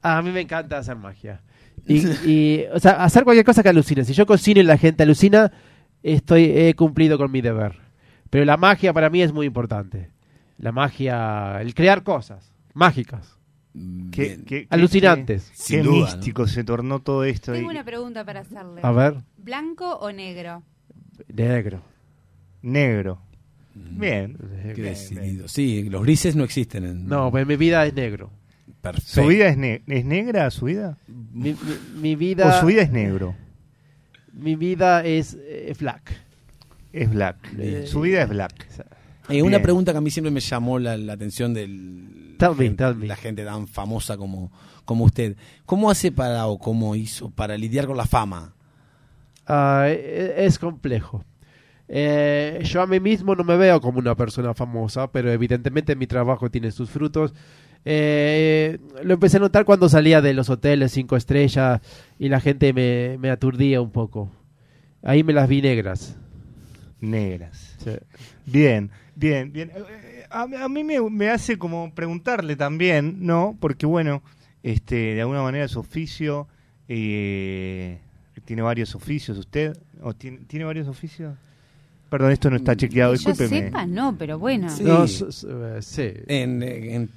[SPEAKER 2] A mí me encanta hacer magia. Y, y, o sea, hacer cualquier cosa que alucine. Si yo cocino y la gente alucina, estoy, he cumplido con mi deber. Pero la magia para mí es muy importante. La magia, el crear cosas mágicas.
[SPEAKER 4] Qué-
[SPEAKER 3] Bien.
[SPEAKER 4] qué- qué-
[SPEAKER 2] Alucinantes.
[SPEAKER 4] Qué,
[SPEAKER 3] Sin duda,
[SPEAKER 4] místico se tornó todo esto. y-
[SPEAKER 11] Tengo una pregunta para hacerle.
[SPEAKER 2] A ver,
[SPEAKER 11] ¿Blanco o negro?
[SPEAKER 2] negro.
[SPEAKER 4] Negro.
[SPEAKER 3] Mm.
[SPEAKER 4] Bien.
[SPEAKER 3] Qué decidido. Sí, los grises no existen. En...
[SPEAKER 2] No, pues mi vida es negro.
[SPEAKER 3] perfecto.
[SPEAKER 4] ¿Su vida es, ne- es negra, su vida?
[SPEAKER 2] Mi, mi- mi vida,
[SPEAKER 4] ¿O su vida es negro?
[SPEAKER 2] mi vida es eh, flac.
[SPEAKER 4] Es black.
[SPEAKER 2] Eh,
[SPEAKER 4] su vida es black.
[SPEAKER 3] Eh, una
[SPEAKER 4] Bien.
[SPEAKER 3] pregunta que a mí siempre me llamó la, la atención del
[SPEAKER 2] Tell me,
[SPEAKER 3] gen-
[SPEAKER 2] tell me.
[SPEAKER 3] la gente tan famosa como, como usted. ¿Cómo hace para o cómo hizo para lidiar con la fama?
[SPEAKER 2] Ah, e- es complejo. Eh, yo a mí mismo no me veo como una persona famosa, pero evidentemente mi trabajo tiene sus frutos. Eh, lo empecé a notar cuando salía de los hoteles cinco estrellas y la gente me, me aturdía un poco. Ahí me las vi negras.
[SPEAKER 4] Negras. Bien, bien, bien. Eh, A, a mí me, me hace como preguntarle también, ¿no? Porque bueno, este, de alguna manera su oficio, eh, tiene varios oficios usted, o tiene, ¿tiene varios oficios? Perdón, esto no está chequeado,
[SPEAKER 11] Mm, Que yo
[SPEAKER 4] discúlpeme.
[SPEAKER 11] sepa, no, pero bueno.
[SPEAKER 3] Sí.
[SPEAKER 2] No, s- s- eh, sí.
[SPEAKER 3] En, eh, en-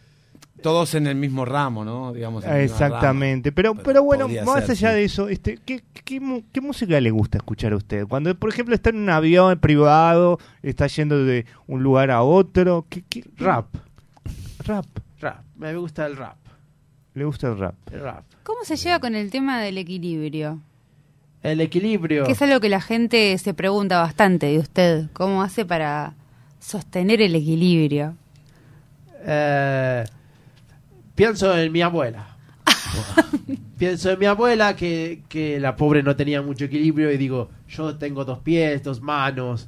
[SPEAKER 3] todos en el mismo ramo, ¿no? Digamos, en la
[SPEAKER 4] Ah,
[SPEAKER 3] misma rama.
[SPEAKER 4] Exactamente, pero, pero bueno,
[SPEAKER 3] podría
[SPEAKER 4] más
[SPEAKER 3] ser,
[SPEAKER 4] allá
[SPEAKER 3] sí.
[SPEAKER 4] de eso, este, ¿qué, qué, mu- qué música le gusta escuchar a usted? Cuando, por ejemplo, está en un avión privado, está yendo de un lugar a otro, ¿qué, qué-
[SPEAKER 2] Rap,
[SPEAKER 4] Rap,
[SPEAKER 2] rap. Me gusta el rap.
[SPEAKER 4] le gusta el rap.
[SPEAKER 2] El rap.
[SPEAKER 11] ¿Cómo se lleva con el tema del equilibrio?
[SPEAKER 2] El equilibrio.
[SPEAKER 11] Que es algo que la gente se pregunta bastante de usted. ¿Cómo hace para sostener el equilibrio?
[SPEAKER 2] Eh, pienso en mi abuela. pienso en mi abuela que, que la pobre no tenía mucho equilibrio y digo, yo tengo dos pies, dos manos,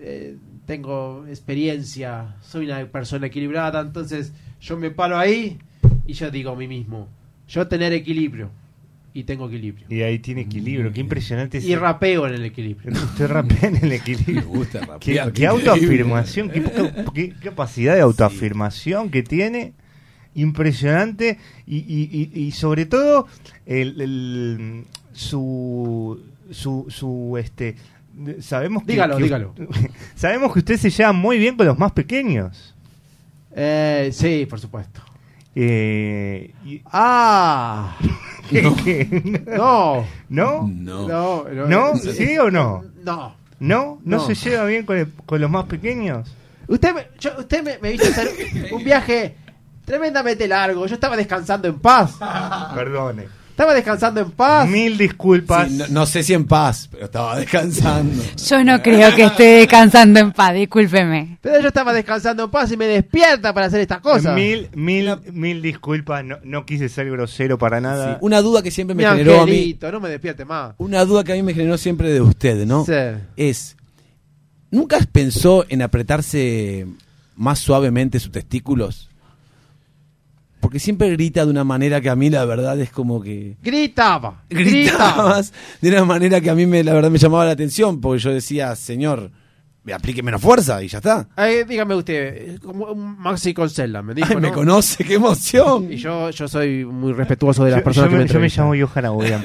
[SPEAKER 2] eh, tengo experiencia, soy una persona equilibrada, entonces yo me paro ahí y yo digo a mí mismo, yo tener equilibrio y tengo equilibrio.
[SPEAKER 4] Y ahí tiene equilibrio, qué impresionante.
[SPEAKER 2] Y rapeo en el equilibrio.
[SPEAKER 4] Usted rapea en el equilibrio.
[SPEAKER 3] Me gusta rapear,
[SPEAKER 4] Qué,
[SPEAKER 3] qué
[SPEAKER 4] qué autoafirmación, qué, poca- qué capacidad de autoafirmación que tiene. Impresionante. Y, y- y- y sobre todo, el, el- su, su, su, este, sabemos que,
[SPEAKER 2] Dígalo,
[SPEAKER 4] que-
[SPEAKER 2] dígalo.
[SPEAKER 4] sabemos que usted se lleva muy bien con los más pequeños.
[SPEAKER 2] Eh, sí, por supuesto.
[SPEAKER 4] Eh, y-
[SPEAKER 2] Ah,
[SPEAKER 4] ¿qué- qué?
[SPEAKER 2] no,
[SPEAKER 3] No.
[SPEAKER 4] ¿No?
[SPEAKER 2] no, no,
[SPEAKER 4] ¿No? ¿Sí o no?
[SPEAKER 2] No.
[SPEAKER 4] ¿No? ¿No,
[SPEAKER 2] No.
[SPEAKER 4] se lleva bien con, el- con los más pequeños?
[SPEAKER 2] Usted me, yo- usted me, me hizo hacer un viaje tremendamente largo. Yo estaba descansando en paz.
[SPEAKER 4] Perdone.
[SPEAKER 2] Estaba descansando en paz.
[SPEAKER 4] Mil disculpas.
[SPEAKER 3] Sí, no, no sé si en paz, pero estaba descansando.
[SPEAKER 11] Yo no creo que esté descansando en paz, discúlpeme.
[SPEAKER 2] Pero yo estaba descansando en paz y me despierta para hacer estas cosas.
[SPEAKER 4] Mil, mil, mil disculpas, no, no quise ser grosero para nada.
[SPEAKER 3] Sí, Una duda que siempre me
[SPEAKER 2] Mi
[SPEAKER 3] generó a mí.
[SPEAKER 2] angelito, no me despierte más.
[SPEAKER 3] Una duda que a mí me generó siempre de usted, ¿no?
[SPEAKER 2] Sí.
[SPEAKER 3] Es, ¿nunca pensó en apretarse más suavemente sus testículos? Porque siempre grita de una manera que a mí la verdad es como que...
[SPEAKER 2] Gritaba, gritaba.
[SPEAKER 3] Gritabas de una manera que a mí me, la verdad me llamaba la atención, porque yo decía, señor, me aplique menos fuerza y ya está.
[SPEAKER 2] Ay, dígame usted, como un Maxi Concella me dijo,
[SPEAKER 3] Ay, me
[SPEAKER 2] ¿no?
[SPEAKER 3] conoce, qué emoción.
[SPEAKER 2] Y yo, yo soy muy respetuoso de las
[SPEAKER 4] Yo- yo,
[SPEAKER 2] personas
[SPEAKER 4] me,
[SPEAKER 2] que
[SPEAKER 4] yo
[SPEAKER 2] me
[SPEAKER 4] me
[SPEAKER 2] entrevistan.
[SPEAKER 4] llamo Johan Aboyan.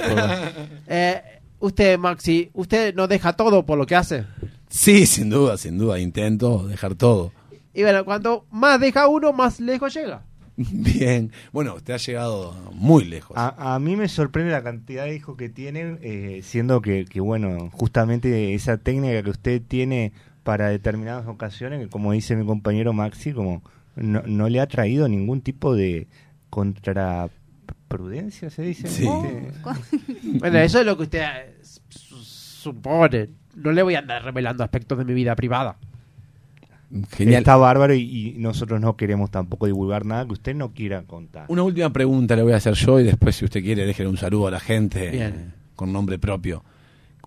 [SPEAKER 2] Eh, usted, Maxi, usted no deja todo por lo que hace.
[SPEAKER 3] Sí, sin duda, sin duda, intento dejar todo.
[SPEAKER 2] Y bueno, cuando más deja uno, más lejos llega.
[SPEAKER 3] Bien, bueno, usted ha llegado muy lejos.
[SPEAKER 2] Ah,
[SPEAKER 4] A, a mí me sorprende la cantidad de hijos que tienen, eh, siendo que, que, bueno, justamente esa técnica que usted tiene para determinadas ocasiones, que como dice mi compañero Maxi, como no, no le ha traído ningún tipo de contraprudencia, se dice.
[SPEAKER 3] Sí.
[SPEAKER 4] Este,
[SPEAKER 2] Bueno, eso es lo que usted eh, su- supone. No le voy a andar revelando aspectos de mi vida privada.
[SPEAKER 3] Genial.
[SPEAKER 4] Está bárbaro y, y nosotros no queremos tampoco divulgar nada que usted no quiera contar.
[SPEAKER 3] Una última pregunta le voy a hacer yo y después, si usted quiere, déjele un saludo a la gente
[SPEAKER 2] Bien.
[SPEAKER 3] eh, con nombre propio.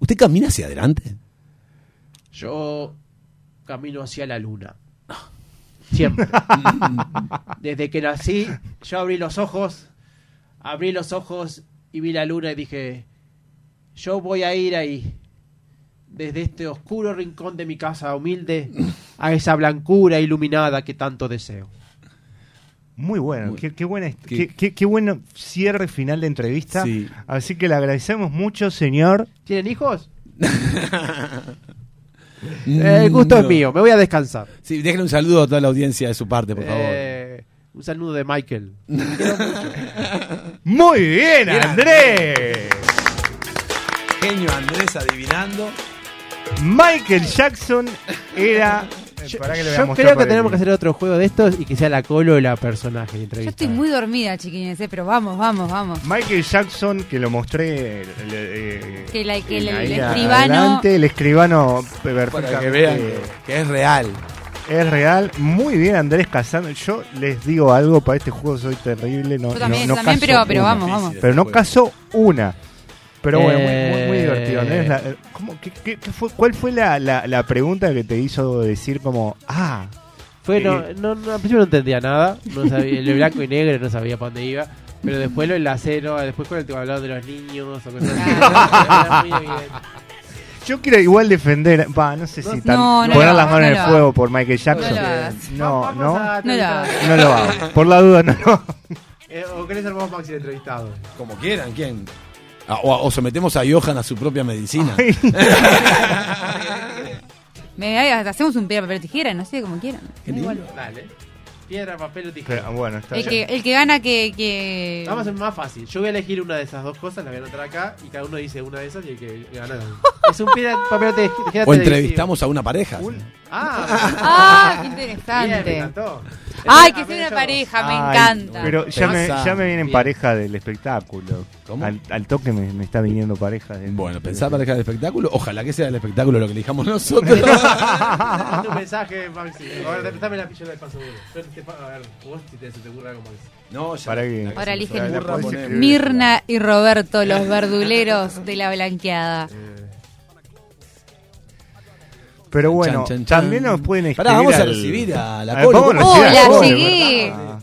[SPEAKER 3] ¿Usted camina hacia adelante?
[SPEAKER 2] Yo camino hacia la luna. Siempre. Desde que nací, yo abrí los ojos, abrí los ojos y vi la luna y dije, yo voy a ir ahí, desde este oscuro rincón de mi casa humilde, a esa blancura iluminada que tanto deseo.
[SPEAKER 4] Muy bueno, qué, qué buena,
[SPEAKER 3] Qué-
[SPEAKER 4] qué, qué- qué bueno cierre final de entrevista.
[SPEAKER 3] Sí.
[SPEAKER 4] Así que le agradecemos mucho, señor.
[SPEAKER 2] ¿Tienen hijos? El gusto es
[SPEAKER 3] No.
[SPEAKER 2] mío, me voy a descansar.
[SPEAKER 3] Sí, déjele un saludo a toda la audiencia de su parte, por favor.
[SPEAKER 2] Eh, un saludo de Michael.
[SPEAKER 4] Muy bien, Andrés.
[SPEAKER 3] Genio Andrés adivinando.
[SPEAKER 4] Michael Jackson era.
[SPEAKER 2] Yo,
[SPEAKER 4] Pará
[SPEAKER 2] yo
[SPEAKER 4] le voy a mostrar
[SPEAKER 2] creo que
[SPEAKER 4] por el-
[SPEAKER 2] tenemos que hacer otro juego de estos y que sea la colola personaje de
[SPEAKER 11] Yo
[SPEAKER 2] entrevista.
[SPEAKER 11] estoy muy dormida, chiquines, eh, pero vamos, vamos, vamos.
[SPEAKER 4] Michael Jackson, que lo mostré. el- el- el-
[SPEAKER 11] Que la- que el-
[SPEAKER 4] en
[SPEAKER 11] el
[SPEAKER 4] ahí
[SPEAKER 11] escribano-
[SPEAKER 4] adelante, el escribano
[SPEAKER 3] Para que
[SPEAKER 4] perfectamente
[SPEAKER 3] vean que, que es real.
[SPEAKER 4] Es real. Muy bien, Andrés Casano. Yo les digo algo, para este juego soy terrible. No,
[SPEAKER 11] Yo también,
[SPEAKER 4] no-
[SPEAKER 11] yo
[SPEAKER 4] no
[SPEAKER 11] también,
[SPEAKER 4] caso
[SPEAKER 11] pero, pero
[SPEAKER 4] una.
[SPEAKER 11] vamos, vamos.
[SPEAKER 4] Pero no casó una. Pero bueno,
[SPEAKER 2] Eh.
[SPEAKER 4] muy, muy- muy divertido. Andrés. La- eh, ¿cómo- qué- qué- qué fue- ¿Cuál fue la, la- la pregunta que te hizo decir como, ah,
[SPEAKER 2] Fue, no, no, no, al principio no entendía nada, no sabía, el blanco y negro no sabía para dónde iba, pero después lo enlacero, después con el tema hablaba de los niños o cosas así,
[SPEAKER 11] Ah.
[SPEAKER 2] era muy evidente.
[SPEAKER 4] yo quiero igual defender, va, no sé si tan,
[SPEAKER 11] no, no
[SPEAKER 4] poner
[SPEAKER 11] lo
[SPEAKER 4] las
[SPEAKER 11] hagas, no
[SPEAKER 4] manos en el
[SPEAKER 11] lo
[SPEAKER 4] fuego por
[SPEAKER 11] No
[SPEAKER 4] Michael
[SPEAKER 11] lo
[SPEAKER 4] Jackson.
[SPEAKER 11] hagas.
[SPEAKER 4] No,
[SPEAKER 2] Vamos
[SPEAKER 4] no,
[SPEAKER 2] a
[SPEAKER 11] No lo hagas.
[SPEAKER 2] entrevistar-
[SPEAKER 4] no lo hago. Por la duda, no lo hago.
[SPEAKER 2] Eh, ¿O querés ser vos, Maxi, el entrevistado?
[SPEAKER 3] Como quieran, ¿quién? Ah, O, o sometemos a Johan a su propia medicina.
[SPEAKER 11] Me- ahí, hacemos un piedra, papel, tijera, no sé, como quieran.
[SPEAKER 3] Qué lindo.
[SPEAKER 2] Dale. Piedra, papel o
[SPEAKER 4] Pero,
[SPEAKER 2] tijera.
[SPEAKER 4] bueno, está
[SPEAKER 11] El
[SPEAKER 4] bien.
[SPEAKER 11] que, el que gana que... que...
[SPEAKER 2] Vamos a hacer más fácil. Yo voy a elegir una de esas dos cosas, la voy a anotar acá y cada uno dice una de esas y el que gana. Es un piedra, papel o tijera.
[SPEAKER 3] O entrevistamos a una pareja.
[SPEAKER 2] Ah,
[SPEAKER 11] ¡Ah, qué
[SPEAKER 2] bien, me
[SPEAKER 11] interesante!
[SPEAKER 2] encantó.
[SPEAKER 11] Ay, que sea una pareja, Ah, me
[SPEAKER 4] Ay,
[SPEAKER 11] encanta.
[SPEAKER 4] Pero ya me,
[SPEAKER 3] Pensá.
[SPEAKER 4] ya me vienen
[SPEAKER 3] Bien.
[SPEAKER 4] pareja del espectáculo.
[SPEAKER 3] ¿Cómo?
[SPEAKER 4] Al, al toque me, me está viniendo pareja. del-
[SPEAKER 3] Bueno,
[SPEAKER 4] del
[SPEAKER 3] pensar
[SPEAKER 4] espectáculo.
[SPEAKER 3] pareja de espectáculo, ojalá que sea el espectáculo lo que elijamos nosotros.
[SPEAKER 2] tu mensaje, Maxi. A ver, dame la pilla del paso duro. Yo te pa- A ver, vos si te, se te ocurre algo, Maxi.
[SPEAKER 3] No, ya.
[SPEAKER 4] Para que-
[SPEAKER 11] Ahora eligen
[SPEAKER 4] Ahora podés escribir.
[SPEAKER 11] Mirna y Roberto, los verduleros de la blanqueada.
[SPEAKER 4] Pero
[SPEAKER 3] Chan,
[SPEAKER 4] bueno,
[SPEAKER 3] chan, chan.
[SPEAKER 4] también nos pueden escribir.
[SPEAKER 3] Pará, vamos a
[SPEAKER 4] al-
[SPEAKER 3] recibir a la
[SPEAKER 4] ver,
[SPEAKER 3] Colo.
[SPEAKER 4] vamos a
[SPEAKER 11] Hola,
[SPEAKER 4] recibir a la Colo,
[SPEAKER 11] llegué.
[SPEAKER 4] ¿verdad?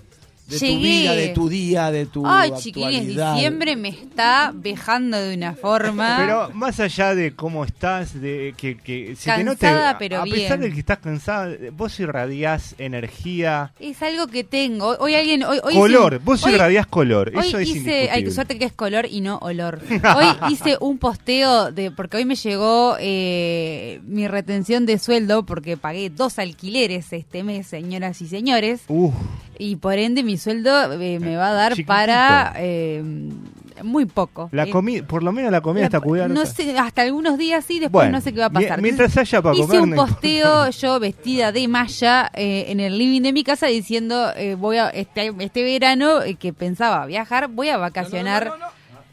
[SPEAKER 3] De tu
[SPEAKER 11] Llegué.
[SPEAKER 3] vida, de tu día, de tu.
[SPEAKER 11] Ay, chiquilines,
[SPEAKER 3] actualidad.
[SPEAKER 11] diciembre me está vejando de una forma.
[SPEAKER 4] Pero más allá de cómo estás, de que, que se te
[SPEAKER 11] Cansada,
[SPEAKER 4] note-
[SPEAKER 11] pero
[SPEAKER 4] a pesar
[SPEAKER 11] bien.
[SPEAKER 4] de que estás cansada, vos irradiás energía,
[SPEAKER 11] es algo que tengo. Hoy- Hoy alguien. Hoy, hoy
[SPEAKER 4] color,
[SPEAKER 11] hice-
[SPEAKER 4] vos
[SPEAKER 11] hoy-
[SPEAKER 4] irradiás color,
[SPEAKER 11] Hoy
[SPEAKER 4] eso es
[SPEAKER 11] hice, hay que
[SPEAKER 4] indiscutible.
[SPEAKER 11] suerte que es color y no olor. Hoy hice un posteo de, porque hoy me llegó eh, mi retención de sueldo porque pagué dos alquileres este mes, señoras y señores,
[SPEAKER 4] Uf,
[SPEAKER 11] y por ende mi sueldo eh, me va a dar
[SPEAKER 4] Chiquitito.
[SPEAKER 11] para eh, muy poco.
[SPEAKER 4] la
[SPEAKER 11] Eh,
[SPEAKER 4] comi por lo menos la comida
[SPEAKER 11] la-
[SPEAKER 4] está cubierta.
[SPEAKER 11] No sé, hasta algunos días sí, después
[SPEAKER 4] Bueno,
[SPEAKER 11] no sé qué va a
[SPEAKER 4] mi-
[SPEAKER 11] pasar.
[SPEAKER 4] mientras haya para
[SPEAKER 11] Hice
[SPEAKER 4] comer,
[SPEAKER 11] un
[SPEAKER 4] no importa.
[SPEAKER 11] posteo yo vestida de malla eh, en el living de mi casa diciendo eh, voy a este, este verano eh, que pensaba viajar, voy a vacacionar.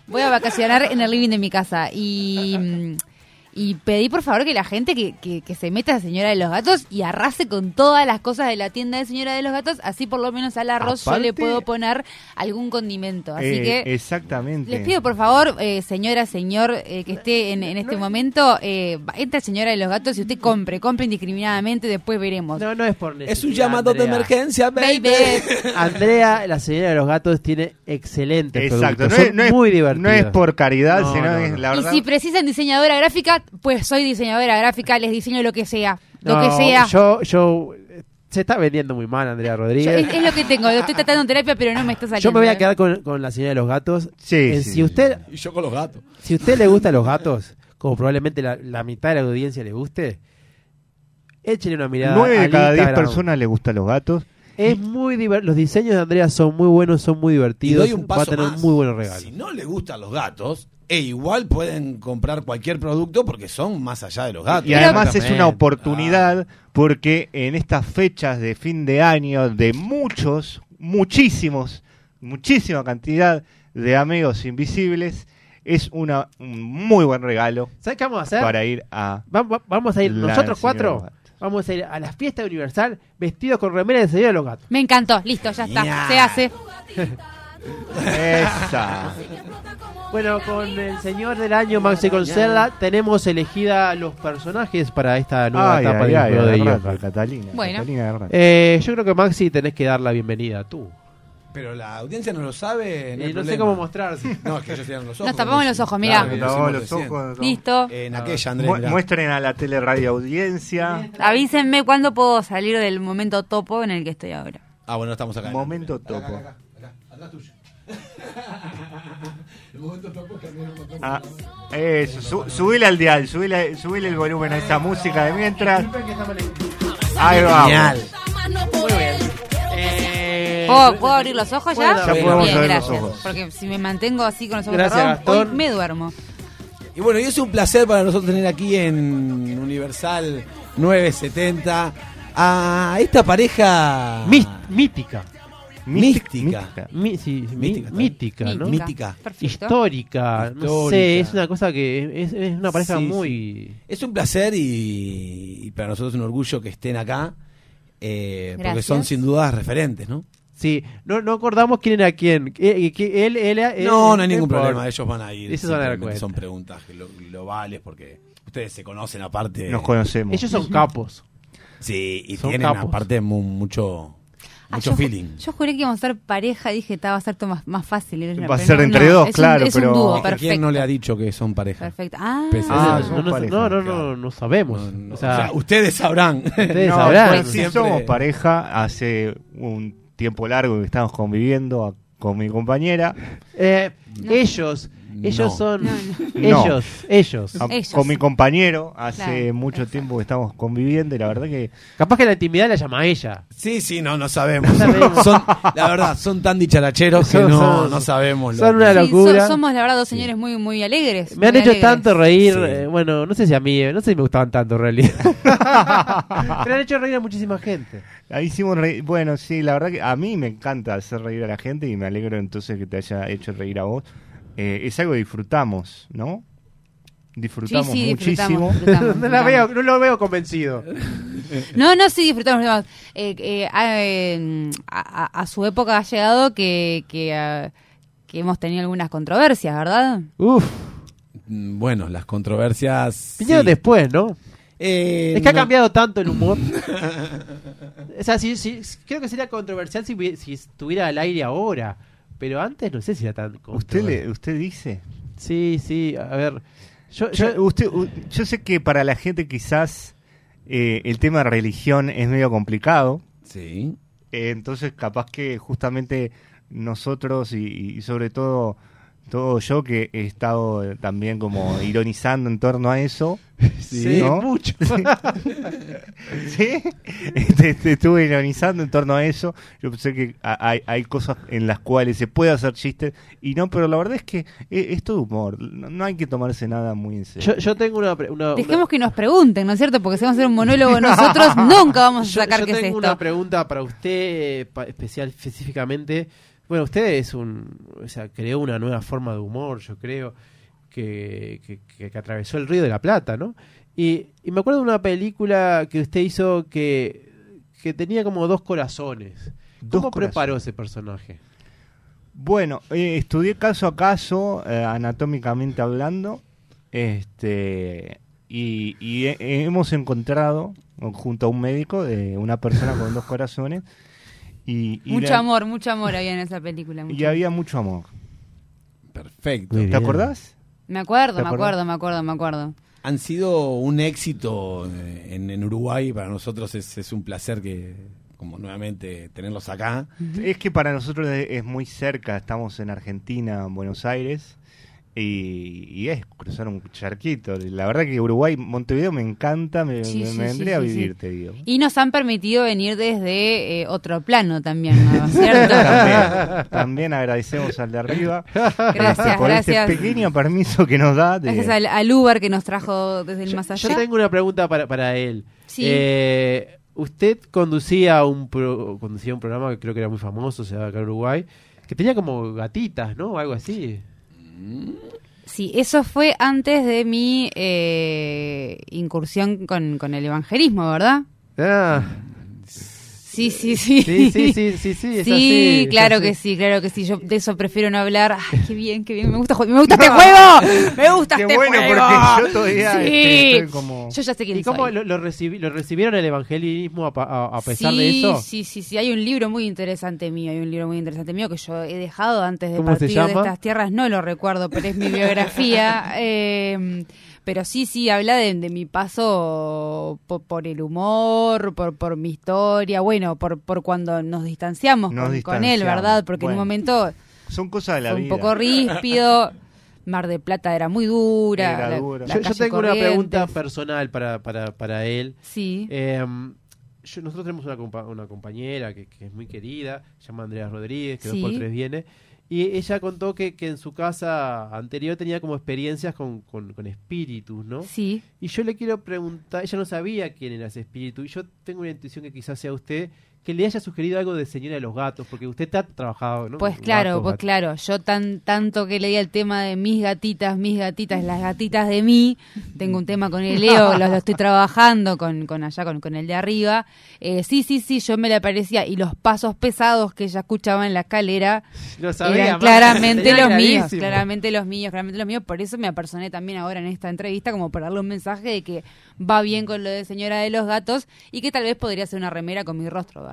[SPEAKER 11] Voy a vacacionar en el living de mi casa y mm, y pedí por favor que la gente que, que, que se meta a Señora de los Gatos y arrase con todas las cosas de la tienda de Señora de los Gatos, así por lo menos al arroz yo le
[SPEAKER 4] Aparte-
[SPEAKER 11] puedo poner algún condimento. Así
[SPEAKER 4] Eh,
[SPEAKER 11] que
[SPEAKER 4] exactamente.
[SPEAKER 11] les pido por favor, eh, señora, señor, eh, que esté en, en este momento, eh, entra señora de los gatos y usted compre, compre indiscriminadamente, después veremos.
[SPEAKER 2] No, no es por necesidad.
[SPEAKER 3] Es un llamado de
[SPEAKER 2] Andrea.
[SPEAKER 3] emergencia,
[SPEAKER 11] Baby.
[SPEAKER 3] baby.
[SPEAKER 2] Andrea, la señora de los gatos, tiene excelentes
[SPEAKER 4] Exacto,
[SPEAKER 2] productos.
[SPEAKER 4] no es,
[SPEAKER 2] Son
[SPEAKER 4] no es-
[SPEAKER 2] muy divertidos.
[SPEAKER 4] no es por caridad,
[SPEAKER 2] No,
[SPEAKER 4] sino
[SPEAKER 2] no,
[SPEAKER 4] es
[SPEAKER 2] no.
[SPEAKER 4] la
[SPEAKER 11] Y
[SPEAKER 4] verdad.
[SPEAKER 11] si precisan diseñadora gráfica, pues soy diseñadora gráfica, les diseño lo que sea, lo
[SPEAKER 2] No,
[SPEAKER 11] que sea.
[SPEAKER 2] Yo, yo... Se está vendiendo muy mal, Andrea
[SPEAKER 11] Yo-
[SPEAKER 2] Rodríguez.
[SPEAKER 11] es, es lo que tengo, lo estoy tratando en terapia, pero no me está saliendo.
[SPEAKER 2] Yo me voy a
[SPEAKER 11] ¿eh?
[SPEAKER 2] quedar con, con la señora de los gatos.
[SPEAKER 4] Sí,
[SPEAKER 2] Eh,
[SPEAKER 4] sí.
[SPEAKER 2] Si usted,
[SPEAKER 3] Y yo con los gatos.
[SPEAKER 2] si usted le gustan los gatos, como probablemente la, la mitad de la audiencia le guste, échele una mirada.
[SPEAKER 4] 9 de
[SPEAKER 2] al
[SPEAKER 4] cada 10
[SPEAKER 2] Instagram.
[SPEAKER 4] personas le gustan los gatos.
[SPEAKER 2] Es muy diver- Los diseños de Andrea son muy buenos, son muy
[SPEAKER 3] Y
[SPEAKER 2] divertidos.
[SPEAKER 3] doy un
[SPEAKER 2] va a
[SPEAKER 3] paso
[SPEAKER 2] tener
[SPEAKER 3] más.
[SPEAKER 2] muy buenos regalos.
[SPEAKER 3] Si no le gustan los gatos, e igual pueden comprar cualquier producto porque son más allá de los gatos.
[SPEAKER 4] Y además es una
[SPEAKER 2] Ah, Exactamente.
[SPEAKER 4] oportunidad porque en estas fechas de fin de año de muchos, muchísimos, muchísima cantidad de amigos invisibles, es una, un muy buen regalo
[SPEAKER 2] ¿Sabes qué vamos a hacer?
[SPEAKER 4] para ir a...
[SPEAKER 2] Va- va- vamos a ir
[SPEAKER 4] La
[SPEAKER 2] nosotros
[SPEAKER 4] señora
[SPEAKER 2] cuatro.
[SPEAKER 4] Gatos.
[SPEAKER 2] Vamos a ir a la fiesta universal vestidos con remera de señora de los gatos.
[SPEAKER 11] Me encantó, listo, ya está,
[SPEAKER 3] Ya.
[SPEAKER 11] se hace.
[SPEAKER 4] Esa.
[SPEAKER 2] Bueno, con el señor del año, Maxi Concela, tenemos elegida los personajes para esta nueva
[SPEAKER 4] Ay,
[SPEAKER 2] etapa
[SPEAKER 4] ay,
[SPEAKER 2] del
[SPEAKER 4] ay,
[SPEAKER 2] juego de
[SPEAKER 4] agarrala,
[SPEAKER 2] Yoga.
[SPEAKER 4] Catalina.
[SPEAKER 11] Bueno.
[SPEAKER 4] Catalina, agarrala.
[SPEAKER 2] Eh, yo creo que Maxi tenés que dar la bienvenida tú.
[SPEAKER 3] Pero la audiencia no lo sabe. No,
[SPEAKER 2] Eh,
[SPEAKER 3] hay
[SPEAKER 2] no sé
[SPEAKER 3] problema.
[SPEAKER 2] cómo mostrarse.
[SPEAKER 3] No, es que ellos cierran los ojos.
[SPEAKER 11] Nos tapamos
[SPEAKER 3] como
[SPEAKER 11] los ojos, mirá.
[SPEAKER 3] Claro, que lo
[SPEAKER 4] Tapamos
[SPEAKER 3] hicimos
[SPEAKER 4] los
[SPEAKER 3] recién.
[SPEAKER 4] ojos, ¿no?
[SPEAKER 11] Listo.
[SPEAKER 2] Eh.
[SPEAKER 3] En aquella,
[SPEAKER 4] Mu-
[SPEAKER 3] Andrés. mirá.
[SPEAKER 4] Muestren a la teleradio audiencia.
[SPEAKER 11] Avísenme cuándo puedo salir del momento topo en el que estoy ahora.
[SPEAKER 3] Ah, bueno, estamos acá.
[SPEAKER 4] Momento topo.
[SPEAKER 3] Atrás tuyo. El momento topo que Andrés no
[SPEAKER 4] Ah, eso, su- subile al dial, subile, subile el volumen a esa música de mientras. Ahí vamos.
[SPEAKER 3] Genial.
[SPEAKER 2] Eh,
[SPEAKER 11] ¿Puedo, Oh, puedo abrir los ojos ya?
[SPEAKER 2] Ya
[SPEAKER 4] podemos
[SPEAKER 11] Bien,
[SPEAKER 4] abrir los
[SPEAKER 11] gracias.
[SPEAKER 4] ojos.
[SPEAKER 11] Porque si me mantengo así con los ojos
[SPEAKER 2] Gracias,
[SPEAKER 11] cerrados, hoy
[SPEAKER 2] Gastón.
[SPEAKER 11] me duermo.
[SPEAKER 3] Y bueno, y es un placer para nosotros tener aquí en Universal 970 a esta pareja
[SPEAKER 2] Mí- mítica.
[SPEAKER 3] mística.
[SPEAKER 2] Mí- sí, mí-
[SPEAKER 3] Mítica,
[SPEAKER 2] mítica,
[SPEAKER 3] está
[SPEAKER 2] ¿no?
[SPEAKER 11] Mítica.
[SPEAKER 3] Mítica.
[SPEAKER 11] Perfecto.
[SPEAKER 2] Histórica, no
[SPEAKER 3] Histórica.
[SPEAKER 2] sé, es una cosa que es, es una pareja
[SPEAKER 3] Sí,
[SPEAKER 2] muy...
[SPEAKER 3] Es un placer y, y para nosotros es un orgullo que estén acá, eh, porque
[SPEAKER 11] Gracias.
[SPEAKER 3] son sin duda referentes, ¿no?
[SPEAKER 2] Sí, no, no acordamos quién era quién. Eh, eh, que él, él, él-
[SPEAKER 3] no,
[SPEAKER 2] él-
[SPEAKER 3] no hay ningún
[SPEAKER 2] por-
[SPEAKER 3] problema, ellos van a ir.
[SPEAKER 2] Ellos se van a dar
[SPEAKER 3] simplemente
[SPEAKER 2] cuenta.
[SPEAKER 3] Son preguntas glo- globales porque ustedes se conocen aparte.
[SPEAKER 4] Nos conocemos.
[SPEAKER 2] Ellos son capos.
[SPEAKER 3] Sí, y
[SPEAKER 2] Son
[SPEAKER 3] tienen
[SPEAKER 2] capos.
[SPEAKER 3] aparte mu- mucho,
[SPEAKER 11] Ah,
[SPEAKER 3] mucho
[SPEAKER 11] yo, ju-
[SPEAKER 3] feeling.
[SPEAKER 11] Yo juré que íbamos a ser pareja, dije, "Ta, va a ser todo más, más fácil. era una-
[SPEAKER 4] Va a
[SPEAKER 11] pero
[SPEAKER 4] ser
[SPEAKER 11] no,
[SPEAKER 4] entre
[SPEAKER 11] no,
[SPEAKER 4] dos,
[SPEAKER 11] es
[SPEAKER 4] claro,
[SPEAKER 11] un, es un
[SPEAKER 4] pero-
[SPEAKER 11] dúo,
[SPEAKER 4] ¿A
[SPEAKER 3] ¿A quién
[SPEAKER 11] perfecto.
[SPEAKER 3] no le ha dicho que son pareja?
[SPEAKER 11] Perfecto. Ah,
[SPEAKER 3] Pese a
[SPEAKER 2] Ah,
[SPEAKER 3] ser-
[SPEAKER 2] no, no,
[SPEAKER 4] pareja,
[SPEAKER 2] no, no, no,
[SPEAKER 3] claro.
[SPEAKER 2] no sabemos.
[SPEAKER 3] No, no,
[SPEAKER 2] o sea,
[SPEAKER 3] ustedes sabrán.
[SPEAKER 2] ustedes
[SPEAKER 4] No,
[SPEAKER 2] sabrán.
[SPEAKER 4] pues sí
[SPEAKER 3] Siempre-
[SPEAKER 4] somos pareja hace un tiempo largo que estamos conviviendo a- con mi compañera.
[SPEAKER 2] Eh, Ellos Ellos
[SPEAKER 4] No.
[SPEAKER 2] son.
[SPEAKER 4] No, no.
[SPEAKER 2] Ellos,
[SPEAKER 4] No.
[SPEAKER 2] ellos.
[SPEAKER 4] Ah, Con mi compañero, hace mucho tiempo que estamos conviviendo y la verdad que.
[SPEAKER 2] Capaz que la intimidad la llama ella.
[SPEAKER 3] Sí, sí, no, no sabemos. Son- la verdad, son tan dicharacheros que
[SPEAKER 2] Son-
[SPEAKER 3] no,
[SPEAKER 2] son-
[SPEAKER 3] no sabemos.
[SPEAKER 2] son una
[SPEAKER 11] Sí, so-
[SPEAKER 2] locura.
[SPEAKER 11] somos, la verdad, dos señores muy, muy alegres.
[SPEAKER 2] Me han
[SPEAKER 11] muy
[SPEAKER 2] hecho
[SPEAKER 11] alegres.
[SPEAKER 2] tanto reír. eh, bueno, no sé si a mí, eh, no sé si me gustaban tanto en realidad. Pero han hecho reír a muchísima gente.
[SPEAKER 4] Ahí hicimos reír. Bueno, sí, la verdad que a mí me encanta hacer reír a la gente y me alegro entonces que te haya hecho reír a vos. Eh, es algo que disfrutamos, ¿no? Disfrutamos
[SPEAKER 11] Sí, sí,
[SPEAKER 4] muchísimo.
[SPEAKER 11] disfrutamos, disfrutamos,
[SPEAKER 2] No, la veo, no lo veo convencido.
[SPEAKER 11] No, no, sí, disfrutamos. disfrutamos. Eh, eh, a, eh, a- a- a su época ha llegado que, que, ah, que hemos tenido algunas controversias, ¿verdad?
[SPEAKER 2] Uf.
[SPEAKER 3] Mm, Bueno, las controversias.
[SPEAKER 2] Vinieron
[SPEAKER 3] sí.
[SPEAKER 2] después, ¿no?
[SPEAKER 3] Eh,
[SPEAKER 2] es que ha
[SPEAKER 3] no-
[SPEAKER 2] cambiado tanto el humor. o sea, sí, sí, creo que sería controversial si, hubi- si estuviera al aire ahora. Pero antes no sé si era tan
[SPEAKER 4] ¿Usted,
[SPEAKER 2] controversial.
[SPEAKER 4] le- ¿Usted dice?
[SPEAKER 2] Sí, sí, a ver. Yo,
[SPEAKER 4] Yo, usted, u- yo sé que para la gente quizás eh, el tema de religión es medio complicado.
[SPEAKER 3] Sí.
[SPEAKER 4] Eh, entonces, capaz que justamente nosotros y, y sobre todo todo yo que he estado eh, también como ironizando en torno a eso.
[SPEAKER 2] Sí,
[SPEAKER 4] ¿no?
[SPEAKER 2] mucho.
[SPEAKER 4] ¿Sí? Este, este, estuve ironizando en torno a eso. Yo pensé que a- hay, hay cosas en las cuales se puede hacer chistes y no, pero la verdad es que es, es todo humor. No, no hay que tomarse nada muy en serio.
[SPEAKER 2] Yo, yo tengo una, pre- una- una-
[SPEAKER 11] Dejemos que nos pregunten, ¿no es cierto? Porque si vamos a hacer un monólogo nosotros, nunca vamos a
[SPEAKER 2] Yo-
[SPEAKER 11] sacar
[SPEAKER 2] yo
[SPEAKER 11] qué es
[SPEAKER 2] tengo
[SPEAKER 11] esto.
[SPEAKER 2] una pregunta para usted eh, pa- especial específicamente. Bueno, usted es un, o sea, creó una nueva forma de humor, yo creo, que, que- que- que atravesó el río de la Plata, ¿no? Y, y me acuerdo de una película que usted hizo que, que tenía como dos corazones.
[SPEAKER 4] Dos
[SPEAKER 2] ¿Cómo
[SPEAKER 4] corazones.
[SPEAKER 2] preparó ese personaje?
[SPEAKER 4] Bueno, eh, estudié caso a caso, eh, anatómicamente hablando, este, y, y he- hemos encontrado, junto a un médico, de una persona con dos corazones. Y, y
[SPEAKER 11] Mucho
[SPEAKER 4] la-
[SPEAKER 11] amor, mucho amor había en esa película. mucho.
[SPEAKER 4] Y había mucho amor.
[SPEAKER 3] Perfecto.
[SPEAKER 4] ¿Te acordás?
[SPEAKER 11] Me acuerdo,
[SPEAKER 4] ¿Te
[SPEAKER 11] me
[SPEAKER 4] acordás?
[SPEAKER 11] acuerdo, me acuerdo, me acuerdo.
[SPEAKER 3] Han sido un éxito eh, en, en Uruguay. Para nosotros es, es un placer que, como nuevamente, tenerlos acá.
[SPEAKER 4] Es que para nosotros es es muy cerca, estamos en Argentina, en Buenos Aires, y, y es cruzar un charquito. La verdad que Uruguay, Montevideo me encanta, me,
[SPEAKER 11] Sí,
[SPEAKER 4] me-
[SPEAKER 11] sí,
[SPEAKER 4] me
[SPEAKER 11] sí,
[SPEAKER 4] vendría a
[SPEAKER 11] sí, sí.
[SPEAKER 4] vivir, te digo.
[SPEAKER 11] Y nos han permitido venir desde eh, otro plano también, ¿no? ¿Cierto?
[SPEAKER 4] También, también agradecemos al de arriba
[SPEAKER 11] Gracias,
[SPEAKER 4] por
[SPEAKER 11] gracias.
[SPEAKER 4] este pequeño permiso que nos da. de-
[SPEAKER 11] Gracias al, al Uber que nos trajo desde el más
[SPEAKER 2] Yo
[SPEAKER 11] allá.
[SPEAKER 2] tengo una pregunta para, para él.
[SPEAKER 11] Sí.
[SPEAKER 2] Eh, usted conducía un, pro- conducía un programa que creo que era muy famoso, se daba acá en Uruguay, que tenía como gatitas, ¿no? Algo así.
[SPEAKER 11] Sí, eso fue antes de mi eh, incursión con, con el evangelismo, ¿verdad?
[SPEAKER 2] Ah,
[SPEAKER 11] Sí, sí, sí.
[SPEAKER 2] sí, sí, sí, sí, sí, es así,
[SPEAKER 11] Sí,
[SPEAKER 2] es
[SPEAKER 11] claro
[SPEAKER 2] así.
[SPEAKER 11] que sí, claro que sí. Yo de eso prefiero no hablar. Ay, qué bien, qué bien. Me gusta, ju- me gusta este juego. Me gusta
[SPEAKER 4] Qué
[SPEAKER 11] este
[SPEAKER 4] bueno,
[SPEAKER 11] juego.
[SPEAKER 4] porque yo todavía,
[SPEAKER 11] Sí.
[SPEAKER 4] este, estoy como-
[SPEAKER 11] Yo ya sé quién
[SPEAKER 2] ¿Y cómo
[SPEAKER 11] soy.
[SPEAKER 2] lo, lo recibi- lo recibieron el evangelismo a, pa- a- a pesar
[SPEAKER 11] sí,
[SPEAKER 2] de eso?
[SPEAKER 11] Sí, sí, sí. Hay un libro muy interesante mío. Hay un libro muy interesante mío que yo he dejado antes de
[SPEAKER 2] ¿Cómo
[SPEAKER 11] partir
[SPEAKER 2] se llama?
[SPEAKER 11] de estas tierras. No lo recuerdo, pero es mi biografía. Eh, pero sí, sí, habla de, de mi paso po- por, el humor, por, por mi historia, bueno, por, por cuando nos distanciamos, con,
[SPEAKER 4] Nos
[SPEAKER 11] con él,
[SPEAKER 4] distanciamos.
[SPEAKER 11] ¿verdad? Porque en
[SPEAKER 4] Bueno.
[SPEAKER 11] un momento
[SPEAKER 4] Son cosas de la
[SPEAKER 11] fue un
[SPEAKER 4] vida.
[SPEAKER 11] poco ríspido. Mar de Plata era muy dura.
[SPEAKER 4] Era
[SPEAKER 11] la-
[SPEAKER 4] dura.
[SPEAKER 11] la
[SPEAKER 2] Yo, yo
[SPEAKER 11] calle
[SPEAKER 2] tengo una
[SPEAKER 11] Corrientes.
[SPEAKER 2] pregunta personal para, para, para él.
[SPEAKER 11] Sí.
[SPEAKER 2] Eh, yo- nosotros tenemos una, compa- una compañera que, que es muy querida, se llama Andrea Rodríguez, que
[SPEAKER 11] Sí.
[SPEAKER 2] dos por tres viene, y ella contó que, que en su casa anterior tenía como experiencias con, con- con espíritus, ¿no?
[SPEAKER 11] Sí.
[SPEAKER 2] Y yo le quiero preguntar, ella no sabía quién era ese espíritu, y yo tengo una intuición que quizás sea usted, que le haya sugerido algo de Señora de los Gatos, porque usted ha trabajado, ¿no?
[SPEAKER 11] Pues
[SPEAKER 2] Con
[SPEAKER 11] claro,
[SPEAKER 2] gatos,
[SPEAKER 11] pues
[SPEAKER 2] gatos.
[SPEAKER 11] claro, yo tan tanto que leía el tema de mis gatitas, mis gatitas, las gatitas de mí, tengo un tema con el Leo, lo, lo estoy trabajando con, con allá, con, con el de arriba, Eh, sí, sí, sí, yo me le aparecía y los pasos pesados que ella escuchaba en la escalera
[SPEAKER 2] No sabía,
[SPEAKER 11] eran
[SPEAKER 2] más.
[SPEAKER 11] claramente
[SPEAKER 2] Tenía
[SPEAKER 11] los míos,
[SPEAKER 2] clarísimo.
[SPEAKER 11] claramente los míos, claramente los míos, por eso me apersoné también ahora en esta entrevista como para darle un mensaje de que va bien con lo de señora de los gatos y que tal vez podría ser una remera con mi rostro, ¿verdad?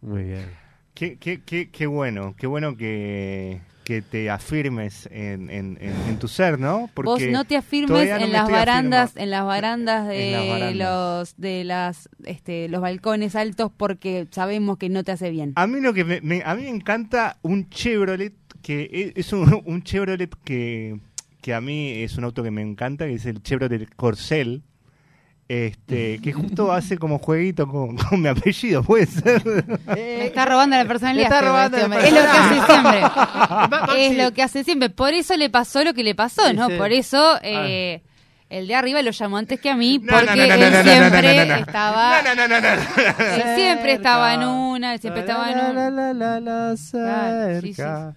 [SPEAKER 2] Muy bien.
[SPEAKER 4] Qué, qué- qué- qué bueno, qué bueno que, que te afirmes en, en- en- en tu ser, ¿no?
[SPEAKER 11] Vos no te afirmes
[SPEAKER 4] todavía no
[SPEAKER 11] en
[SPEAKER 4] me
[SPEAKER 11] las
[SPEAKER 4] estoy
[SPEAKER 11] barandas,
[SPEAKER 4] afirma-
[SPEAKER 11] en las barandas de
[SPEAKER 4] En las barandas.
[SPEAKER 11] los de las este, los balcones altos porque sabemos que no te hace bien.
[SPEAKER 4] A mí lo que me, me- a mí me encanta un Chevrolet que e- es un, un Chevrolet que que a mí es un auto que me encanta, que es el Chevrolet Corcel. Este, que justo hace como jueguito con, con mi apellido, puede ser.
[SPEAKER 11] Me está robando la personalidad.
[SPEAKER 8] Le está
[SPEAKER 11] este
[SPEAKER 8] robando
[SPEAKER 11] hombre.
[SPEAKER 8] la
[SPEAKER 11] es lo que hace siempre.
[SPEAKER 8] personalidad. Ma- Maxi.
[SPEAKER 11] es lo que hace siempre. Por eso le pasó lo que le pasó,
[SPEAKER 8] Sí,
[SPEAKER 11] ¿no?
[SPEAKER 8] sí.
[SPEAKER 11] Por eso eh, el de arriba lo llamó antes que a mí,
[SPEAKER 4] Ah. No, no,
[SPEAKER 11] porque
[SPEAKER 4] no, no, no, no,
[SPEAKER 11] él
[SPEAKER 4] no,
[SPEAKER 11] siempre
[SPEAKER 4] no, no, no.
[SPEAKER 11] estaba.
[SPEAKER 4] No, no, no, no, no.
[SPEAKER 11] Él siempre estaba en una, él siempre estaba en una. Claro, sí, sí,
[SPEAKER 2] cerca.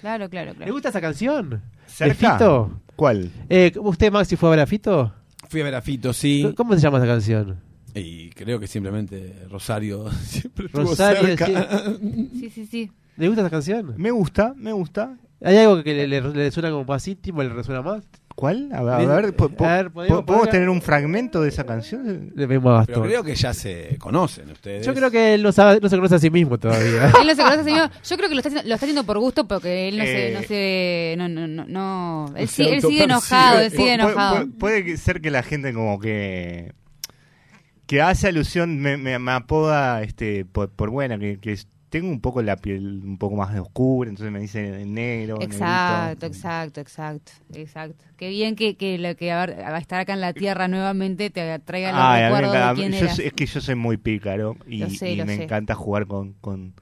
[SPEAKER 11] Claro, claro,
[SPEAKER 2] ¿Le
[SPEAKER 11] claro.
[SPEAKER 2] gusta esa canción? ¿De
[SPEAKER 4] ¿Cerca?
[SPEAKER 2] Fito?
[SPEAKER 4] ¿Cuál?
[SPEAKER 2] Eh, ¿Usted, Maxi, fue a ver a Fito?
[SPEAKER 3] Fui a ver a Fito, sí.
[SPEAKER 2] ¿Cómo se llama esa canción?
[SPEAKER 3] Y creo que simplemente Rosario siempre estuvo
[SPEAKER 2] Rosario.
[SPEAKER 3] cerca.
[SPEAKER 2] sí.
[SPEAKER 11] Sí, sí, sí.
[SPEAKER 2] ¿Le gusta esa canción?
[SPEAKER 4] Me gusta, me gusta.
[SPEAKER 2] ¿Hay algo que le, le- le suena como más íntimo, le resuena más?
[SPEAKER 4] ¿Cuál? A ver, a ver, po- po-
[SPEAKER 2] A ver, ¿podemos-
[SPEAKER 4] po- ¿podemos
[SPEAKER 2] podemos-
[SPEAKER 4] tener un fragmento de esa canción?
[SPEAKER 2] Le vemos a
[SPEAKER 3] Pero
[SPEAKER 2] Gastón.
[SPEAKER 3] creo que ya se conocen ustedes.
[SPEAKER 2] Yo creo que él no, sabe- no se conoce a sí mismo todavía.
[SPEAKER 11] Él no se conoce, señor. Yo creo que lo está, haciendo- lo está haciendo por gusto porque él no se.
[SPEAKER 4] Eh.
[SPEAKER 11] No se no, no, no, no. Él,
[SPEAKER 3] Se
[SPEAKER 11] sí- él sigue
[SPEAKER 3] autopercibe.
[SPEAKER 11] enojado, él
[SPEAKER 4] Pu-
[SPEAKER 11] sigue
[SPEAKER 4] pu-
[SPEAKER 11] enojado.
[SPEAKER 4] pu- Puede que- ser que la gente como que que hace alusión, me, me- me apoda este por, por buena, que, que es- tengo un poco la piel un poco más de oscura, entonces me dice negro.
[SPEAKER 11] Exacto,
[SPEAKER 4] negrito.
[SPEAKER 11] exacto, exacto, exacto. Qué bien que, que lo que va a estar acá en la tierra nuevamente te traiga los
[SPEAKER 4] Ay, a mí me
[SPEAKER 11] recuerdos
[SPEAKER 4] encanta-
[SPEAKER 11] de quién
[SPEAKER 4] yo
[SPEAKER 11] eras.
[SPEAKER 4] sé- es que yo soy muy pícaro y,
[SPEAKER 11] Lo sé,
[SPEAKER 4] y
[SPEAKER 11] lo
[SPEAKER 4] me
[SPEAKER 11] sé.
[SPEAKER 4] encanta jugar con, con,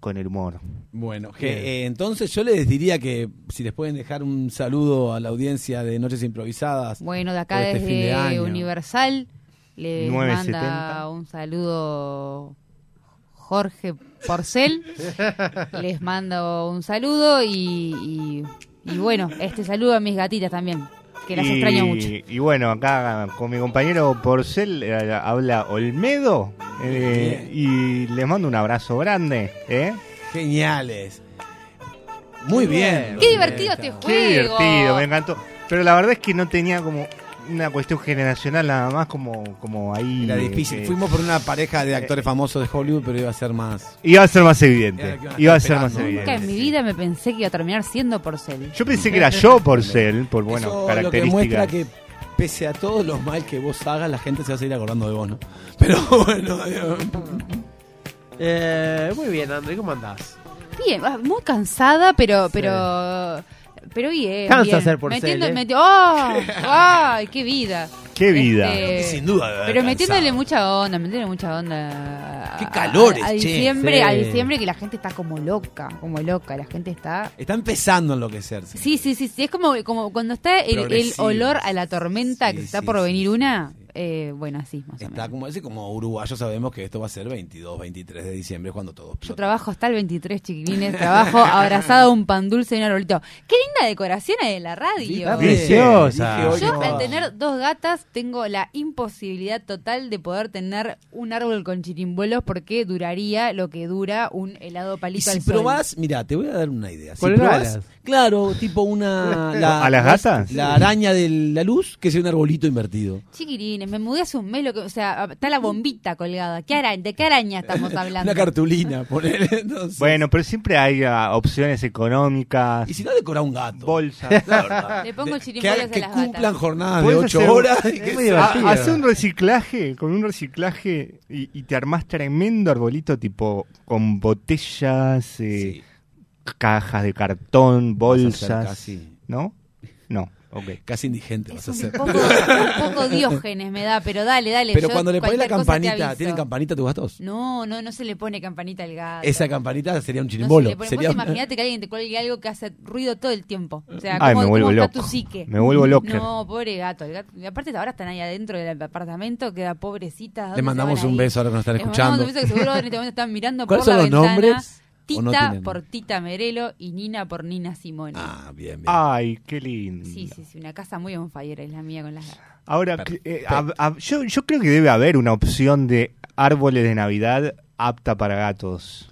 [SPEAKER 4] con el humor.
[SPEAKER 3] Bueno, que, eh, entonces yo les diría que si les pueden dejar un saludo a la audiencia de Noches Improvisadas.
[SPEAKER 11] Bueno, de acá
[SPEAKER 3] por este fin de
[SPEAKER 11] desde
[SPEAKER 3] año.
[SPEAKER 11] Universal le
[SPEAKER 4] 970.
[SPEAKER 11] manda un saludo Jorge Porcel. les mando un saludo y, y- y bueno, este saludo a mis gatitas también, que las
[SPEAKER 4] y,
[SPEAKER 11] extraño mucho.
[SPEAKER 4] Y bueno, acá con mi compañero Porcel eh, habla Olmedo eh, y les mando un abrazo grande. ¿eh?
[SPEAKER 3] Geniales. Muy bien.
[SPEAKER 11] Qué divertido este juego.
[SPEAKER 4] Qué divertido, me encantó. Pero la verdad es que no tenía como una cuestión generacional nada más como, como ahí.
[SPEAKER 3] Era difícil.
[SPEAKER 4] eh,
[SPEAKER 3] Fuimos por una pareja de actores famosos de Hollywood, pero iba a ser más.
[SPEAKER 4] Iba a ser más
[SPEAKER 3] Era
[SPEAKER 4] evidente.
[SPEAKER 3] que iban a
[SPEAKER 4] Iba a
[SPEAKER 3] estar
[SPEAKER 4] ser más
[SPEAKER 3] esperando.
[SPEAKER 11] Nunca en
[SPEAKER 4] evidente.
[SPEAKER 11] mi vida me pensé que iba a terminar siendo Porcel.
[SPEAKER 4] Yo pensé que era yo Porcel, por bueno,
[SPEAKER 3] Eso lo que muestra
[SPEAKER 4] características.
[SPEAKER 3] que pese a todo lo mal que vos hagas, la gente se va a seguir acordando de vos, ¿no? Pero bueno, eh,
[SPEAKER 2] Eh, muy bien, André, ¿cómo andás?
[SPEAKER 11] Bien, ah, muy cansada, pero pero pero bien.
[SPEAKER 2] Cansa
[SPEAKER 11] bien.
[SPEAKER 2] ser Porcel,
[SPEAKER 11] Metiendo-
[SPEAKER 2] ¿eh?
[SPEAKER 11] meti- ¡Oh! ¡Ay, qué vida!
[SPEAKER 4] Qué vida.
[SPEAKER 11] Este,
[SPEAKER 3] eh, sin duda. debe haber
[SPEAKER 11] Pero metiéndole
[SPEAKER 3] cansado.
[SPEAKER 11] mucha onda, metiéndole mucha onda. a-
[SPEAKER 3] Qué calores,
[SPEAKER 11] a,
[SPEAKER 3] che.
[SPEAKER 11] diciembre,
[SPEAKER 2] Sí.
[SPEAKER 11] a diciembre que la gente está como loca, como loca, la gente está
[SPEAKER 3] Está empezando a enloquecerse.
[SPEAKER 11] Sí, sí, sí, sí, es como como cuando está el, el
[SPEAKER 3] Progresivo.
[SPEAKER 11] olor a la tormenta
[SPEAKER 3] Sí,
[SPEAKER 11] que está
[SPEAKER 3] sí,
[SPEAKER 11] por
[SPEAKER 3] sí,
[SPEAKER 11] venir
[SPEAKER 3] sí,
[SPEAKER 11] una,
[SPEAKER 3] sí.
[SPEAKER 11] eh, bueno, así más o
[SPEAKER 3] Está
[SPEAKER 11] menos.
[SPEAKER 3] como así, como uruguayos sabemos que esto va a ser 22, 23 de diciembre cuando todos
[SPEAKER 11] Yo trabajo hasta el 23, chiquilines, trabajo abrazado a un pan dulce y un arbolito. Qué linda decoración hay de la radio.
[SPEAKER 2] Sí, Preciosa.
[SPEAKER 3] Dije, hoy
[SPEAKER 11] Yo
[SPEAKER 3] no.
[SPEAKER 11] al tener dos gatas tengo la imposibilidad total de poder tener un árbol con chirimbuelos porque duraría lo que dura un helado
[SPEAKER 3] Y
[SPEAKER 11] palito
[SPEAKER 3] si
[SPEAKER 11] al sol.
[SPEAKER 3] probás, mira, te voy a dar una idea. Si
[SPEAKER 2] Colgalas.
[SPEAKER 3] probás, claro, tipo una. La,
[SPEAKER 4] ¿A las gatas?
[SPEAKER 3] La araña de la luz, que es un arbolito invertido.
[SPEAKER 11] Chiquirines, me mudé hace un mes, lo que, o sea, está la bombita colgada. ¿Qué ara- ¿De qué araña estamos hablando?
[SPEAKER 3] Una cartulina, ponele. Entonces.
[SPEAKER 4] Bueno, pero siempre hay ah, opciones económicas,
[SPEAKER 3] Y si no, decora un gato.
[SPEAKER 4] bolsas.
[SPEAKER 3] La verdad.
[SPEAKER 11] Le pongo
[SPEAKER 3] De-
[SPEAKER 11] chirimbolos
[SPEAKER 3] que, haga-
[SPEAKER 11] a
[SPEAKER 3] que
[SPEAKER 11] las gatas.
[SPEAKER 3] cumplan jornadas de
[SPEAKER 4] Podés
[SPEAKER 3] 8
[SPEAKER 4] hacer-
[SPEAKER 3] horas. y que
[SPEAKER 2] muy
[SPEAKER 3] se-
[SPEAKER 2] divertido.
[SPEAKER 4] Hacé un reciclaje, con un reciclaje y, y te armás tremendo arbolito tipo con botellas, eh,
[SPEAKER 3] Sí,
[SPEAKER 4] cajas de cartón,
[SPEAKER 3] Vas a ser
[SPEAKER 4] bolsas.
[SPEAKER 3] casi-
[SPEAKER 4] ¿No? No, ok.
[SPEAKER 3] Casi indigente vas
[SPEAKER 11] Es
[SPEAKER 3] a
[SPEAKER 11] un
[SPEAKER 3] ser.
[SPEAKER 11] poco, un poco diógenes me da, pero dale, dale.
[SPEAKER 3] Pero
[SPEAKER 11] yo
[SPEAKER 3] cuando le pones
[SPEAKER 11] cualquier
[SPEAKER 3] la
[SPEAKER 11] cosa te
[SPEAKER 3] campanita,
[SPEAKER 11] aviso.
[SPEAKER 3] ¿tienen campanita tus gatos?
[SPEAKER 11] No, no, no se le pone campanita al gato.
[SPEAKER 3] Esa campanita sería un
[SPEAKER 11] No se
[SPEAKER 3] chirimbolo.
[SPEAKER 11] le pone.
[SPEAKER 3] sería
[SPEAKER 11] Vos imaginate que alguien te cuelgue algo que hace ruido todo el tiempo. O sea,
[SPEAKER 4] Ay,
[SPEAKER 11] ¿cómo,
[SPEAKER 4] me vuelvo
[SPEAKER 11] cómo
[SPEAKER 4] loco.
[SPEAKER 11] está tu psique?
[SPEAKER 4] Me vuelvo loco.
[SPEAKER 11] No, pobre gato. El gato y aparte ahora están ahí adentro del apartamento, queda pobrecita. ¿dónde se
[SPEAKER 3] Le mandamos
[SPEAKER 11] van a
[SPEAKER 3] un
[SPEAKER 11] ir?
[SPEAKER 3] beso ahora que nos están
[SPEAKER 11] Les mandamos
[SPEAKER 3] escuchando.
[SPEAKER 11] un beso que seguro en este momento están mirando por
[SPEAKER 3] ¿Cuáles
[SPEAKER 11] la
[SPEAKER 3] son los
[SPEAKER 11] ventana.
[SPEAKER 3] nombres? ¿O no
[SPEAKER 11] Tita
[SPEAKER 3] tienen?
[SPEAKER 11] por Tita Merelo y Nina por Nina Simone.
[SPEAKER 3] Ah, bien, bien.
[SPEAKER 4] Ay, qué lindo.
[SPEAKER 11] Sí, sí, sí, una casa muy on fire es la mía con las gatas.
[SPEAKER 4] Ahora, eh, hab- hab- yo, yo creo que debe haber una opción de árboles de Navidad apta para gatos.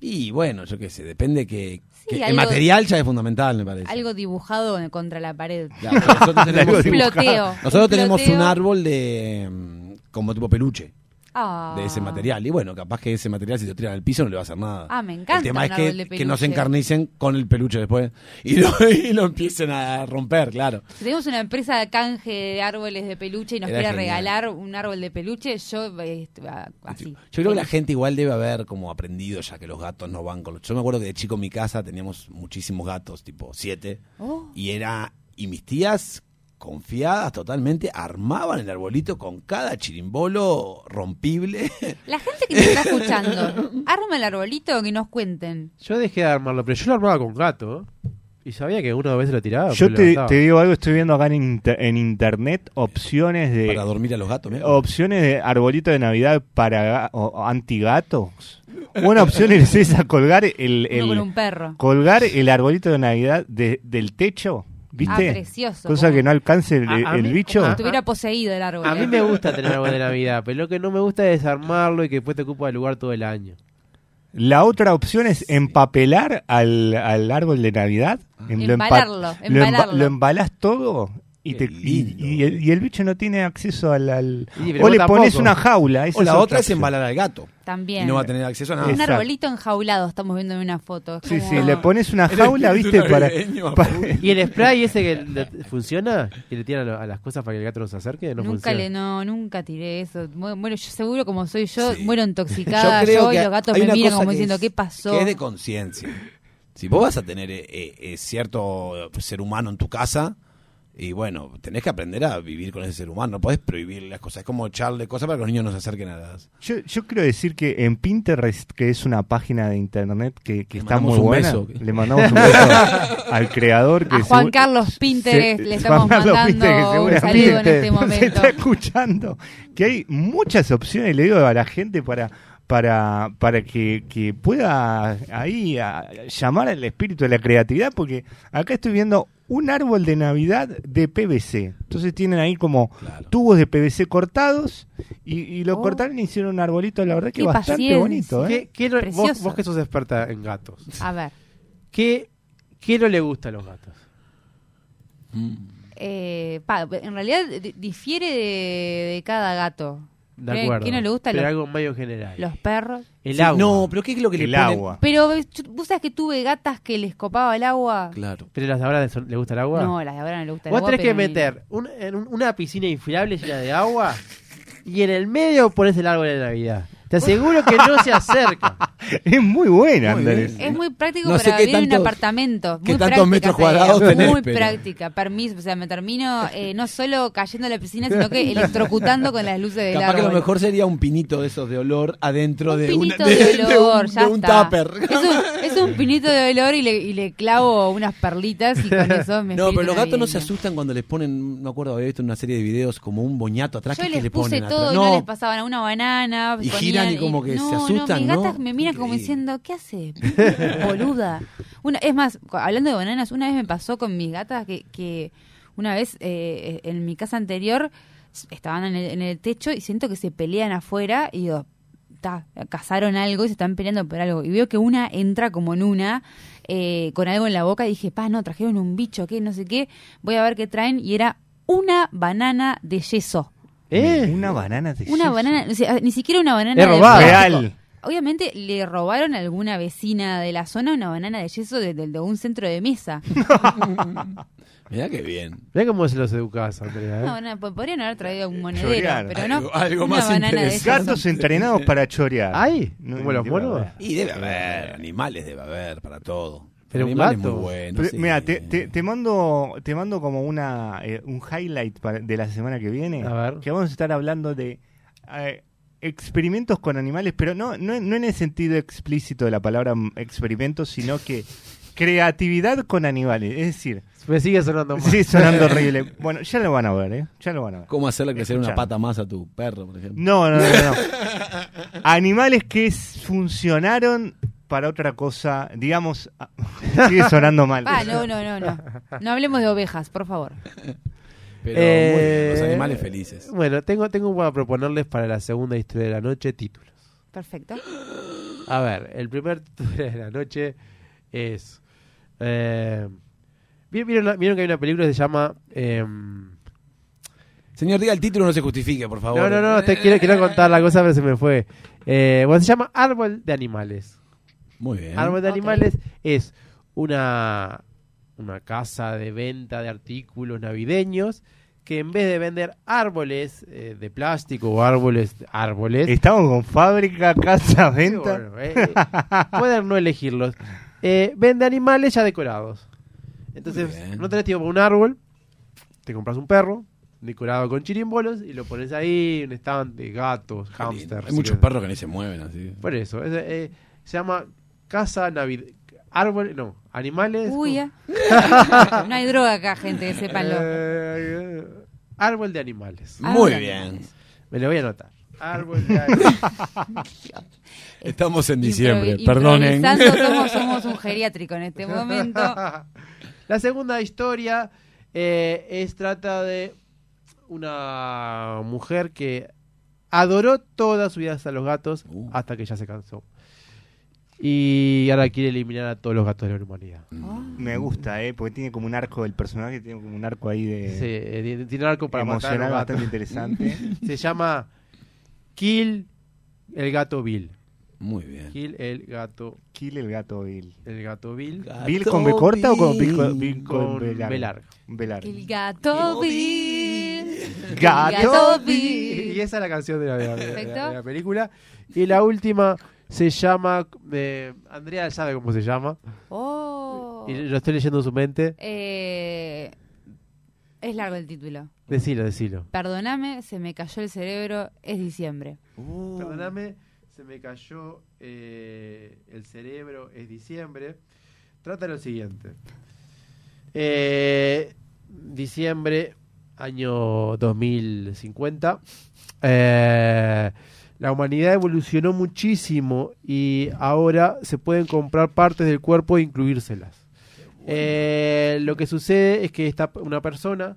[SPEAKER 3] Y bueno, yo qué sé, depende que, que el
[SPEAKER 11] algo-
[SPEAKER 3] material ya es fundamental, me parece.
[SPEAKER 11] Algo dibujado contra la pared.
[SPEAKER 3] Claro, nosotros tenemos,
[SPEAKER 4] Algo
[SPEAKER 11] Un
[SPEAKER 4] dibujado.
[SPEAKER 11] ploteo.
[SPEAKER 3] nosotros tenemos
[SPEAKER 11] ploteo.
[SPEAKER 3] un árbol de mm, como tipo peluche
[SPEAKER 11] Ah.
[SPEAKER 3] de ese material. Y bueno, capaz que ese material si lo tiran al piso no le va a hacer nada.
[SPEAKER 11] Ah, me encanta
[SPEAKER 3] El tema
[SPEAKER 11] un
[SPEAKER 3] es
[SPEAKER 11] árbol de
[SPEAKER 3] que, que no se
[SPEAKER 11] peluche.
[SPEAKER 3] encarnicen con el peluche después y lo, y lo empiecen a romper, claro.
[SPEAKER 11] Tenemos una empresa de canje de árboles de peluche y nos
[SPEAKER 3] Era
[SPEAKER 11] quiere
[SPEAKER 3] genial.
[SPEAKER 11] regalar un árbol de peluche. Yo, eh, ah, así.
[SPEAKER 3] Yo creo que la gente igual debe haber como aprendido ya que los gatos no van con los... Yo me acuerdo que de chico en mi casa teníamos muchísimos gatos, tipo siete,
[SPEAKER 11] Oh.
[SPEAKER 3] y era Y mis tías, confiadas totalmente, armaban el arbolito con cada chirimbolo rompible.
[SPEAKER 11] La gente que nos está escuchando, arma el arbolito que nos cuenten.
[SPEAKER 2] Yo dejé de armarlo, pero yo lo armaba con gato. ¿eh? Y sabía que una vez lo tiraba.
[SPEAKER 4] Yo
[SPEAKER 2] Ah, pero lo
[SPEAKER 4] te,
[SPEAKER 2] levantaba.
[SPEAKER 4] te digo algo, estoy viendo acá en, inter- en internet opciones de...
[SPEAKER 3] Para dormir a los gatos, mirá.
[SPEAKER 4] Opciones de arbolito de Navidad para ga- o- o antigatos. Una opción es esa, colgar el... el-
[SPEAKER 11] Uno con un perro.
[SPEAKER 4] Colgar el arbolito de Navidad de- del techo, ¿viste?
[SPEAKER 11] Ah, precioso,
[SPEAKER 4] Cosa
[SPEAKER 11] como-
[SPEAKER 4] que no alcance el,
[SPEAKER 2] A- a
[SPEAKER 4] el
[SPEAKER 2] mí-
[SPEAKER 4] bicho.
[SPEAKER 11] Como si estuviera poseído el árbol. ¿eh?
[SPEAKER 2] A mí me gusta tener árbol de Navidad, pero lo que no me gusta es desarmarlo y que después te ocupa el lugar todo el año.
[SPEAKER 4] La otra opción es empapelar al, al árbol de Navidad. Em- lo empa-
[SPEAKER 11] Ah. Embalarlo,
[SPEAKER 4] lo emba-
[SPEAKER 11] embalarlo.
[SPEAKER 4] Lo embalás todo y, te, y, y el, y el bicho no tiene acceso al... al-
[SPEAKER 2] Sí, pero
[SPEAKER 4] o
[SPEAKER 2] vos
[SPEAKER 4] le
[SPEAKER 2] tampoco.
[SPEAKER 4] pones una jaula. esa
[SPEAKER 3] O la otra es
[SPEAKER 4] opción.
[SPEAKER 3] embalar al gato.
[SPEAKER 11] También.
[SPEAKER 3] Y no va a tener acceso a nada.
[SPEAKER 11] Un
[SPEAKER 4] Exacto.
[SPEAKER 11] arbolito enjaulado, estamos viendo en una foto. Es
[SPEAKER 4] Sí,
[SPEAKER 11] como-
[SPEAKER 4] sí, le pones una
[SPEAKER 3] Era el
[SPEAKER 4] jaula,
[SPEAKER 3] espíritu
[SPEAKER 4] viste, para...
[SPEAKER 3] navideño,
[SPEAKER 4] para-
[SPEAKER 2] ¿Y el spray ese que le- funciona? ¿Que le tiran a lo- a las cosas para que el gato no se acerque? No
[SPEAKER 11] Nunca
[SPEAKER 2] funciona.
[SPEAKER 11] le, no, nunca tiré eso. Mu- Bueno, yo seguro como soy yo,
[SPEAKER 3] Sí.
[SPEAKER 11] muero intoxicada yo,
[SPEAKER 3] creo que
[SPEAKER 11] y los gatos
[SPEAKER 3] hay
[SPEAKER 11] me
[SPEAKER 3] una
[SPEAKER 11] miran
[SPEAKER 3] cosa
[SPEAKER 11] como
[SPEAKER 3] que
[SPEAKER 11] diciendo,
[SPEAKER 3] es-
[SPEAKER 11] ¿qué pasó?
[SPEAKER 3] Que es de conciencia. Si vos vas a tener eh, eh, cierto ser humano en tu casa, y bueno, tenés que aprender a vivir con ese ser humano. No podés prohibir las cosas. Es como echarle cosas para que los niños no se acerquen a las.
[SPEAKER 4] Yo, yo quiero decir que en Pinterest, que es una página de internet que, que
[SPEAKER 3] Le
[SPEAKER 4] está
[SPEAKER 3] mandamos
[SPEAKER 4] muy
[SPEAKER 3] un
[SPEAKER 4] buena,
[SPEAKER 3] beso.
[SPEAKER 4] le mandamos un beso al creador. Que
[SPEAKER 11] A Juan
[SPEAKER 4] segu-
[SPEAKER 11] Carlos Pinterest
[SPEAKER 4] se-
[SPEAKER 11] le estamos
[SPEAKER 4] Juan Carlos
[SPEAKER 11] mandando
[SPEAKER 4] Pinterest, que
[SPEAKER 11] un
[SPEAKER 4] seguramente
[SPEAKER 11] saludo en
[SPEAKER 4] te-
[SPEAKER 11] este momento.
[SPEAKER 4] Se está escuchando que hay muchas opciones, le digo a la gente, para para para que, que pueda ahí a- llamar al espíritu de la creatividad, porque acá estoy viendo un árbol de Navidad de PVC. Entonces tienen ahí como
[SPEAKER 3] Claro.
[SPEAKER 4] tubos de PVC cortados y, y lo
[SPEAKER 11] Oh.
[SPEAKER 4] cortaron y hicieron un arbolito, la verdad
[SPEAKER 11] Qué
[SPEAKER 4] que bastante
[SPEAKER 11] paciencia.
[SPEAKER 4] bonito. ¿eh?
[SPEAKER 2] ¿Qué- qué no- vos,
[SPEAKER 11] Precioso.
[SPEAKER 2] vos que sos experta en gatos,
[SPEAKER 11] A ver,
[SPEAKER 2] ¿qué, qué no le gusta a los gatos?
[SPEAKER 3] Mm.
[SPEAKER 11] eh, pa, en realidad di- difiere de, de cada gato.
[SPEAKER 2] De
[SPEAKER 11] ¿Qué-
[SPEAKER 2] acuerdo.
[SPEAKER 11] qué no le gusta?
[SPEAKER 2] Pero
[SPEAKER 11] Los-
[SPEAKER 2] algo medio general.
[SPEAKER 11] Los perros.
[SPEAKER 2] El
[SPEAKER 3] Sí,
[SPEAKER 2] agua.
[SPEAKER 3] No, pero ¿qué es lo que
[SPEAKER 4] El
[SPEAKER 3] le ponen?
[SPEAKER 4] agua.
[SPEAKER 11] Pero eh, yo- vos sabés que tuve gatas que les copaba el agua.
[SPEAKER 3] Claro.
[SPEAKER 2] ¿Pero las de ahora les- le gusta el agua?
[SPEAKER 11] No, las de ahora no le gusta el
[SPEAKER 2] Vos
[SPEAKER 11] agua.
[SPEAKER 2] tenés que
[SPEAKER 11] pero ni-
[SPEAKER 2] meter un- en un- una piscina inflable llena de agua y en el medio pones el árbol de Navidad. Te aseguro que no se acerca.
[SPEAKER 4] Es muy buena,
[SPEAKER 3] Muy
[SPEAKER 4] Andrés.
[SPEAKER 3] bien.
[SPEAKER 11] Es muy práctico
[SPEAKER 3] No sé
[SPEAKER 11] para
[SPEAKER 3] qué
[SPEAKER 11] vivir en un
[SPEAKER 3] tantos-
[SPEAKER 11] apartamento.
[SPEAKER 3] qué
[SPEAKER 11] Muy
[SPEAKER 3] tantos
[SPEAKER 11] práctica,
[SPEAKER 3] metros
[SPEAKER 11] te digo,
[SPEAKER 3] cuadrados tenés,
[SPEAKER 11] Muy
[SPEAKER 3] pero-
[SPEAKER 11] práctica, permiso. O sea, me termino eh, no solo cayendo a la piscina, sino que electrocutando con las luces del
[SPEAKER 3] Capaz
[SPEAKER 11] árbol.
[SPEAKER 3] que lo mejor sería un pinito de esos de olor adentro
[SPEAKER 11] Un
[SPEAKER 3] de,
[SPEAKER 11] pinito
[SPEAKER 3] una- de-
[SPEAKER 11] de
[SPEAKER 3] de
[SPEAKER 11] olor,
[SPEAKER 3] un,
[SPEAKER 11] ya
[SPEAKER 3] de un
[SPEAKER 11] está.
[SPEAKER 3] tupper.
[SPEAKER 11] Es un, es un pinito de olor y le, y le clavo unas perlitas y con eso me
[SPEAKER 3] No,
[SPEAKER 11] siento
[SPEAKER 3] pero los gatos no se
[SPEAKER 11] navideña.
[SPEAKER 3] asustan cuando les ponen, no acuerdo, había visto en una serie de videos como un boñato atrás
[SPEAKER 11] Yo
[SPEAKER 3] que, es que
[SPEAKER 11] les
[SPEAKER 3] le
[SPEAKER 11] puse
[SPEAKER 3] ponen atrás.
[SPEAKER 11] todo y no les pasaban a una banana.
[SPEAKER 3] Y
[SPEAKER 11] ponían
[SPEAKER 3] giran y como que se asustan,
[SPEAKER 11] No, mis
[SPEAKER 3] ¿no?
[SPEAKER 11] gatas me miran como
[SPEAKER 3] Increíble.
[SPEAKER 11] diciendo, ¿qué haces? Boluda. Una, es más, cu- hablando de bananas, una vez me pasó con mis gatas que, que una vez eh, en mi casa anterior s- estaban en el, en el techo y siento que se pelean afuera y digo, ta, cazaron algo y se están peleando por algo. Y veo que una entra como en una, eh, con algo en la boca, y dije, pa, no, trajeron un bicho, qué, no sé qué, voy a ver qué traen. Y era una banana de yeso.
[SPEAKER 2] ¿Eh?
[SPEAKER 4] Una banana de
[SPEAKER 11] Una
[SPEAKER 4] yeso. Ah,
[SPEAKER 11] banana, o sea, ni siquiera una banana
[SPEAKER 2] Es
[SPEAKER 11] de
[SPEAKER 2] robado.
[SPEAKER 4] Real.
[SPEAKER 11] plástico. Obviamente le robaron a alguna vecina de la zona una banana de yeso de, de- de un centro de mesa.
[SPEAKER 3] Mirá qué bien.
[SPEAKER 2] Mirá cómo se los educás, Andrea. ¿eh?
[SPEAKER 11] Una banana- po- podrían haber traído un monedero,
[SPEAKER 4] Llorear.
[SPEAKER 11] pero no.
[SPEAKER 3] Algo- algo
[SPEAKER 11] una
[SPEAKER 3] más
[SPEAKER 11] banana de yeso.
[SPEAKER 3] interesante.
[SPEAKER 4] Gatos entrenados para chorear.
[SPEAKER 2] ¿Hay?
[SPEAKER 4] No,
[SPEAKER 2] ¿Como los
[SPEAKER 4] debe
[SPEAKER 2] monos?
[SPEAKER 4] haber.
[SPEAKER 3] Y debe haber, animales debe haber para todo.
[SPEAKER 2] Pero un
[SPEAKER 3] animales
[SPEAKER 2] gato.
[SPEAKER 3] muy buenos.
[SPEAKER 4] Pero,
[SPEAKER 3] sí.
[SPEAKER 4] Mira, te, te- te mando te mando como una eh, un highlight para- de la semana que viene.
[SPEAKER 2] A ver.
[SPEAKER 4] Que vamos a estar hablando de eh, experimentos con animales, pero no, no, no en el sentido explícito de la palabra mm, experimento, sino que creatividad con animales. Es decir,
[SPEAKER 2] Me sigue sonando mal.
[SPEAKER 4] sí, sonando horrible. Bueno, ya lo van a ver, ¿eh? Ya lo van a ver.
[SPEAKER 3] ¿Cómo hacerle crecer una
[SPEAKER 4] Escuchame.
[SPEAKER 3] pata más a tu perro, por ejemplo?
[SPEAKER 4] No, no, no, no. no. Animales que s- funcionaron para otra cosa, digamos, ah, sigue sonando mal.
[SPEAKER 11] Ah, no, no, no, no. No hablemos de ovejas, por favor.
[SPEAKER 3] Pero
[SPEAKER 2] Eh,
[SPEAKER 3] muy bien, los animales felices.
[SPEAKER 2] Bueno, tengo, tengo para proponerles para la segunda historia de la noche títulos.
[SPEAKER 11] Perfecto.
[SPEAKER 2] A ver, el primer título de la noche es. eh, ¿vieron, vieron la- vieron que hay una película que se llama. em,
[SPEAKER 3] Señor, diga el título, no se justifique, por favor.
[SPEAKER 2] no, no, no, te quiero, quiero contar la cosa, pero se me fue. Eh, bueno, se llama Árbol de Animales.
[SPEAKER 3] Muy bien.
[SPEAKER 2] Árbol de
[SPEAKER 11] Ok.
[SPEAKER 2] Animales es una, una casa de venta de artículos navideños que en vez de vender árboles eh, de plástico o árboles, árboles,
[SPEAKER 4] Estamos con fábrica, casa,
[SPEAKER 2] Sí,
[SPEAKER 4] venta.
[SPEAKER 2] bueno, eh, eh, pueden no elegirlos. Eh, vende animales ya decorados. Entonces,
[SPEAKER 3] Muy bien.
[SPEAKER 2] no tenés tiempo para un árbol, te compras un perro decorado con chirimbolos y lo pones ahí, un estante, gatos, hamsters.
[SPEAKER 3] Hay muchos perros que ni se mueven así.
[SPEAKER 2] Por eso, es, eh, se llama Casa Navidad. Árbol, no, animales.
[SPEAKER 11] Uy, ya. no hay droga acá, gente, sépanlo.
[SPEAKER 2] Eh, árbol de animales.
[SPEAKER 3] Muy bien.
[SPEAKER 2] Me lo voy a anotar. Árbol de animales.
[SPEAKER 3] Estamos en diciembre,
[SPEAKER 11] Improvi-
[SPEAKER 3] perdonen.
[SPEAKER 11] improvisando, Somos, somos un geriátrico en este momento.
[SPEAKER 2] La segunda historia eh, es trata de una mujer que adoró toda su vida hasta los gatos hasta que ya se cansó. Y ahora quiere eliminar a todos los gatos de la humanidad.
[SPEAKER 4] Me gusta, ¿eh? Porque tiene como un arco, el personaje tiene como un arco ahí de...
[SPEAKER 2] Sí, eh, tiene- tiene un arco para matar a
[SPEAKER 4] emocional
[SPEAKER 2] los
[SPEAKER 4] bastante
[SPEAKER 2] gatos.
[SPEAKER 4] interesante.
[SPEAKER 2] Se llama Kill el gato Bill.
[SPEAKER 3] Muy bien.
[SPEAKER 2] Kill el gato,
[SPEAKER 4] Kill el gato Bill.
[SPEAKER 2] el gato Bill
[SPEAKER 4] ¿Bill con B corta o con Bill con, Bill
[SPEAKER 2] con
[SPEAKER 4] con B
[SPEAKER 2] B
[SPEAKER 4] larga?
[SPEAKER 2] larga.
[SPEAKER 4] B larga.
[SPEAKER 11] El gato Bill.
[SPEAKER 4] Gato
[SPEAKER 2] Y esa es la canción de la, de la- de la- de la-
[SPEAKER 11] Perfecto.
[SPEAKER 2] de la película. Y la última se llama. eh, Andrea sabe cómo se llama.
[SPEAKER 11] Oh.
[SPEAKER 2] Y lo estoy leyendo en su mente.
[SPEAKER 11] Eh, es largo el título.
[SPEAKER 2] Decilo, decilo.
[SPEAKER 11] Perdóname, se me cayó el cerebro, es diciembre.
[SPEAKER 2] Perdóname, se me cayó eh, el cerebro, es diciembre. Trata lo siguiente. Eh, diciembre, año 2050. Eh, la humanidad evolucionó muchísimo y ahora se pueden comprar partes del cuerpo e incluírselas. Eh, lo que sucede es que esta, una persona,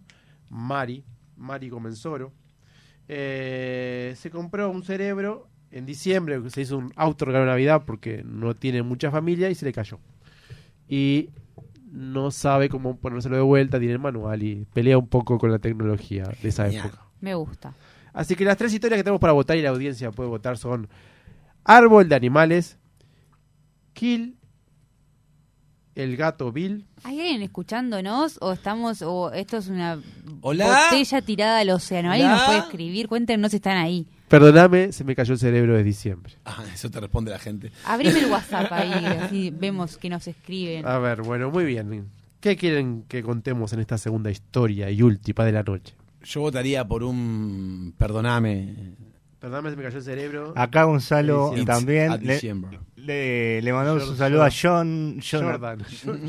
[SPEAKER 2] Mari, Mari Comensoro, eh, se compró un cerebro en diciembre, se hizo un autorregalo de Navidad porque no tiene mucha familia y se le cayó. Y no sabe cómo ponérselo de vuelta, tiene el manual y pelea un poco con la tecnología de esa
[SPEAKER 3] Genial.
[SPEAKER 2] época.
[SPEAKER 11] Me gusta.
[SPEAKER 2] Así que las tres historias que tenemos para votar y la audiencia puede votar son Árbol de Animales, Kill, El Gato Bill,
[SPEAKER 11] ¿Hay alguien escuchándonos o estamos o esto es una
[SPEAKER 3] Hola.
[SPEAKER 11] botella tirada al océano? ¿Alguien
[SPEAKER 3] Hola.
[SPEAKER 11] nos puede escribir? Cuéntenos si están ahí.
[SPEAKER 2] Perdóname, se me cayó el cerebro de diciembre.
[SPEAKER 3] Ah, eso te responde la gente.
[SPEAKER 11] Abrime el WhatsApp ahí, así vemos que nos escriben.
[SPEAKER 2] A ver, bueno, muy bien. ¿Qué quieren que contemos en esta segunda historia y última de la noche?
[SPEAKER 3] Yo votaría por un perdoname.
[SPEAKER 2] Perdóname, se me cayó el cerebro.
[SPEAKER 4] Acá Gonzalo
[SPEAKER 3] It's at
[SPEAKER 4] también le,
[SPEAKER 3] December.
[SPEAKER 4] le, le mandamos un
[SPEAKER 2] Jordan.
[SPEAKER 4] saludo a John, Jordan.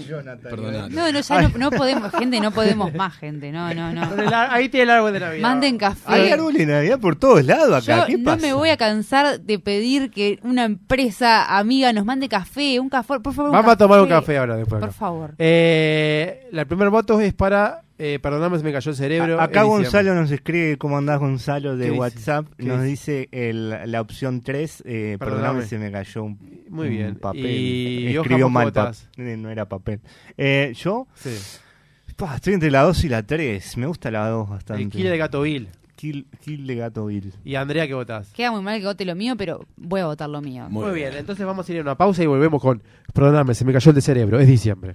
[SPEAKER 2] Jordan.
[SPEAKER 3] Perdoname.
[SPEAKER 11] No, no, ya no, no podemos, gente, no podemos más, gente. No, no,
[SPEAKER 2] Con
[SPEAKER 11] no.
[SPEAKER 2] el ar- Ahí tiene el árbol de Navidad.
[SPEAKER 11] Manden
[SPEAKER 4] Hay
[SPEAKER 11] café.
[SPEAKER 4] árboles de Navidad por todos lados acá.
[SPEAKER 11] Yo
[SPEAKER 4] ¿Qué
[SPEAKER 11] no
[SPEAKER 4] pasa?
[SPEAKER 11] me voy a cansar de pedir que una empresa amiga nos mande café, un café, por favor. un
[SPEAKER 2] Vamos a tomar un café ahora después.
[SPEAKER 11] Por
[SPEAKER 2] acá.
[SPEAKER 11] favor.
[SPEAKER 2] Eh, la primer voto es para. Eh, perdóname, se me cayó el cerebro.
[SPEAKER 4] A- Acá
[SPEAKER 2] es
[SPEAKER 4] Gonzalo
[SPEAKER 2] diciembre.
[SPEAKER 4] nos escribe, ¿cómo andás Gonzalo?
[SPEAKER 2] ¿Qué
[SPEAKER 4] De
[SPEAKER 2] dice?
[SPEAKER 4] WhatsApp.
[SPEAKER 2] ¿Qué
[SPEAKER 4] Nos dice el- la opción 3, eh,
[SPEAKER 2] Perdóname.
[SPEAKER 4] perdóname, se me cayó un,
[SPEAKER 2] Muy
[SPEAKER 4] un
[SPEAKER 2] bien.
[SPEAKER 4] Mm, papel.
[SPEAKER 2] Y, Johan,
[SPEAKER 4] Escribió
[SPEAKER 2] ¿vos
[SPEAKER 4] mal,
[SPEAKER 2] qué votás?
[SPEAKER 4] pa- eh, no era papel. Eh, Yo
[SPEAKER 2] Sí.
[SPEAKER 4] pa, estoy entre la 2 y la 3, me gusta la 2
[SPEAKER 2] El
[SPEAKER 4] bastante.
[SPEAKER 2] killer de Gato Bill.
[SPEAKER 4] Kill, Kill de Gato Bill.
[SPEAKER 2] ¿Y Andrea qué votás?
[SPEAKER 11] Queda muy mal que vote lo mío, pero voy a votar lo mío.
[SPEAKER 2] Muy, bien. entonces vamos a ir a una pausa y volvemos con. Perdóname, se me cayó el de cerebro. Es diciembre.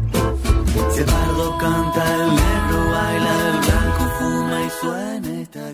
[SPEAKER 5] Si el pardo canta, el negro baila, el blanco fuma y suena esta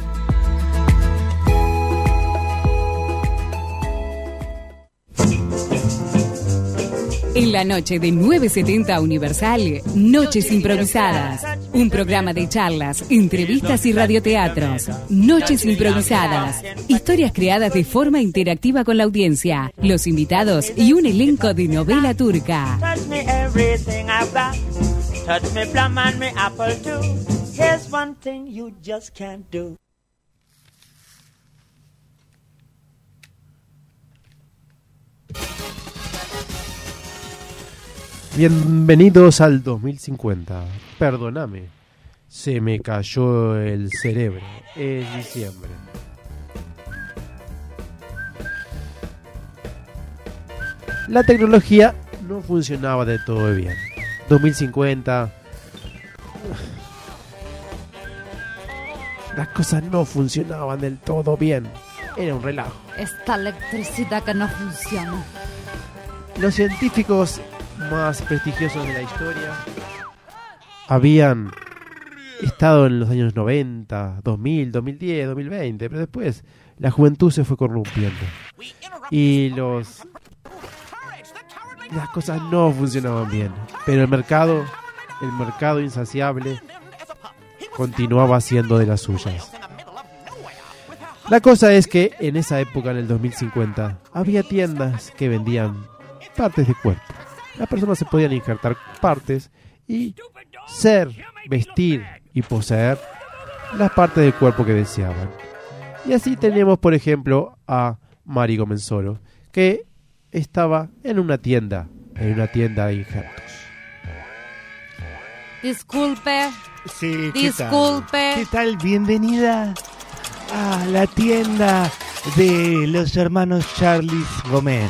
[SPEAKER 6] En la noche de 970 Universal, Noches Improvisadas. Un programa de charlas, entrevistas y radioteatros. Noches Improvisadas. Historias creadas de forma interactiva con la audiencia, los invitados y un elenco de novela turca.
[SPEAKER 7] Touch me everything I buy. Touch me plum and me apple too. Here's one thing you just can't do.
[SPEAKER 2] Bienvenidos al 2050. Perdóname, se me cayó el cerebro. Es diciembre. La tecnología no funcionaba de todo bien. 2050. Las cosas no funcionaban del todo bien. Era un relajo.
[SPEAKER 11] Esta electricidad que no funciona.
[SPEAKER 2] Los científicos más prestigiosos de la historia habían estado en los años 90, 2000, 2010, 2020, pero después la juventud se fue corrompiendo. Y los las cosas no funcionaban bien, pero el mercado, el mercado insaciable continuaba haciendo de las suyas. La cosa es que en esa época, en el 2050, había tiendas que vendían partes de cuerpo. Las personas se podían injertar partes y ser, vestir y poseer las partes del cuerpo que deseaban. Y así tenemos, por ejemplo, a Mari Gomenzoro, que estaba en una tienda, en una tienda de injertos.
[SPEAKER 11] Disculpe.
[SPEAKER 4] Sí, ¿qué tal?
[SPEAKER 11] Disculpe.
[SPEAKER 4] ¿Qué tal? Bienvenida a la tienda de los hermanos Charles Gómez.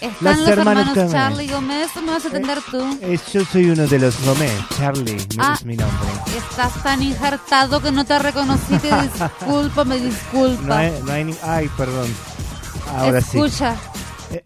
[SPEAKER 11] Están los hermanos, Charlie Gómez. ¿Me vas a atender tú?
[SPEAKER 4] Eh, yo soy uno de los Gómez. Charlie
[SPEAKER 11] Ah.
[SPEAKER 4] es mi nombre.
[SPEAKER 11] Estás tan injertado que no te reconocí. Te disculpa, me disculpa.
[SPEAKER 4] No hay, no hay ni- Ay, perdón. Ahora sí.
[SPEAKER 11] Escucha.
[SPEAKER 4] Ah,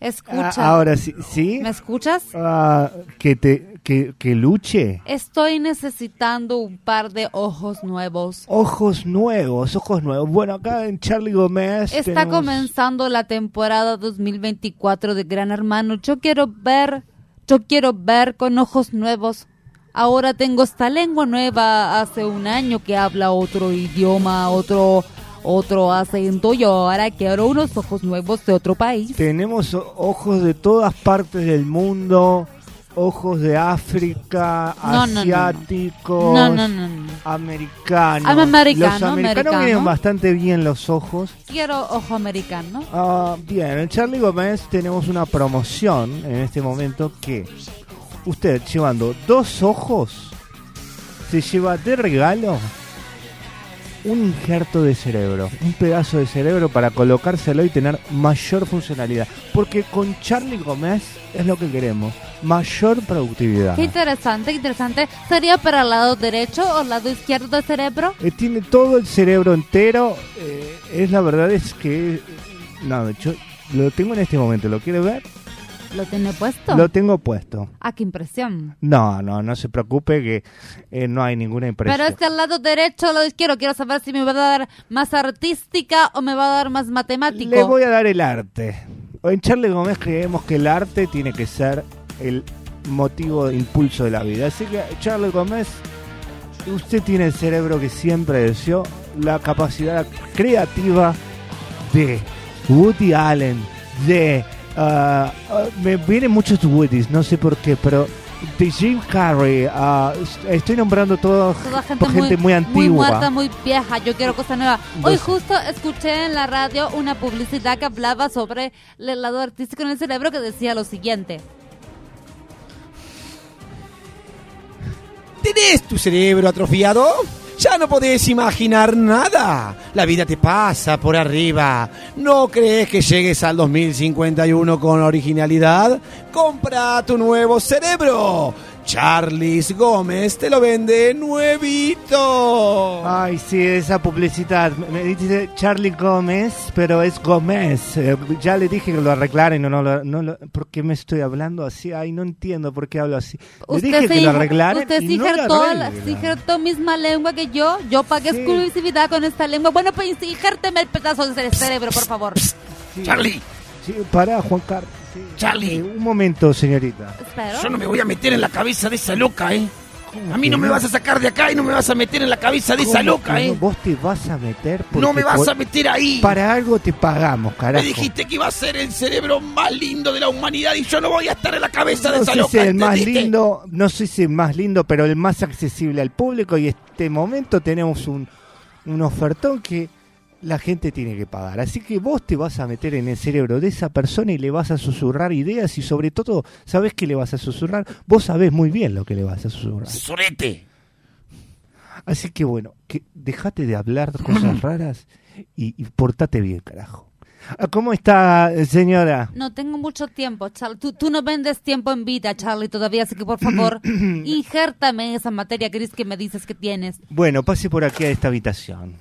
[SPEAKER 11] Escucha.
[SPEAKER 4] ahora sí. ¿Sí?
[SPEAKER 11] ¿Me escuchas?
[SPEAKER 4] Ah, que te que, que luche.
[SPEAKER 11] Estoy necesitando un par de ojos nuevos.
[SPEAKER 4] Ojos nuevos, ojos nuevos. Bueno, acá en Charlie Gómez.
[SPEAKER 11] Está
[SPEAKER 4] Pues tenemos-
[SPEAKER 11] comenzando la temporada 2024 de Gran Hermano. Yo quiero ver, yo quiero ver con ojos nuevos. Ahora tengo esta lengua nueva hace un año que habla otro idioma, otro otro acento. Yo ahora quiero unos ojos nuevos de otro país.
[SPEAKER 4] Tenemos o- ojos de todas partes del mundo, ojos de África,
[SPEAKER 11] No, no, no, no.
[SPEAKER 4] asiáticos,
[SPEAKER 11] No, no, no, no.
[SPEAKER 4] americanos.
[SPEAKER 11] I'm americano,
[SPEAKER 4] Los americanos
[SPEAKER 11] americano.
[SPEAKER 4] miran bastante bien los ojos.
[SPEAKER 11] Quiero ojo americano.
[SPEAKER 4] Ah, bien, en Charlie Gómez tenemos una promoción en este momento que usted llevando dos ojos se lleva de regalo un injerto de cerebro, un pedazo de cerebro para colocárselo y tener mayor funcionalidad. Porque con Charlie Gómez es lo que queremos, mayor productividad.
[SPEAKER 11] Qué interesante, qué interesante. ¿Sería para el lado derecho o el lado izquierdo del cerebro?
[SPEAKER 4] Eh, tiene todo el cerebro entero. eh, es la verdad es que... eh, No, yo lo tengo en este momento, ¿lo quiere ver?
[SPEAKER 11] ¿Lo tiene puesto?
[SPEAKER 4] Lo tengo puesto.
[SPEAKER 11] Ah, qué impresión.
[SPEAKER 4] No, no, no se preocupe que eh, no hay ninguna impresión.
[SPEAKER 11] Pero es que al lado derecho, lo izquierdo, quiero saber si me va a dar más artística o me va a dar más matemático.
[SPEAKER 4] Le voy a dar el arte. En Charlie Gómez creemos que el arte tiene que ser el motivo de impulso de la vida. Así que, Charlie Gómez, usted tiene el cerebro que siempre deseó, la capacidad creativa de Woody Allen, de... ah, ah, me vienen muchos Woodys, no sé por qué, pero de Jim Carrey. ah, estoy nombrando todo,
[SPEAKER 11] Toda gente,
[SPEAKER 4] gente, muy, antigua.
[SPEAKER 11] Muy muerta, muy vieja. Yo quiero cosas nuevas. Hoy
[SPEAKER 4] Vos-
[SPEAKER 11] justo escuché en la radio una publicidad que hablaba sobre el lado artístico en el cerebro que decía lo siguiente.
[SPEAKER 3] ¿Tenés tu cerebro atrofiado? Ya no podés imaginar nada. La vida te pasa por arriba. ¿No crees que llegues al 2051 con originalidad? Compra tu nuevo cerebro. Charles Gómez te lo vende nuevito.
[SPEAKER 4] Ay, sí, esa publicidad. Me dice Charlie Gómez, pero es Gómez. Eh, ya le dije que lo arreglaran y no lo... No lo- ¿Por qué me estoy hablando así? Ay, no entiendo por qué hablo así. Le dije que lo
[SPEAKER 11] injer-
[SPEAKER 4] arreglaran
[SPEAKER 11] usted se
[SPEAKER 4] y no lo
[SPEAKER 11] injertó, la-
[SPEAKER 4] arreglan.
[SPEAKER 11] se injertó misma lengua que yo. Yo pagué exclusividad con esta lengua. Bueno, pues injérteme el pedazo del cerebro, por favor.
[SPEAKER 4] Sí, pará, Juan Carlos. Charlie. un momento, señorita.
[SPEAKER 3] Yo no me voy a meter en la cabeza de esa loca, ¿eh? A mí no
[SPEAKER 4] que
[SPEAKER 3] me
[SPEAKER 4] no?
[SPEAKER 3] vas a sacar de acá y no me vas a meter en la cabeza de esa
[SPEAKER 4] ¿Cómo
[SPEAKER 3] loca,
[SPEAKER 4] que no?
[SPEAKER 3] ¿eh?
[SPEAKER 4] Vos te vas a meter porque
[SPEAKER 3] No me vas
[SPEAKER 4] por-
[SPEAKER 3] a meter ahí.
[SPEAKER 4] Para algo te pagamos,
[SPEAKER 3] Me
[SPEAKER 4] carajo.
[SPEAKER 3] dijiste que iba a ser el cerebro más lindo de la humanidad y yo no voy a estar en la cabeza de
[SPEAKER 4] no
[SPEAKER 3] esa
[SPEAKER 4] sé si
[SPEAKER 3] loca.
[SPEAKER 4] el más
[SPEAKER 3] ¿entendiste?
[SPEAKER 4] lindo, no sé si el más lindo, pero el más accesible al público y este momento tenemos un, un ofertón que la gente tiene que pagar. Así que vos te vas a meter en el cerebro de esa persona y le vas a susurrar ideas y sobre todo, ¿sabés qué le vas a susurrar? Vos sabés muy bien lo que le vas a susurrar.
[SPEAKER 3] Sorete.
[SPEAKER 4] Así que bueno, que dejate de hablar cosas raras y, y portate bien, carajo. Ah, ¿Cómo está, eh, señora?
[SPEAKER 11] No tengo mucho tiempo, Charlie. Tú, tú no vendes tiempo en vida, Charlie, todavía, así que por favor, injértame esa materia gris que me dices que tienes.
[SPEAKER 4] Bueno, pase por aquí a esta habitación.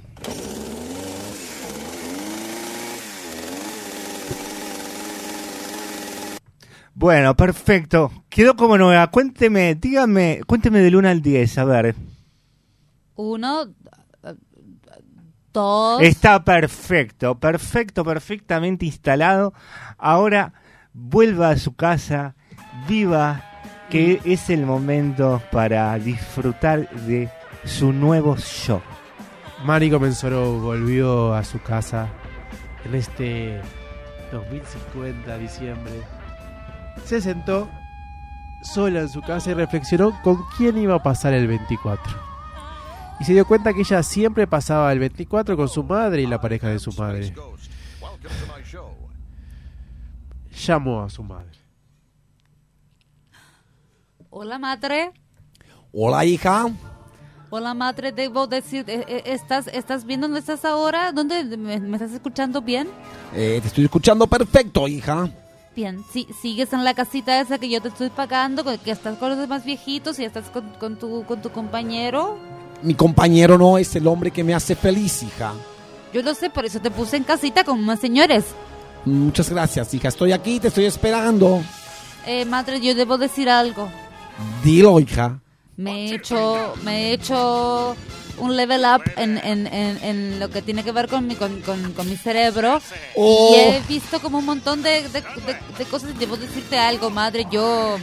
[SPEAKER 4] Bueno, perfecto. Quedó como nueva. Cuénteme, dígame, cuénteme del 1 al 10, a ver.
[SPEAKER 11] Uno, dos.
[SPEAKER 4] Está perfecto, perfecto, perfectamente instalado. Ahora vuelva a su casa, viva, que es el momento para disfrutar de su nuevo show.
[SPEAKER 2] Mari Comenzoro volvió a su casa en este 2050 diciembre. Se sentó sola en su casa y reflexionó con quién iba a pasar el 24. Y se dio cuenta que ella siempre pasaba el 24 con su madre y la pareja de su madre. Llamó a su madre.
[SPEAKER 11] Hola, madre.
[SPEAKER 3] Hola, hija.
[SPEAKER 11] Hola, madre. Debo decir, eh, eh, ¿estás, estás bien dónde estás ahora? ¿Dónde me, me estás escuchando bien?
[SPEAKER 3] Eh, te estoy escuchando perfecto, hija.
[SPEAKER 11] Bien, sí, sigues en la casita esa que yo te estoy pagando, que que estás con los demás viejitos y estás con, con tu, con tu compañero.
[SPEAKER 3] Mi compañero no es el hombre que me hace feliz, hija.
[SPEAKER 11] Yo lo sé, por eso te puse en casita con más señores.
[SPEAKER 3] Muchas gracias, hija. Estoy aquí, te estoy esperando.
[SPEAKER 11] Eh, madre, yo debo decir algo.
[SPEAKER 3] Dilo, hija.
[SPEAKER 11] Me he hecho, me he hecho un level up en, en- en- en lo que tiene que ver con mi, con, con- con mi cerebro.
[SPEAKER 3] Oh.
[SPEAKER 11] Y he visto como un montón de, de- de- de cosas. Debo decirte algo, madre. Yo.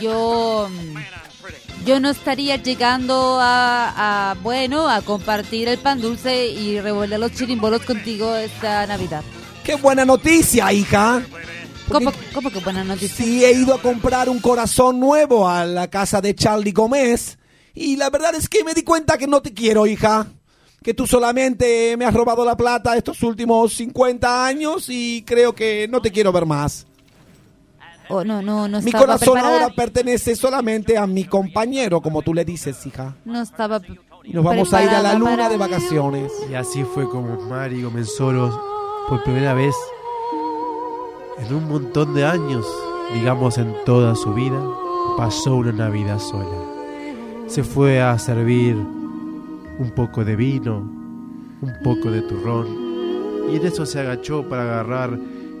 [SPEAKER 11] Yo. Yo no estaría llegando a, a, bueno, a compartir el pan dulce y revolver los chirimbolos contigo esta Navidad.
[SPEAKER 3] ¡Qué buena noticia, hija!
[SPEAKER 11] ¿Cómo, cómo que buena noticia?
[SPEAKER 3] Sí, he ido a comprar un corazón nuevo a la casa de Charlie Gómez. Y la verdad es que me di cuenta que no te quiero, hija. Que tú solamente me has robado la plata estos últimos 50 años y creo que no te quiero ver más.
[SPEAKER 11] Oh, no, no, no
[SPEAKER 3] Mi
[SPEAKER 11] estaba
[SPEAKER 3] corazón
[SPEAKER 11] preparada.
[SPEAKER 3] ahora pertenece solamente a mi compañero, como tú le dices, hija.
[SPEAKER 11] No estaba.
[SPEAKER 3] Y nos vamos a ir a la
[SPEAKER 11] preparada
[SPEAKER 3] luna
[SPEAKER 11] para-
[SPEAKER 3] de vacaciones.
[SPEAKER 2] Y así fue como Mari Gomenzoro, por primera vez en un montón de años, digamos en toda su vida, pasó una Navidad sola. Se fue a servir un poco de vino, un poco de turrón, y en eso se agachó para agarrar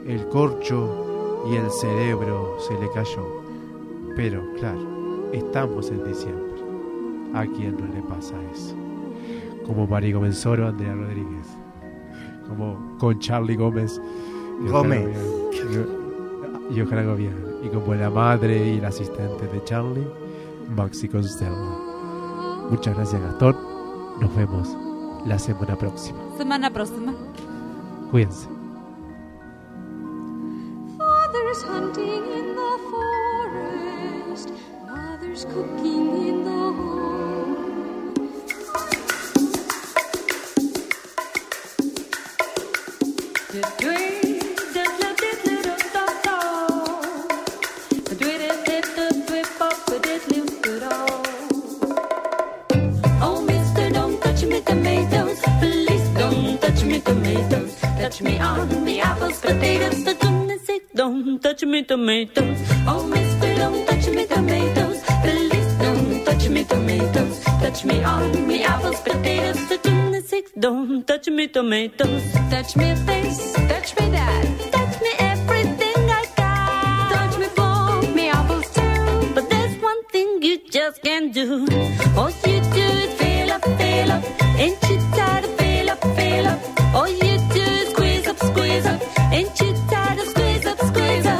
[SPEAKER 2] el corcho y el cerebro se le cayó. Pero claro, estamos en diciembre. ¿A quién no le pasa eso? como Mari Gomenzoro, Andrea Rodríguez, como con Charlie Gómez y Ojalá
[SPEAKER 4] Gómez.
[SPEAKER 2] Gobián, y Ojalá Gobián, y como la madre y el asistente de Charlie, Maxi Constella. Muchas gracias, Gastón. Nos vemos la semana próxima.
[SPEAKER 11] Semana próxima.
[SPEAKER 2] Cuídense.
[SPEAKER 12] Father is hunting in the forest. Mother's cooking in the home.
[SPEAKER 1] Oh, mister, don't touch me tomatoes. Please don't touch me tomatoes. Touch me on the apples, potatoes. For goodness sake, don't touch me tomatoes. Oh, mister, don't touch me tomatoes. Please don't touch me tomatoes. Touch me on the apples, potatoes. For goodness sake, don't touch me tomatoes. Touch me this, touch me that. Touch me everything I got. Touch me for me apples too. But there's one thing you just can't do. All you do is fill up, fill up. Ain't you tired of fill up, fill up? Oh, All you do is squeeze up, squeeze up. Ain't you tired of squeeze up, squeeze up?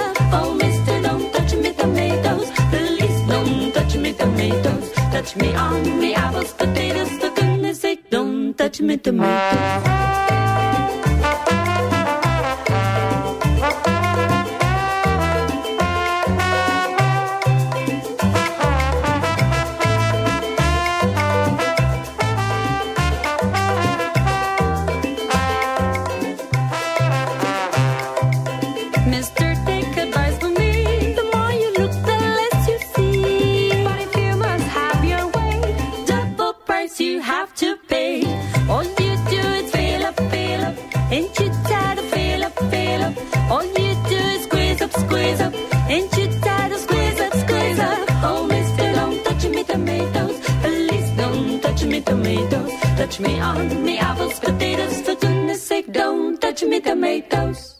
[SPEAKER 1] potatoes, the goodness sake, don't touch me tomatoes. Mister, take advice from me. The more you look, the less you see. But if you must have your way, double price you have to pay. All you do is fill up, fill up. Ain't you tired of fill up, fill up? All you do is squeeze up, squeeze up. Ain't you tired of squeeze up, squeeze up? Oh, mister, don't touch me tomatoes. Please don't touch me tomatoes. Touch me on me apples, potatoes. For goodness sake, don't touch me tomatoes.